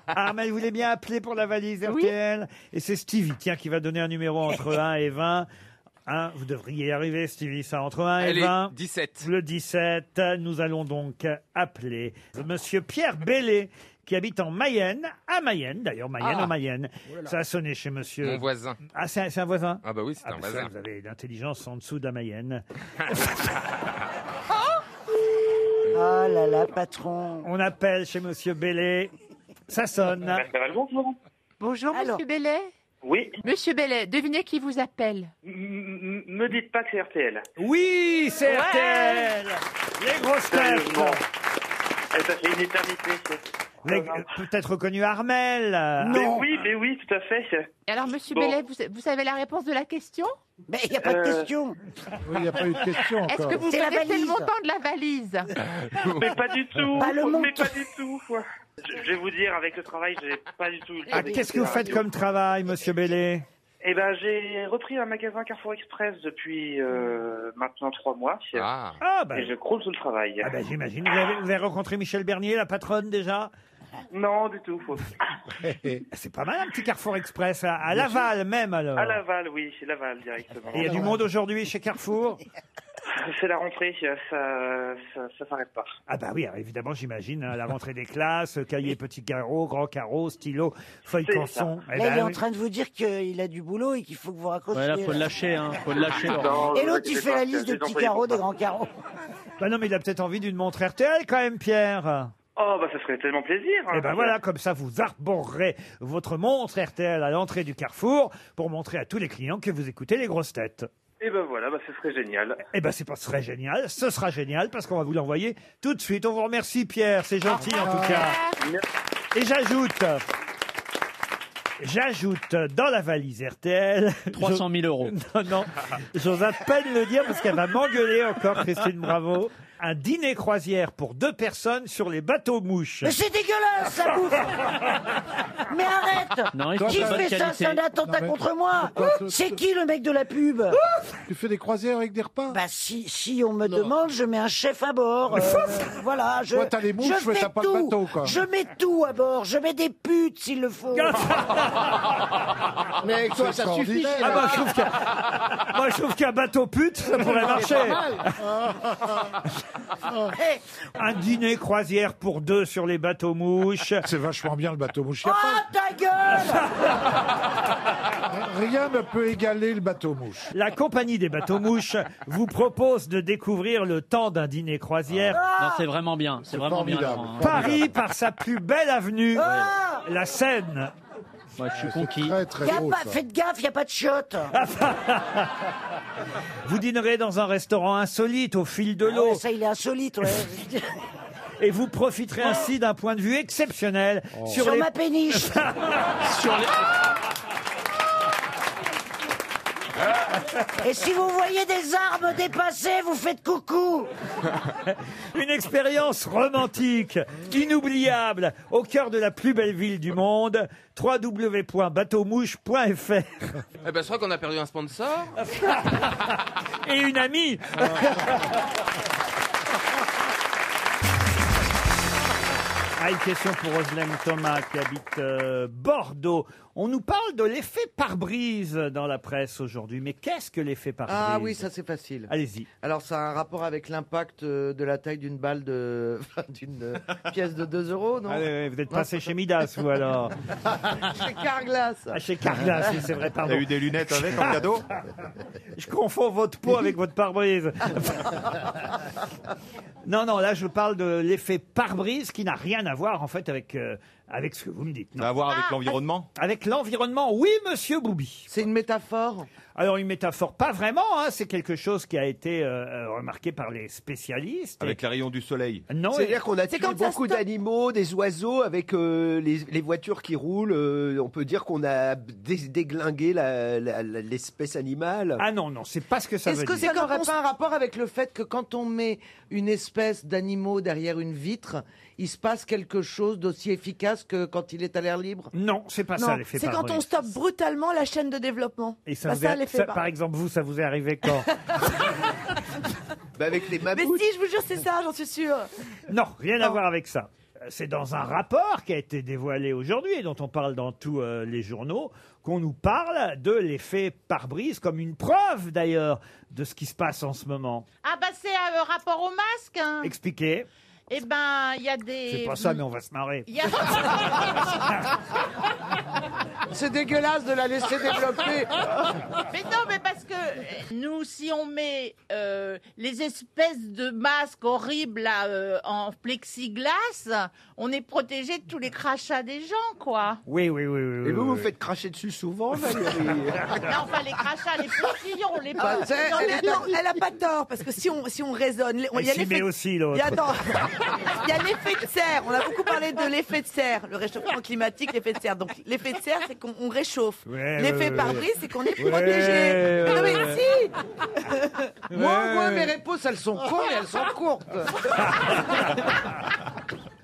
D: Armel voulait bien appeler pour la valise RTL. Et c'est Stevie, tiens, qui va donner un numéro entre 1 et 20. Hein, vous devriez y arriver, Stevie, ça, entre 1 et
P: Elle est
D: 20.
P: 17.
D: Le 17, nous allons donc appeler Monsieur Pierre Bellé, qui habite en Mayenne, à Mayenne d'ailleurs, Mayenne
P: Ah.
D: en Mayenne. Ça a sonné chez Monsieur.
P: Mon voisin.
D: Ah, c'est un, c'est un voisin
P: Ah bah oui, c'est
D: Ah,
P: un
D: bah ça,
P: voisin.
D: Vous avez l'intelligence en dessous de la Mayenne.
H: Ah là là, patron.
D: On appelle chez Monsieur Bellé. Ça sonne.
T: Bonjour,
H: Alors.
T: Monsieur Bellet.
U: Oui,
T: Monsieur Bellet, devinez qui vous appelle.
I: Mm,
U: m- m- me dites pas que c'est RTL.
D: Oui, c'est RTL Les grosses têtes
U: Sérieusement. Eh, Ça fait une éternité. c'est-
D: Vous avez euh, peut-être reconnu Armel euh,
U: Mais oui, mais oui, tout à fait. c'est-
T: Et alors, Monsieur
U: Bon.
T: Bellet, vous, vous savez la réponse de la question
H: Mais il n'y a pas de
U: Euh.
H: question.
O: Oui, il n'y a pas eu de question
T: Est-ce
O: encore.
T: que vous
H: C'est la
T: connaissez
H: valise.
T: le montant de la valise
U: Mais pas du tout.
H: Pas le
U: mais
H: monde.
U: pas du tout. Je je vais vous dire, avec le travail, j'ai pas du tout. eu le temps
D: Ah, Qu'est-ce que vous faites comme travail, monsieur Bellé
U: Eh ben, j'ai repris un magasin Carrefour Express depuis euh, maintenant trois mois.
P: Ah.
D: Ah, bah,
U: Et je croule sous le travail.
D: ah bah, j'imagine. Vous avez, vous avez rencontré Michel Bernier, la patronne, déjà
U: Non, du tout.
D: C'est pas mal, un petit Carrefour Express, à, à Laval même, alors.
U: À Laval, oui, c'est Laval directement.
D: Et Il y a du monde aujourd'hui chez Carrefour
U: C'est la rentrée, ça, ça, ça s'arrête pas.
D: Ah bah oui, alors évidemment, j'imagine, hein, la rentrée des classes, euh, cahier petit carreau, grand carreau, stylo, feuille canson.
H: Là,
D: Eh ben
H: il est en
D: oui.
H: train de vous dire qu'il a du boulot et qu'il faut que vous raccrochiez.
D: Ouais, là, faut le lâcher, hein, faut le lâcher, Laurent.
H: Et l'autre, il fait la liste des petits carreaux, des grands carreaux.
D: Bah non, mais il a peut-être envie d'une montre RTL quand même,
H: Ah,
D: Pierre.
U: Oh, bah ça ferait tellement plaisir. hein.
D: Et ben voilà, comme ça, vous arborerez votre montre RTL à l'entrée du carrefour pour montrer à tous les clients que vous écoutez les grosses têtes.
U: Et ben voilà, bah ce serait génial.
D: Eh ben, c'est pas ce serait génial, ce sera génial parce qu'on va vous l'envoyer tout de suite. On vous remercie, Pierre, c'est gentil en
H: Ah,
D: tout cas. Et j'ajoute. J'ajoute dans la valise RTL.
F: 300 000 euros.
D: Non, non. J'ose à peine le dire parce qu'elle va m'engueuler encore, Christine Bravo. Un dîner croisière pour deux personnes sur les bateaux mouches.
H: Mais c'est dégueulasse, ça bouffe Mais arrête
D: Non, il faut
H: Qui
D: de bonne
H: fait ça
D: qualité.
H: C'est un attentat
D: Non, mais-
H: contre moi
D: Pourquoi
H: Ouh C'est qui le mec de la pub Tu fais des croisières avec des repas Bah si, si on me demande, je mets un chef à bord. euh, voilà, je,
N: Toi, t'as les mouches,
H: je
N: mais
H: fais
N: t'as pas le
H: tout.
N: bateau, quoi.
H: Je mets tout à bord, je mets des putes s'il le faut.
O: Mais
D: toi, ça suffit. Ah bah, je trouve qu'un- Moi, je trouve qu'un bateau pute, ça pourrait marcher.
H: Eh,
D: Un dîner croisière pour deux sur les bateaux mouches. C'est vachement bien le bateau mouche.
H: Ah ta gueule
D: Rien ne peut égaler le bateau mouche. La compagnie des bateaux mouches vous propose de découvrir le temps d'un dîner croisière.
F: Non, c'est vraiment bien. Ah C'est vraiment bien. Laurent, hein.
D: Paris par sa plus belle avenue, la Seine.
F: Moi, je suis conquis.
H: Y a Ah pas, Faites gaffe, y a pas de chiottes
D: Vous dînerez dans un restaurant insolite au fil de l'eau.
H: Ah Ça, il est insolite, ouais.
D: Et vous profiterez ainsi d'un point de vue exceptionnel sur,
H: Oh. Sur
D: les-
H: ma péniche Et si vous voyez des armes dépasser, vous faites coucou
D: Une expérience romantique, inoubliable, au cœur de la plus belle ville du monde, www.bateaumouche.fr.
S: Eh ben, je crois qu'on a perdu un sponsor.
D: Et une amie Ah, une question pour Roselem Thomas qui habite euh, Bordeaux. On nous parle de l'effet pare-brise dans la presse aujourd'hui. Mais qu'est-ce que l'effet pare-brise
Q: Ah oui, ça c'est facile.
D: Allez-y.
Q: Alors ça a un rapport avec l'impact euh, de la taille d'une balle de d'une euh, pièce de 2 euros, non
D: Allez, Ah ouais, vous êtes passé chez Midas, ou alors
Q: Chez Carglass.
D: Ah, Chez Carglass, oui, c'est vrai, pardon.
B: T'as eu des lunettes avec en cadeau
D: Je confonds votre peau avec votre pare-brise. non, non, là, je parle de l'effet pare-brise qui n'a rien à voir, en fait, avec, euh, avec ce que vous me dites. Ça a à voir avec l'environnement Avec l'environnement, oui, monsieur Boubi.
Q: C'est une métaphore
D: Alors, une métaphore, pas vraiment. hein, C'est quelque chose qui a été euh, euh, remarqué par les spécialistes.
B: Avec les rayons du soleil.
D: Non,
G: C'est-à-dire
D: et-
G: qu'on a tué beaucoup d'animaux, des oiseaux, avec euh, les, les voitures qui roulent. euh, on peut dire qu'on a dé- déglingué la- la- la- l'espèce animale.
D: Ah non, non, c'est pas ce que
Q: Est-ce que ça n'aurait pas un rapport avec le fait que quand on met une espèce d'animaux derrière une vitre, il se passe quelque chose d'aussi efficace que quand il est à l'air libre
D: Non, c'est pas
J: Non,
D: Ah, ça l'effet
J: c'est quand
D: pare-brise.
J: on stoppe brutalement la chaîne de développement.
D: Et ça,
J: Bah,
D: vous est-
J: l'effet
D: ça,
J: pare-
D: par exemple, vous, ça vous est arrivé quand
G: Avec les
J: Mais si, je vous jure, c'est ça, j'en suis sûre.
D: Non, rien à voir avec ça. Euh, C'est dans un rapport qui a été dévoilé aujourd'hui et dont on parle dans tous euh, les journaux qu'on nous parle de l'effet pare-brise comme une preuve d'ailleurs de ce qui se passe en ce moment.
I: Ah bah c'est euh, rapport au masque. hein.
D: Expliquez.
I: Eh ben, il y a des...
D: C'est pas ça, mais on va se marrer.
I: Il y a-
Q: C'est dégueulasse de la laisser développer.
I: Mais non, mais parce que euh, nous, si on met euh, les espèces de masques horribles là, euh, en plexiglas, on est protégé de tous les crachats des gens, quoi.
D: Oui, oui, oui. oui
G: Et vous,
D: oui,
G: vous
D: oui.
G: faites cracher dessus souvent, Valérie
I: Non, enfin, les crachats, les postillons, les
Q: Ah,
G: Bah, c'est-
I: postillons.
J: Ah. Non, mais non, elle a pas tort, parce que si on, si on raisonne, les- on-
D: Elle
J: il y a
D: s'y
J: l'effet-
D: met aussi, l'autre.
J: Il y a- attends. Il y a l'effet de serre. On a beaucoup parlé de l'effet de serre, le réchauffement climatique, l'effet de serre. Donc l'effet de serre, c'est qu'on on réchauffe.
Q: Ouais, ouais,
J: l'effet
Q: ouais,
J: pare-brise, c'est qu'on est
Q: Ouais,
J: protégé.
Q: ouais,
J: non mais
Q: ouais.
J: si
Q: Moi, moi, mes réponses, elles sont courtes et elles sont courtes.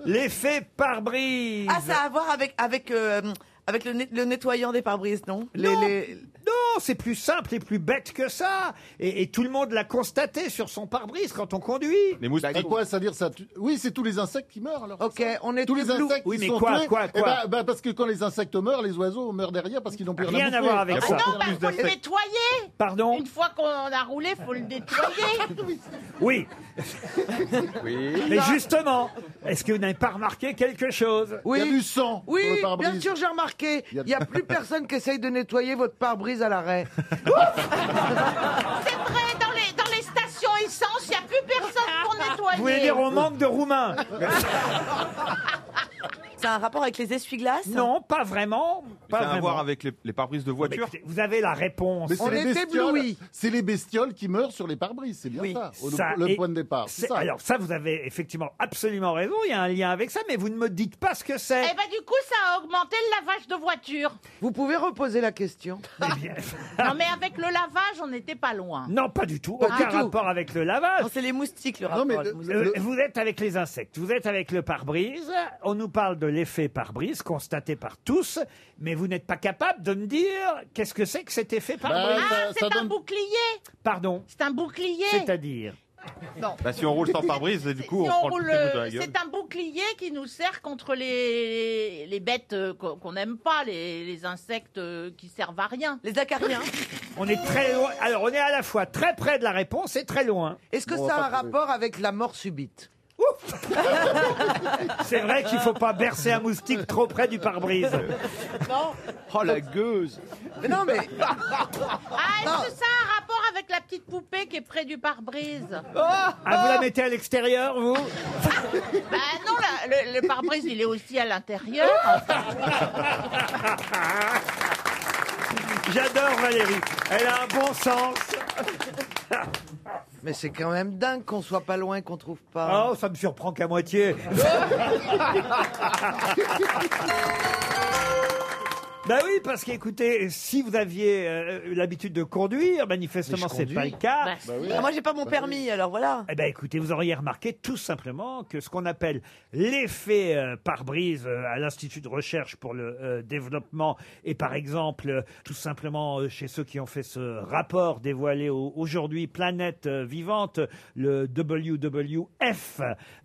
D: L'effet pare-brise.
J: Ah, ça a à voir avec avec euh, avec le, net- le nettoyant des pare-brises, non
Q: Les-
D: Non.
Q: les-
D: Non, Non, c'est plus simple et plus bête que ça. Et, et tout le monde l'a constaté sur son pare-brise quand on conduit.
N: Les
G: Bah,
N: moustiques. quoi, ça veut dire ça tue- Oui, c'est tous les insectes qui meurent. Alors.
Q: Ok, on est
N: tous les
Q: tous loups.
N: insectes
D: Oui,
N: qui
D: mais
N: sont
D: quoi,
N: tués,
D: quoi,
N: eh
D: quoi
N: ben- ben, Parce que quand les insectes meurent, les oiseaux meurent derrière parce qu'ils n'ont plus rien,
D: Rien à
N: bouffer. Ah
D: voir avec
N: Il y a
D: ça.
N: beaucoup
D: Non,
I: Faut
N: plus
D: par
I: le
N: d'insectes.
I: nettoyer.
D: Pardon
I: Une fois qu'on a roulé, faut le nettoyer.
D: Oui. Mais justement, est-ce que vous n'avez pas remarqué quelque chose
Q: Oui. Il y a du
N: sang
Q: Oui, bien sûr, j'ai remarqué.
D: Il y a-
Q: Il n'y a plus personne qui essaye de nettoyer votre pare-brise à l'arrêt.
I: C'est vrai, dans les, dans les stations essence, il n'y a plus personne pour nettoyer.
D: Vous voulez dire on manque de Roumains
J: C'est un rapport avec les essuie-glaces
D: Non, pas vraiment.
B: Ça
D: Pas
B: a à
D: vraiment. Ah,
B: voir avec les, les pare-brises de voiture.
D: Mais écoutez, Vous avez la réponse.
N: Mais c'est les bestioles- C'est les bestioles qui meurent sur les pare-brises, c'est bien ça. au-
D: Ça
N: le
D: est-
N: point de départ.
D: c'est- Alors ça, vous avez effectivement absolument raison. Il y a un lien avec ça, mais vous ne me dites pas ce que c'est.
I: Eh ben du coup, ça a augmenté le lavage de voiture.
Q: Vous pouvez reposer la question.
I: Non mais avec le lavage, on n'était pas loin.
D: Eh Non, pas du tout.
I: Pas du
D: aucun
I: tout.
D: rapport avec le lavage.
J: C'est les moustiques, le
D: Non,
J: rapport.
D: mais
J: avec les
D: le-
J: moustiques.
D: le- vous êtes avec les insectes, vous êtes avec le pare-brise. On nous parle de l'effet pare-brise constaté par tous, mais vous n'êtes pas capable de me dire qu'est-ce que c'est que cet effet pare-brise.
I: ah, c'est un bouclier.
D: Pardon.
I: C'est un bouclier.
D: C'est-à-dire
I: Non.
B: Bah, si on roule sans pare-brise, du coup,
I: Si
B: on,
I: on
B: prend
I: roule,
B: le truc de la gueule.
I: c'est un bouclier qui nous sert contre les, les bêtes euh, qu'on qu'on n'aime pas, les, les insectes euh, qui servent à rien.
J: Les acariens.
D: On est très loin. Alors on est à la fois très près de la réponse et très loin.
Q: Est-ce que ça a un rapport avec la mort subite
D: C'est vrai qu'il faut pas bercer un moustique trop près du pare-brise.
J: Non.
D: Oh la gueuse.
Q: Mais non mais
I: Ah, est-ce que ça a un rapport avec la petite poupée qui est près du pare-brise
J: Oh.
I: Oh.
D: Ah, vous la mettez à l'extérieur, vous
I: Bah non, la- le, le pare-brise, il est aussi à l'intérieur.
D: Ah. J'adore Valérie. Elle a un bon sens.
Q: Mais c'est quand même dingue qu'on soit pas loin, qu'on trouve pas.
D: Oh, ça me surprend qu'à moitié. Ben oui, parce qu'écoutez, si vous aviez euh, l'habitude de conduire,
Q: Mais
D: manifestement,
Q: je
D: c'est pas le
Q: conduis.
D: cas.
J: Bah, Bah oui. Ah, moi, j'ai pas mon Bah oui. permis, alors voilà.
D: Eh ben écoutez, vous auriez remarqué tout simplement que ce qu'on appelle l'effet euh, pare-brise euh, à l'Institut de recherche pour le euh, développement et par exemple, euh, tout simplement euh, chez ceux qui ont fait ce rapport dévoilé au- aujourd'hui Planète euh, Vivante, le WWF,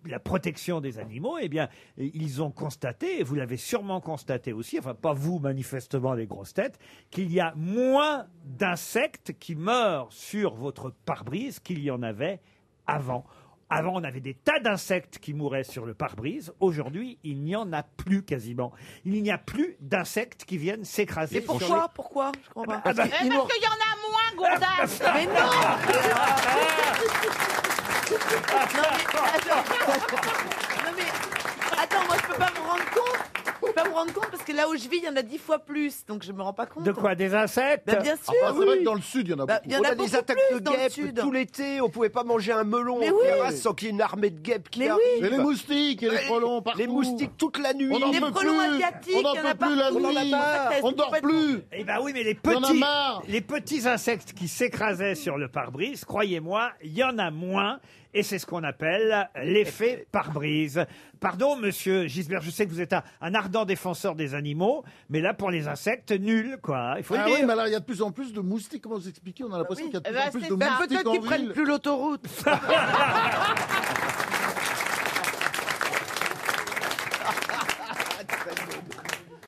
D: la protection des animaux, eh bien, ils ont constaté, et vous l'avez sûrement constaté aussi, enfin pas vous manifestement les grosses têtes, qu'il y a moins d'insectes qui meurent sur votre pare-brise qu'il y en avait avant. Avant, on avait des tas d'insectes qui mouraient sur le pare-brise. Aujourd'hui, il n'y en a plus quasiment. Il n'y a plus d'insectes qui viennennent s'écraser.
J: Mais
D: sur
J: pourquoi
D: les-
J: Pourquoi Je comprends pas.
D: Ah bah- Ah,
I: Eh, parce qu'il y en a moins, Gourdaf
J: Mais non Non mais, attends. Non, mais- attends, moi je peux pas me rendre compte. Je peux pas me rendre compte parce que là où je vis, il y en a dix fois plus, donc je me rends pas compte.
D: De quoi Des insectes
J: Bah, bien sûr.
N: Ah bah, c'est vrai que dans le sud, il y en a
J: Bah,
N: beaucoup.
J: il y en a
N: On
J: beaucoup
G: des attaques
J: plus
G: de
J: dans le
G: guêpes
J: sud.
G: tout l'été. On pouvait pas manger un melon
J: Mais
G: en
J: oui.
G: terrasse sans qu'il y ait une armée de guêpes qui
J: Mais oui.
G: arrive.
N: Et les moustiques et les frelons partout.
G: Les moustiques toute la nuit.
N: On en
J: Les
N: peut
J: frelons
N: plus.
J: asiatiques,
N: On n'en
J: il y en a
N: peut plus la
J: partout. On en a
N: nuit.
J: marre.
N: On dort plus.
D: Eh ben oui, mais les
N: On en a
D: petits,
N: marre.
D: les petits insectes qui s'écrasaient sur le pare-brise, croyez-moi, il y en a moins. Et c'est ce qu'on appelle l'effet pare-brise. Pardon, monsieur Gisbert, je sais que vous êtes un, un ardent défenseur des animaux, mais là, pour les insectes, nul, quoi. Il faut le
N: Ah
D: dire.
N: oui, mais alors il y a de plus en plus de moustiques. Comment vous expliquez On a l'impression qu'il y a de plus
I: Bah,
N: en plus
I: c'est ça.
N: de moustiques
Q: Peut-être
N: en
Q: qu'ils prennent
N: ville.
Q: plus l'autoroute.